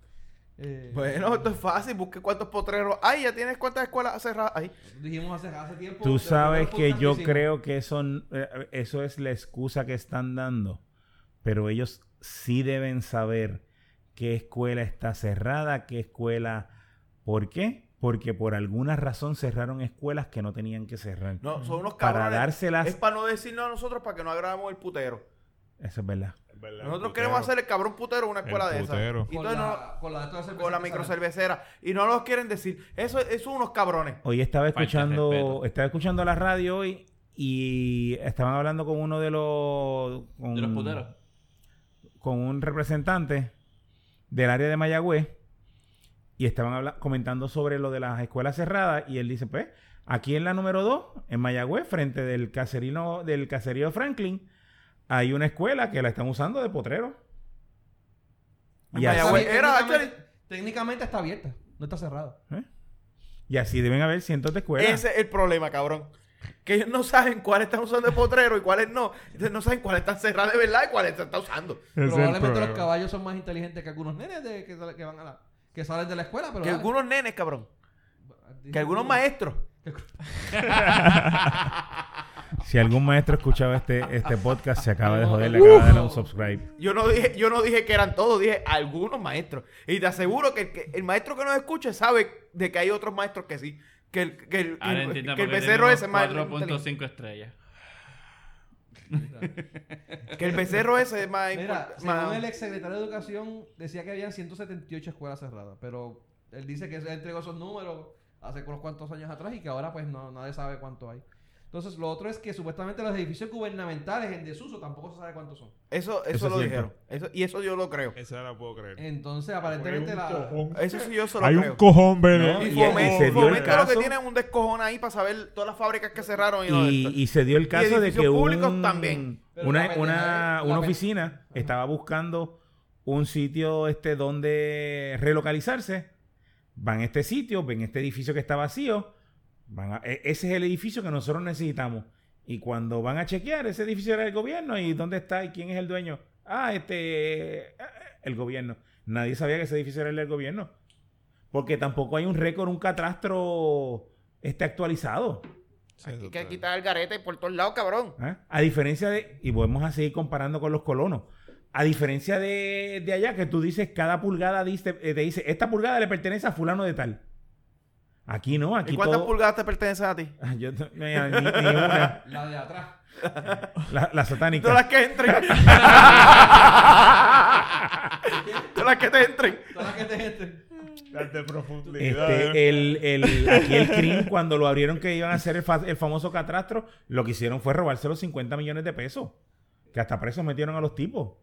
Speaker 2: eh,
Speaker 3: Bueno, esto es fácil, busque cuántos potreros. Ay, ya tienes cuántas escuelas cerradas. Ay,
Speaker 2: Dijimos hace, hace tiempo.
Speaker 4: Tú
Speaker 2: de-
Speaker 4: sabes
Speaker 2: de-
Speaker 4: que yo
Speaker 2: hicimos.
Speaker 4: creo que eso, n- eh, eso es la excusa que están dando, pero ellos sí deben saber qué escuela está cerrada, qué escuela... ¿Por qué? Porque por alguna razón cerraron escuelas que no tenían que cerrar.
Speaker 3: no, son unos cabrones.
Speaker 4: para dárselas...
Speaker 3: Es para no decirnos a nosotros para que no agravamos el putero.
Speaker 4: Eso es verdad.
Speaker 5: ¿Verdad?
Speaker 3: Nosotros
Speaker 5: Putero.
Speaker 3: queremos hacer el cabrón putero en una escuela
Speaker 5: El
Speaker 3: de esas.
Speaker 5: putero.
Speaker 3: Y
Speaker 2: Con
Speaker 3: entonces no-
Speaker 2: la, con la, de
Speaker 3: con la microcervecera. Y no los quieren decir. Eso, eso son unos cabrones.
Speaker 4: Hoy estaba
Speaker 6: Falta de
Speaker 4: escuchando,
Speaker 6: respeto.
Speaker 4: estaba escuchando la radio hoy y estaban hablando con uno de los con,
Speaker 6: De los puteros.
Speaker 4: con un representante del área de Mayagüez y estaban habla- comentando sobre lo de las escuelas cerradas y él dice, pues, aquí en la número 2, en Mayagüez, frente del caserino del caserío Franklin, hay una escuela que la están usando de potrero.
Speaker 3: En
Speaker 4: Y así-
Speaker 3: Mayagüez. Era,
Speaker 2: técnicamente, técnicamente está abierta, no está cerrada.
Speaker 4: ¿eh? Y así deben haber cientos de escuelas.
Speaker 3: Ese es el problema, cabrón. Que ellos no saben cuáles están usando de potrero y cuáles no. Entonces no saben cuáles están cerradas de verdad y cuáles se están usando.
Speaker 5: Ese es el
Speaker 2: Probablemente los
Speaker 5: problema.
Speaker 2: caballos son más inteligentes que algunos nenes de, que, sale- que van a la, que salen de la escuela, pero
Speaker 3: Que
Speaker 2: dale.
Speaker 3: algunos nenes, cabrón.
Speaker 2: Dicen
Speaker 3: Que algunos maestros.
Speaker 4: Si algún maestro escuchaba este, este podcast, se acaba de joder, le
Speaker 2: Uf.
Speaker 4: acaba de dar un subscribe.
Speaker 3: Yo no dije, yo no dije que eran todos, dije algunos maestros. Y te aseguro que el, que- el maestro que nos escuche sabe de que hay otros maestros que sí. Que el, que el, que
Speaker 6: Ahora
Speaker 3: el-
Speaker 6: entiendo
Speaker 3: que el
Speaker 6: por qué
Speaker 3: becerro
Speaker 6: tenemos
Speaker 3: ese es más inteligente.
Speaker 6: 4.5 estrellas.
Speaker 3: Que el becerro ese es más
Speaker 2: Mira,
Speaker 3: import-
Speaker 2: según
Speaker 3: más-
Speaker 2: el exsecretario de Educación, decía que habían 178 escuelas cerradas, pero él dice que él entregó esos números hace unos cuantos años atrás y que ahora pues no, nadie sabe cuánto hay. Entonces, lo otro es que supuestamente los edificios gubernamentales en desuso tampoco se sabe cuántos son.
Speaker 3: Eso, eso,
Speaker 4: Eso
Speaker 3: lo
Speaker 4: siempre.
Speaker 3: dijeron. Eso, y eso yo lo creo.
Speaker 5: Esa la puedo creer.
Speaker 2: Entonces,
Speaker 5: Hay
Speaker 2: Eh, aparentemente
Speaker 5: un
Speaker 2: la...
Speaker 5: cojón.
Speaker 3: Eso sí yo se lo
Speaker 5: Hay
Speaker 3: creo.
Speaker 5: un cojón, ¿verdad?
Speaker 4: No,
Speaker 5: Un
Speaker 4: y-
Speaker 5: cojón.
Speaker 4: y
Speaker 3: Fomento,
Speaker 4: se dio el
Speaker 3: Fomento lo que
Speaker 4: caso.
Speaker 3: tienen un descojón ahí para saber todas las fábricas que cerraron y, no de
Speaker 4: Y,
Speaker 3: esto.
Speaker 4: y se dio el caso de
Speaker 3: edificios
Speaker 4: que
Speaker 3: públicos
Speaker 4: un-
Speaker 3: también.
Speaker 2: Pero la
Speaker 4: una,
Speaker 2: pendeja
Speaker 4: una,
Speaker 2: es- la
Speaker 4: una
Speaker 2: pen-
Speaker 4: oficina estaba buscando un sitio este donde relocalizarse. Van a este sitio, ven este edificio que está vacío. Van a- e- ese es el edificio que nosotros necesitamos. Y cuando van a chequear, ese edificio era del gobierno. ¿Y dónde está? ¿Y quién es el dueño? Ah, este. ah, El gobierno. Nadie sabía que ese edificio era el del gobierno. Porque tampoco hay un récord, un catastro este actualizado.
Speaker 5: Sí, eso
Speaker 3: Hay que
Speaker 5: está-
Speaker 3: quitar el garete por todos lados, cabrón.
Speaker 4: ¿Ah? A diferencia de, y volvemos a seguir comparando con los colonos, a diferencia de, de allá que tú dices cada pulgada dice, eh, te dice, esta pulgada le pertenece a fulano de tal. Aquí no, aquí
Speaker 3: ¿Y cuántas
Speaker 4: todo...
Speaker 3: pulgadas te pertenecen a ti?
Speaker 4: <laughs> Ah, yo no- mira, ni- ni una.
Speaker 2: La de atrás.
Speaker 4: La, la
Speaker 3: <laughs>
Speaker 4: satánica.
Speaker 3: Todas las que entren.
Speaker 4: <laughs>
Speaker 3: todas las que te entren.
Speaker 2: Todas las que te
Speaker 3: este.
Speaker 2: entren.
Speaker 5: Las de profundidad. ¿eh?
Speaker 4: Este, el, el, aquí el CRIM, cuando lo abrieron que iban a hacer el, fa- el famoso catastro, lo que hicieron fue robarse los 50 millones de pesos. Que hasta presos metieron a los tipos.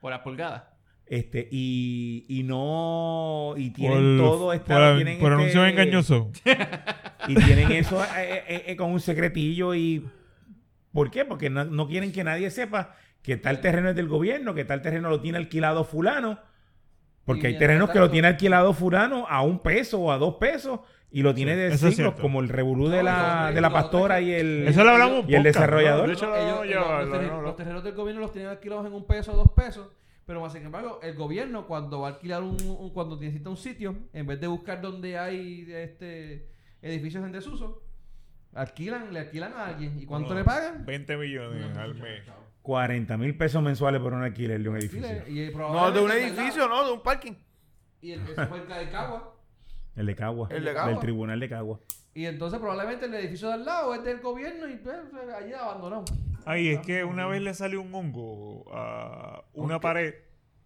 Speaker 6: Por las pulgadas.
Speaker 4: Este, y, y no. Y tienen
Speaker 5: Por-
Speaker 4: todo esta-
Speaker 5: por,
Speaker 4: tienen
Speaker 5: por
Speaker 4: este-
Speaker 5: anuncios engañosos.
Speaker 4: Y tienen eso eh, eh, eh, con un secretillo y... ¿Por qué? Porque no, no quieren que nadie sepa que tal terreno es del gobierno, que tal terreno lo tiene alquilado fulano.
Speaker 2: Y
Speaker 7: Porque hay
Speaker 2: mientras
Speaker 7: terrenos que lo
Speaker 2: tanto-
Speaker 7: tiene alquilado Furano a un peso o a dos pesos y lo tiene de
Speaker 5: eso
Speaker 7: siglos,
Speaker 5: es cierto.
Speaker 7: como el revolú de
Speaker 2: No,
Speaker 7: la,
Speaker 2: eso-
Speaker 7: de la
Speaker 2: eso-
Speaker 7: pastora y el.
Speaker 5: Eso lo
Speaker 7: Y
Speaker 5: hablamos
Speaker 7: el
Speaker 5: podcast,
Speaker 7: desarrollador.
Speaker 5: ¿no? De hecho, lo-
Speaker 2: Ellos-
Speaker 5: ya,
Speaker 2: ellos- los,
Speaker 5: lo-
Speaker 2: terrenos,
Speaker 5: lo-
Speaker 2: los terrenos del gobierno los tienen alquilados en un peso, dos pesos. Pero más sin embargo, el gobierno cuando va a alquilar un, un- cuando necesita un sitio, en vez de buscar donde hay este edificios en desuso, alquilan, le alquilan a alguien. ¿Y cuánto
Speaker 5: no,
Speaker 2: le pagan?
Speaker 5: 20 millones al mes.
Speaker 7: 40 mil pesos mensuales por un alquiler de un
Speaker 2: Y
Speaker 7: edificio.
Speaker 2: le- y
Speaker 3: No, de
Speaker 2: probablemente
Speaker 3: un
Speaker 2: el lado-
Speaker 3: edificio, no, de un parking.
Speaker 2: Y el que se fue el de Cagua.
Speaker 7: El de Cagua.
Speaker 3: El de Cagua.
Speaker 7: Del tribunal de Cagua.
Speaker 2: Y entonces probablemente el edificio de al lado es del gobierno y pues, allí abandonado.
Speaker 5: Ay, es que una vez le salió un hongo a una pared.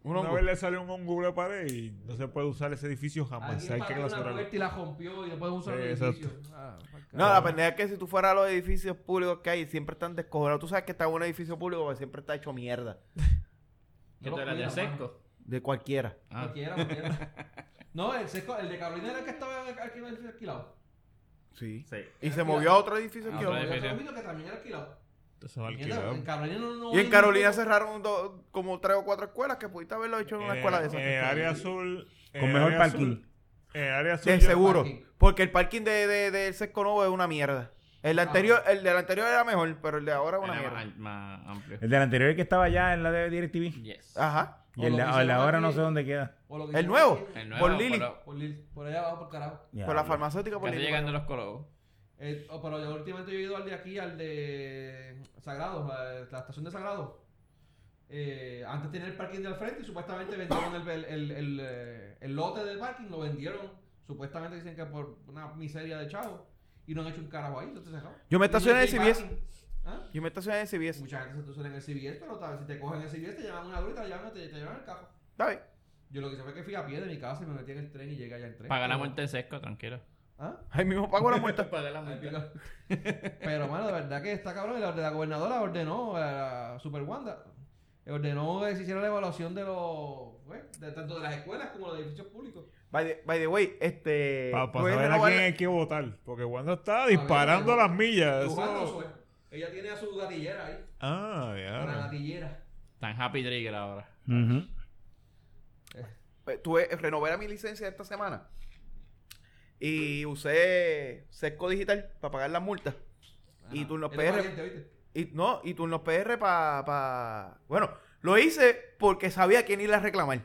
Speaker 3: ¿Un
Speaker 5: una
Speaker 3: hongo?
Speaker 5: vez le salió un hongo a una pared y no se puede usar ese edificio jamás.
Speaker 2: Alguien
Speaker 5: Ah, pues, Hay que
Speaker 2: paró una
Speaker 5: clausurarlo.
Speaker 2: puerta y la rompió y después usó el
Speaker 5: Sí,
Speaker 2: edificio.
Speaker 5: exacto.
Speaker 2: Ah, para el
Speaker 3: No,
Speaker 2: carajo.
Speaker 3: la pendeja es que si tú fueras a los edificios públicos que hay, siempre están descojonados. Tú sabes que está en un edificio público, pero siempre está hecho mierda.
Speaker 6: Que
Speaker 2: No
Speaker 6: tú
Speaker 2: lo
Speaker 6: eras del
Speaker 2: cuidan,
Speaker 6: sesco.
Speaker 3: De cualquiera.
Speaker 6: Ah.
Speaker 2: Cualquiera, cualquiera. <laughs> No, el, sesco- el de Carolina era el que estaba alquilado. alquilado.
Speaker 3: Sí.
Speaker 6: Sí.
Speaker 3: Y se movió a otro edificio.
Speaker 6: Ah,
Speaker 3: alquilado.
Speaker 6: otro
Speaker 2: Pero
Speaker 6: edificio.
Speaker 2: yo mismo que también era alquilado.
Speaker 5: Eso es
Speaker 2: Mierda,
Speaker 5: alquilado.
Speaker 2: En Carolina no, no
Speaker 3: y
Speaker 2: hay
Speaker 3: en Carolina
Speaker 2: ningún-
Speaker 3: cerraron do- como tres o cuatro escuelas que pudiste haberlo hecho en una
Speaker 5: En-
Speaker 3: escuela de
Speaker 5: En el
Speaker 3: esas.
Speaker 5: área azul. en
Speaker 7: Con
Speaker 5: el
Speaker 7: mejor
Speaker 5: área
Speaker 7: parking.
Speaker 5: azul- En el área azul.
Speaker 3: De
Speaker 5: yo-
Speaker 3: seguro.
Speaker 2: parking.
Speaker 3: Porque el parking de, de, del Sesco Novo es una mierda. El
Speaker 5: Ah.
Speaker 3: anterior, el del anterior era mejor, pero el de ahora es una
Speaker 6: Era
Speaker 3: mierda. Eh,
Speaker 6: más, más amplio.
Speaker 7: El del anterior que estaba allá en la de DirecTV.
Speaker 6: Yes.
Speaker 3: Ajá.
Speaker 7: Y el de,
Speaker 2: O lo que
Speaker 7: el de
Speaker 2: hicieron
Speaker 7: ahora no
Speaker 2: aquí.
Speaker 7: sé dónde queda.
Speaker 2: O lo que
Speaker 3: El
Speaker 2: hicieron
Speaker 3: nuevo.
Speaker 2: aquí,
Speaker 6: El nuevo,
Speaker 3: Por Lili.
Speaker 6: lo-
Speaker 2: Por, Lil- por allá abajo, por carajo.
Speaker 3: Por la farmacéutica, por
Speaker 6: Casi
Speaker 3: el
Speaker 6: llegando a los corobos.
Speaker 2: Eh, oh, pero yo últimamente yo he ido al de aquí, al de Sagrado, la, la estación de Sagrado. Eh, antes tenía el parking del frente y supuestamente vendieron el, el, el, el, eh, el lote del parking, lo vendieron. Supuestamente dicen que por una miseria de chavo. Y no han hecho un carajo ahí, entonces se acabó.
Speaker 3: Yo me estacioné
Speaker 2: Y
Speaker 3: en
Speaker 2: no hay
Speaker 3: CVS.
Speaker 2: parking. ¿Ah?
Speaker 3: Yo me estacioné en CBS.
Speaker 2: Mucha gente se estaciona en el CBS, pero tal, vez si te cogen en el CBS, te llaman una grúa y te llaman, te, te llevan al carro.
Speaker 3: Está bien.
Speaker 2: Yo lo que hice fue que fui a pie de mi casa y me metí en el tren y llegué allá al tren.
Speaker 6: Paga la muerte del sesco, tranquilo.
Speaker 2: ¿Ah?
Speaker 3: Ahí mismo pago la multa.
Speaker 5: <laughs>
Speaker 6: Paga la
Speaker 2: Ay, pica. <laughs> Pero, mano, de verdad que está cabrón. Y la, la gobernadora ordenó, a la Super Wanda, ordenó que se hiciera la evaluación de los. bueno, de, tanto de las escuelas como de los edificios públicos.
Speaker 3: By the, by the way, este.
Speaker 5: Para
Speaker 3: puedes
Speaker 5: saber a
Speaker 3: renovar-
Speaker 5: quién hay que votar. Porque Wanda está disparando a las millas.
Speaker 2: Tu mano,
Speaker 5: Eso-
Speaker 2: Zoe, Ella tiene a su gatillera ahí.
Speaker 5: Ah,
Speaker 2: a La
Speaker 5: ya.
Speaker 2: gatillera.
Speaker 6: Tan happy trigger ahora.
Speaker 7: Ujú.
Speaker 3: Eh, Tuve, renové mi licencia esta semana. Y usé Sesco Digital para pagar las multas. Y tú en los
Speaker 2: Eres
Speaker 3: PR.
Speaker 2: valiente, ¿oíste?
Speaker 3: Y no, y turnos PR para. Bueno, lo hice porque sabía quién iba a reclamar.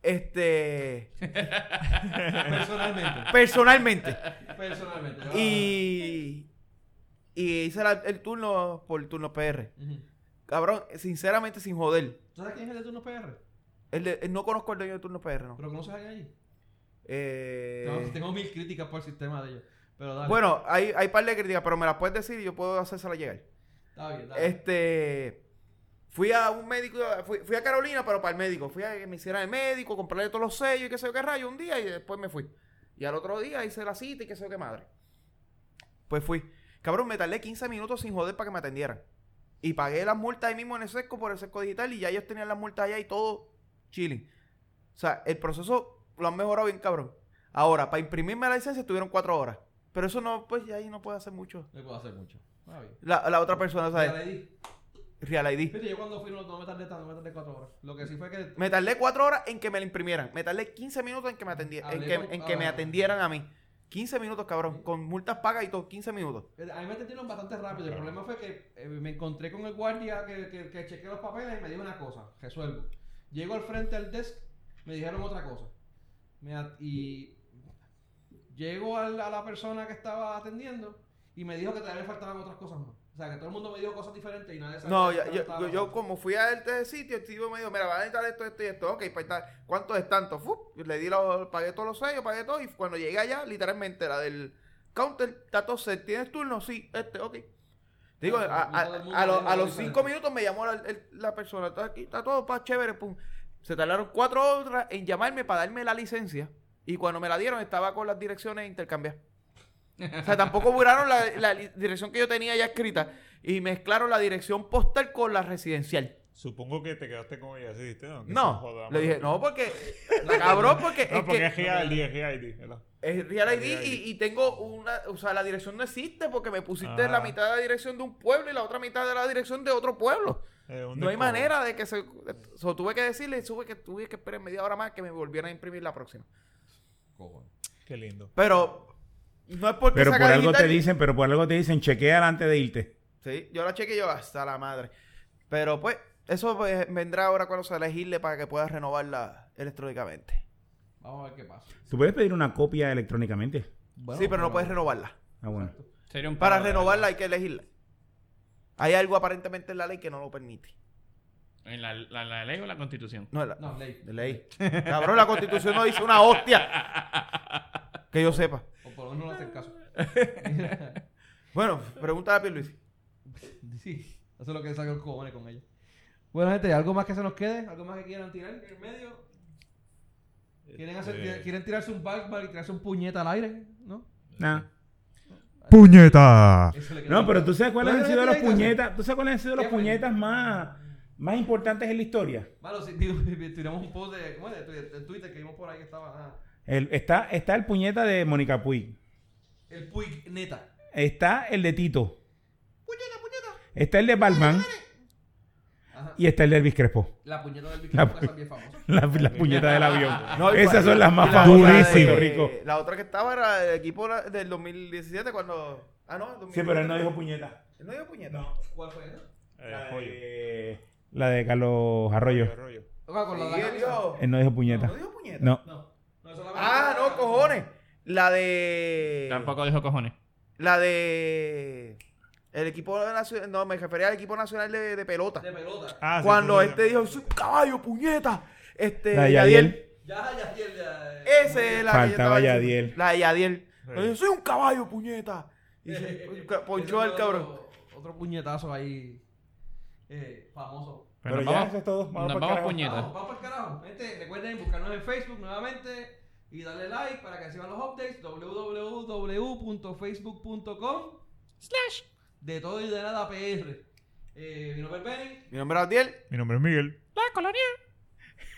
Speaker 3: <laughs> Este.
Speaker 2: Personalmente.
Speaker 3: Personalmente.
Speaker 2: personalmente.
Speaker 3: <laughs>
Speaker 2: ¿verdad?
Speaker 3: y. Y hice la- el turno por turno PR.
Speaker 2: Ujú.
Speaker 3: Cabrón, sinceramente, sin joder.
Speaker 2: ¿Tú sabes quién es el de turnos PR?
Speaker 3: El de- no conozco el dueño de turno PR, no.
Speaker 2: ¿Pero conoces a alguien allí?
Speaker 3: Eh,
Speaker 2: Tengo- Tengo mil críticas por el sistema de ellos. Pero dale.
Speaker 3: bueno, hay, hay par de críticas, pero me las puedes decir y yo puedo hacérsela llegar.
Speaker 2: Está bien, dale.
Speaker 3: Este. Fui a un médico, fui, fui a Carolina, pero para el médico. Fui a que me hicieran el médico, comprarle todos los sellos y qué sé yo qué rayo un día y después me fui. Y al otro día hice la cita y qué sé yo qué madre. Pues fui. Cabrón, me tardé 15 minutos sin joder para que me atendieran. Y pagué las multas ahí mismo en el sesco por el sesco digital y ya ellos tenían las multas allá y todo chilling. O sea, el proceso lo han mejorado bien, cabrón. Ahora, para imprimirme la licencia estuvieron cuatro horas. Pero eso no, pues ya ahí no puede hacer mucho.
Speaker 2: No puedo hacer mucho. Está bien.
Speaker 3: La, la otra persona,
Speaker 2: Ya
Speaker 3: ¿sabes?
Speaker 2: le di.
Speaker 3: Real ID.
Speaker 2: Fíjate, yo cuando fui no, no me tardé tanto, no me tardé cuatro horas. Lo que sí fue que
Speaker 3: Me tardé cuatro horas en que me la imprimieran. Me tardé 15 minutos en que me, atendie- en
Speaker 2: Hablé
Speaker 3: que,
Speaker 2: con-
Speaker 3: en que me
Speaker 2: ah.
Speaker 3: atendieran a mí. 15 minutos, cabrón. Con multas pagas y todo, 15 minutos.
Speaker 2: eh, a mí me atendieron bastante rápido. El problema fue que eh, me encontré con el guardia que, que, que chequeó los papeles y me dijo una cosa, resuelvo. Llego al frente al desk, me dijeron otra cosa. Me at- y llego al- a la persona que estaba atendiendo y me dijo que todavía le faltaban otras cosas más. O sea, que todo el mundo me dijo cosas diferentes y nadie sabía.
Speaker 3: No,
Speaker 2: qué
Speaker 3: ya-
Speaker 2: estaba-
Speaker 3: yo,
Speaker 2: estaba
Speaker 3: yo- yo
Speaker 2: pasando.
Speaker 3: como fui a este sitio, el tío me dijo, mira, van a entrar esto, esto y esto. Ok, pues tal. ¿Cuánto es tanto? Fu, Le di los, pagué todos los sellos, pagué todo. Y cuando llegué allá, literalmente, la del counter, está todo set. ¿Tienes turno? Sí, este, ok. Digo, a,
Speaker 2: Claro,
Speaker 3: a-
Speaker 2: todo el mundo
Speaker 3: a los-
Speaker 2: tiene
Speaker 3: a
Speaker 2: algo
Speaker 3: los
Speaker 2: diferente.
Speaker 3: cinco minutos me llamó la, el- la persona. Está aquí, está todo para chévere, pum. Se tardaron cuatro horas en llamarme para darme la licencia. Y cuando me la dieron, estaba con las direcciones intercambiadas. O sea, tampoco buraron la, la li- dirección que yo tenía ya escrita y mezclaron la dirección postal con la residencial.
Speaker 5: Supongo que te quedaste con ella, ¿sí? ¿Viste? No, que se
Speaker 3: No,
Speaker 5: joda,
Speaker 3: le dije,
Speaker 5: mano.
Speaker 3: no, porque, la cabrón, porque
Speaker 5: No,
Speaker 3: es
Speaker 5: porque
Speaker 3: que
Speaker 5: es real, es real, ¿verdad?
Speaker 3: es Real ID
Speaker 5: Real ID.
Speaker 3: y, y tengo una, o sea, la dirección no existe porque me pusiste
Speaker 5: Ah.
Speaker 3: la mitad de la dirección de un pueblo y la otra mitad de la dirección de otro pueblo.
Speaker 5: Eh, un
Speaker 3: No hay
Speaker 5: disco.
Speaker 3: manera de que se... so, tuve que decirle, tuve que, tuve que esperar media hora más que me volvieran a imprimir la próxima.
Speaker 2: Cojones.
Speaker 5: Qué lindo.
Speaker 3: Pero no es porque
Speaker 4: Pero por
Speaker 3: saca
Speaker 4: algo te
Speaker 3: digital-
Speaker 4: dicen, pero por algo te dicen, chequea antes de irte.
Speaker 3: Sí, yo la chequeé y yo hasta la madre. Pero pues, eso pues, vendrá ahora cuando se elegirle para que puedas renovarla electrónicamente.
Speaker 2: Vamos a ver qué pasa.
Speaker 4: Tú puedes pedir una copia electrónicamente.
Speaker 2: Bueno,
Speaker 3: sí, pero no puedes renovarla.
Speaker 4: Ah, bueno.
Speaker 6: Sería un
Speaker 3: Para
Speaker 6: palo,
Speaker 3: renovarla hay que elegirla. Hay algo aparentemente en la ley que no lo permite.
Speaker 6: ¿En la, la- la ley o la constitución?
Speaker 3: No, en la,
Speaker 2: No, ley.
Speaker 3: de ley. Cabrón, la constitución no dice una hostia. Que yo sepa.
Speaker 2: O por lo menos no hacen caso.
Speaker 3: Bueno, pregunta a Luis.
Speaker 2: <laughs> sí, eso es lo que saca el cojones con ella. Bueno, gente, ¿algo más que se nos quede? ¿Algo más que quieran tirar en el medio? ¿Quieren, hacer,
Speaker 5: Este-
Speaker 2: ¿quieren tirarse un backbar y tirarse un puñeta al aire? ¿No?
Speaker 4: Nah.
Speaker 5: ¡Puñeta!
Speaker 2: Eso es lo que-
Speaker 4: No, pero tú sabes cuáles han
Speaker 2: Bueno,
Speaker 4: sido las
Speaker 2: ¿qué hay que hacer?
Speaker 4: puñetas. ¿Tú sabes cuáles han sido las
Speaker 2: ¿Qué fue?
Speaker 4: puñetas más, más importantes en la historia?
Speaker 2: Malo, si digo, <laughs> tiramos un post de, ¿cómo es? de, Twitter- de Twitter que vimos por ahí que estaba. ah,
Speaker 4: El- está, está el puñeta de Mónica Puig.
Speaker 2: el Puig neta.
Speaker 4: Está el de Tito. Está el de Balman.
Speaker 2: Ajá.
Speaker 4: Y está el de Elvis Crespo. <laughs>
Speaker 2: La puñeta del
Speaker 4: La
Speaker 2: Victoria,
Speaker 4: pu-
Speaker 2: esa es bien famosa.
Speaker 4: La, la puñeta del avión.
Speaker 3: No, y
Speaker 4: Esas
Speaker 3: cuál-
Speaker 4: son las más
Speaker 3: y la otra eh,
Speaker 4: famosas de
Speaker 5: Durísimo.
Speaker 4: Puerto Rico.
Speaker 3: La otra que estaba era el equipo la- del 2017 cuando. Ah, no,
Speaker 4: Sí,
Speaker 3: 2017.
Speaker 4: pero él no dijo puñeta.
Speaker 3: Él no dijo puñeta.
Speaker 2: ¿Cuál fue eh? esa?
Speaker 3: Eh,
Speaker 5: Eh,
Speaker 4: La de, la de Carlos Arroyo.
Speaker 2: Ah, con la de la
Speaker 3: Sí, él
Speaker 2: camisa.
Speaker 3: dijo-
Speaker 4: Él no dijo puñeta.
Speaker 3: no dijo puñeta.
Speaker 4: No.
Speaker 2: No. no esa es la
Speaker 3: Ah, no, cojones. La de.
Speaker 6: Tampoco dijo cojones.
Speaker 3: La de. El equipo nacional. No, me refería al equipo nacional de, de pelota.
Speaker 2: De pelota.
Speaker 5: Ah, sí,
Speaker 3: cuando
Speaker 5: puñeta.
Speaker 3: este dijo, "Soy un caballo, puñeta. Este.
Speaker 4: La de
Speaker 3: Yadiel.
Speaker 4: Yadiel.
Speaker 2: Ya, ya, eh. ya. ya.
Speaker 3: Ese es la que yo
Speaker 4: Faltaba
Speaker 3: estaba diciendo.
Speaker 4: Yadiel.
Speaker 3: La de Yadiel.
Speaker 5: Sí.
Speaker 3: Yo soy un caballo, puñeta. Y
Speaker 2: Eh, <laughs> eh,
Speaker 3: se
Speaker 2: eh,
Speaker 3: ponchó
Speaker 2: <laughs> ese
Speaker 3: al
Speaker 2: fue
Speaker 3: cabrón.
Speaker 2: Otro, otro puñetazo ahí. Eh, famoso.
Speaker 6: Pero,
Speaker 4: Pero
Speaker 6: nos
Speaker 4: ya,
Speaker 6: vamos,
Speaker 4: eso es todo. Vamos
Speaker 6: nos
Speaker 4: pa'l
Speaker 6: vamos
Speaker 4: carajo.
Speaker 2: Vamos,
Speaker 6: puñetas.
Speaker 2: vamos para el carajo. Gente, recuerden buscarnos en Facebook nuevamente y darle like para que reciban los updates. www.facebook.com slash de todo y de nada PR. Eh, mi nombre es Benny.
Speaker 3: Mi nombre es Abdiel.
Speaker 5: Mi nombre es Miguel.
Speaker 4: <laughs>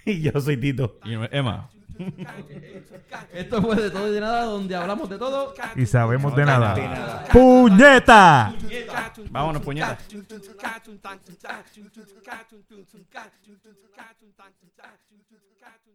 Speaker 4: Y yo soy Tito.
Speaker 6: Y Emma.
Speaker 2: Esto fue de todo y de nada donde hablamos de todo.
Speaker 5: Y sabemos de nada. ¡Puñeta!
Speaker 6: Vámonos, puñetas.
Speaker 8: puñetas.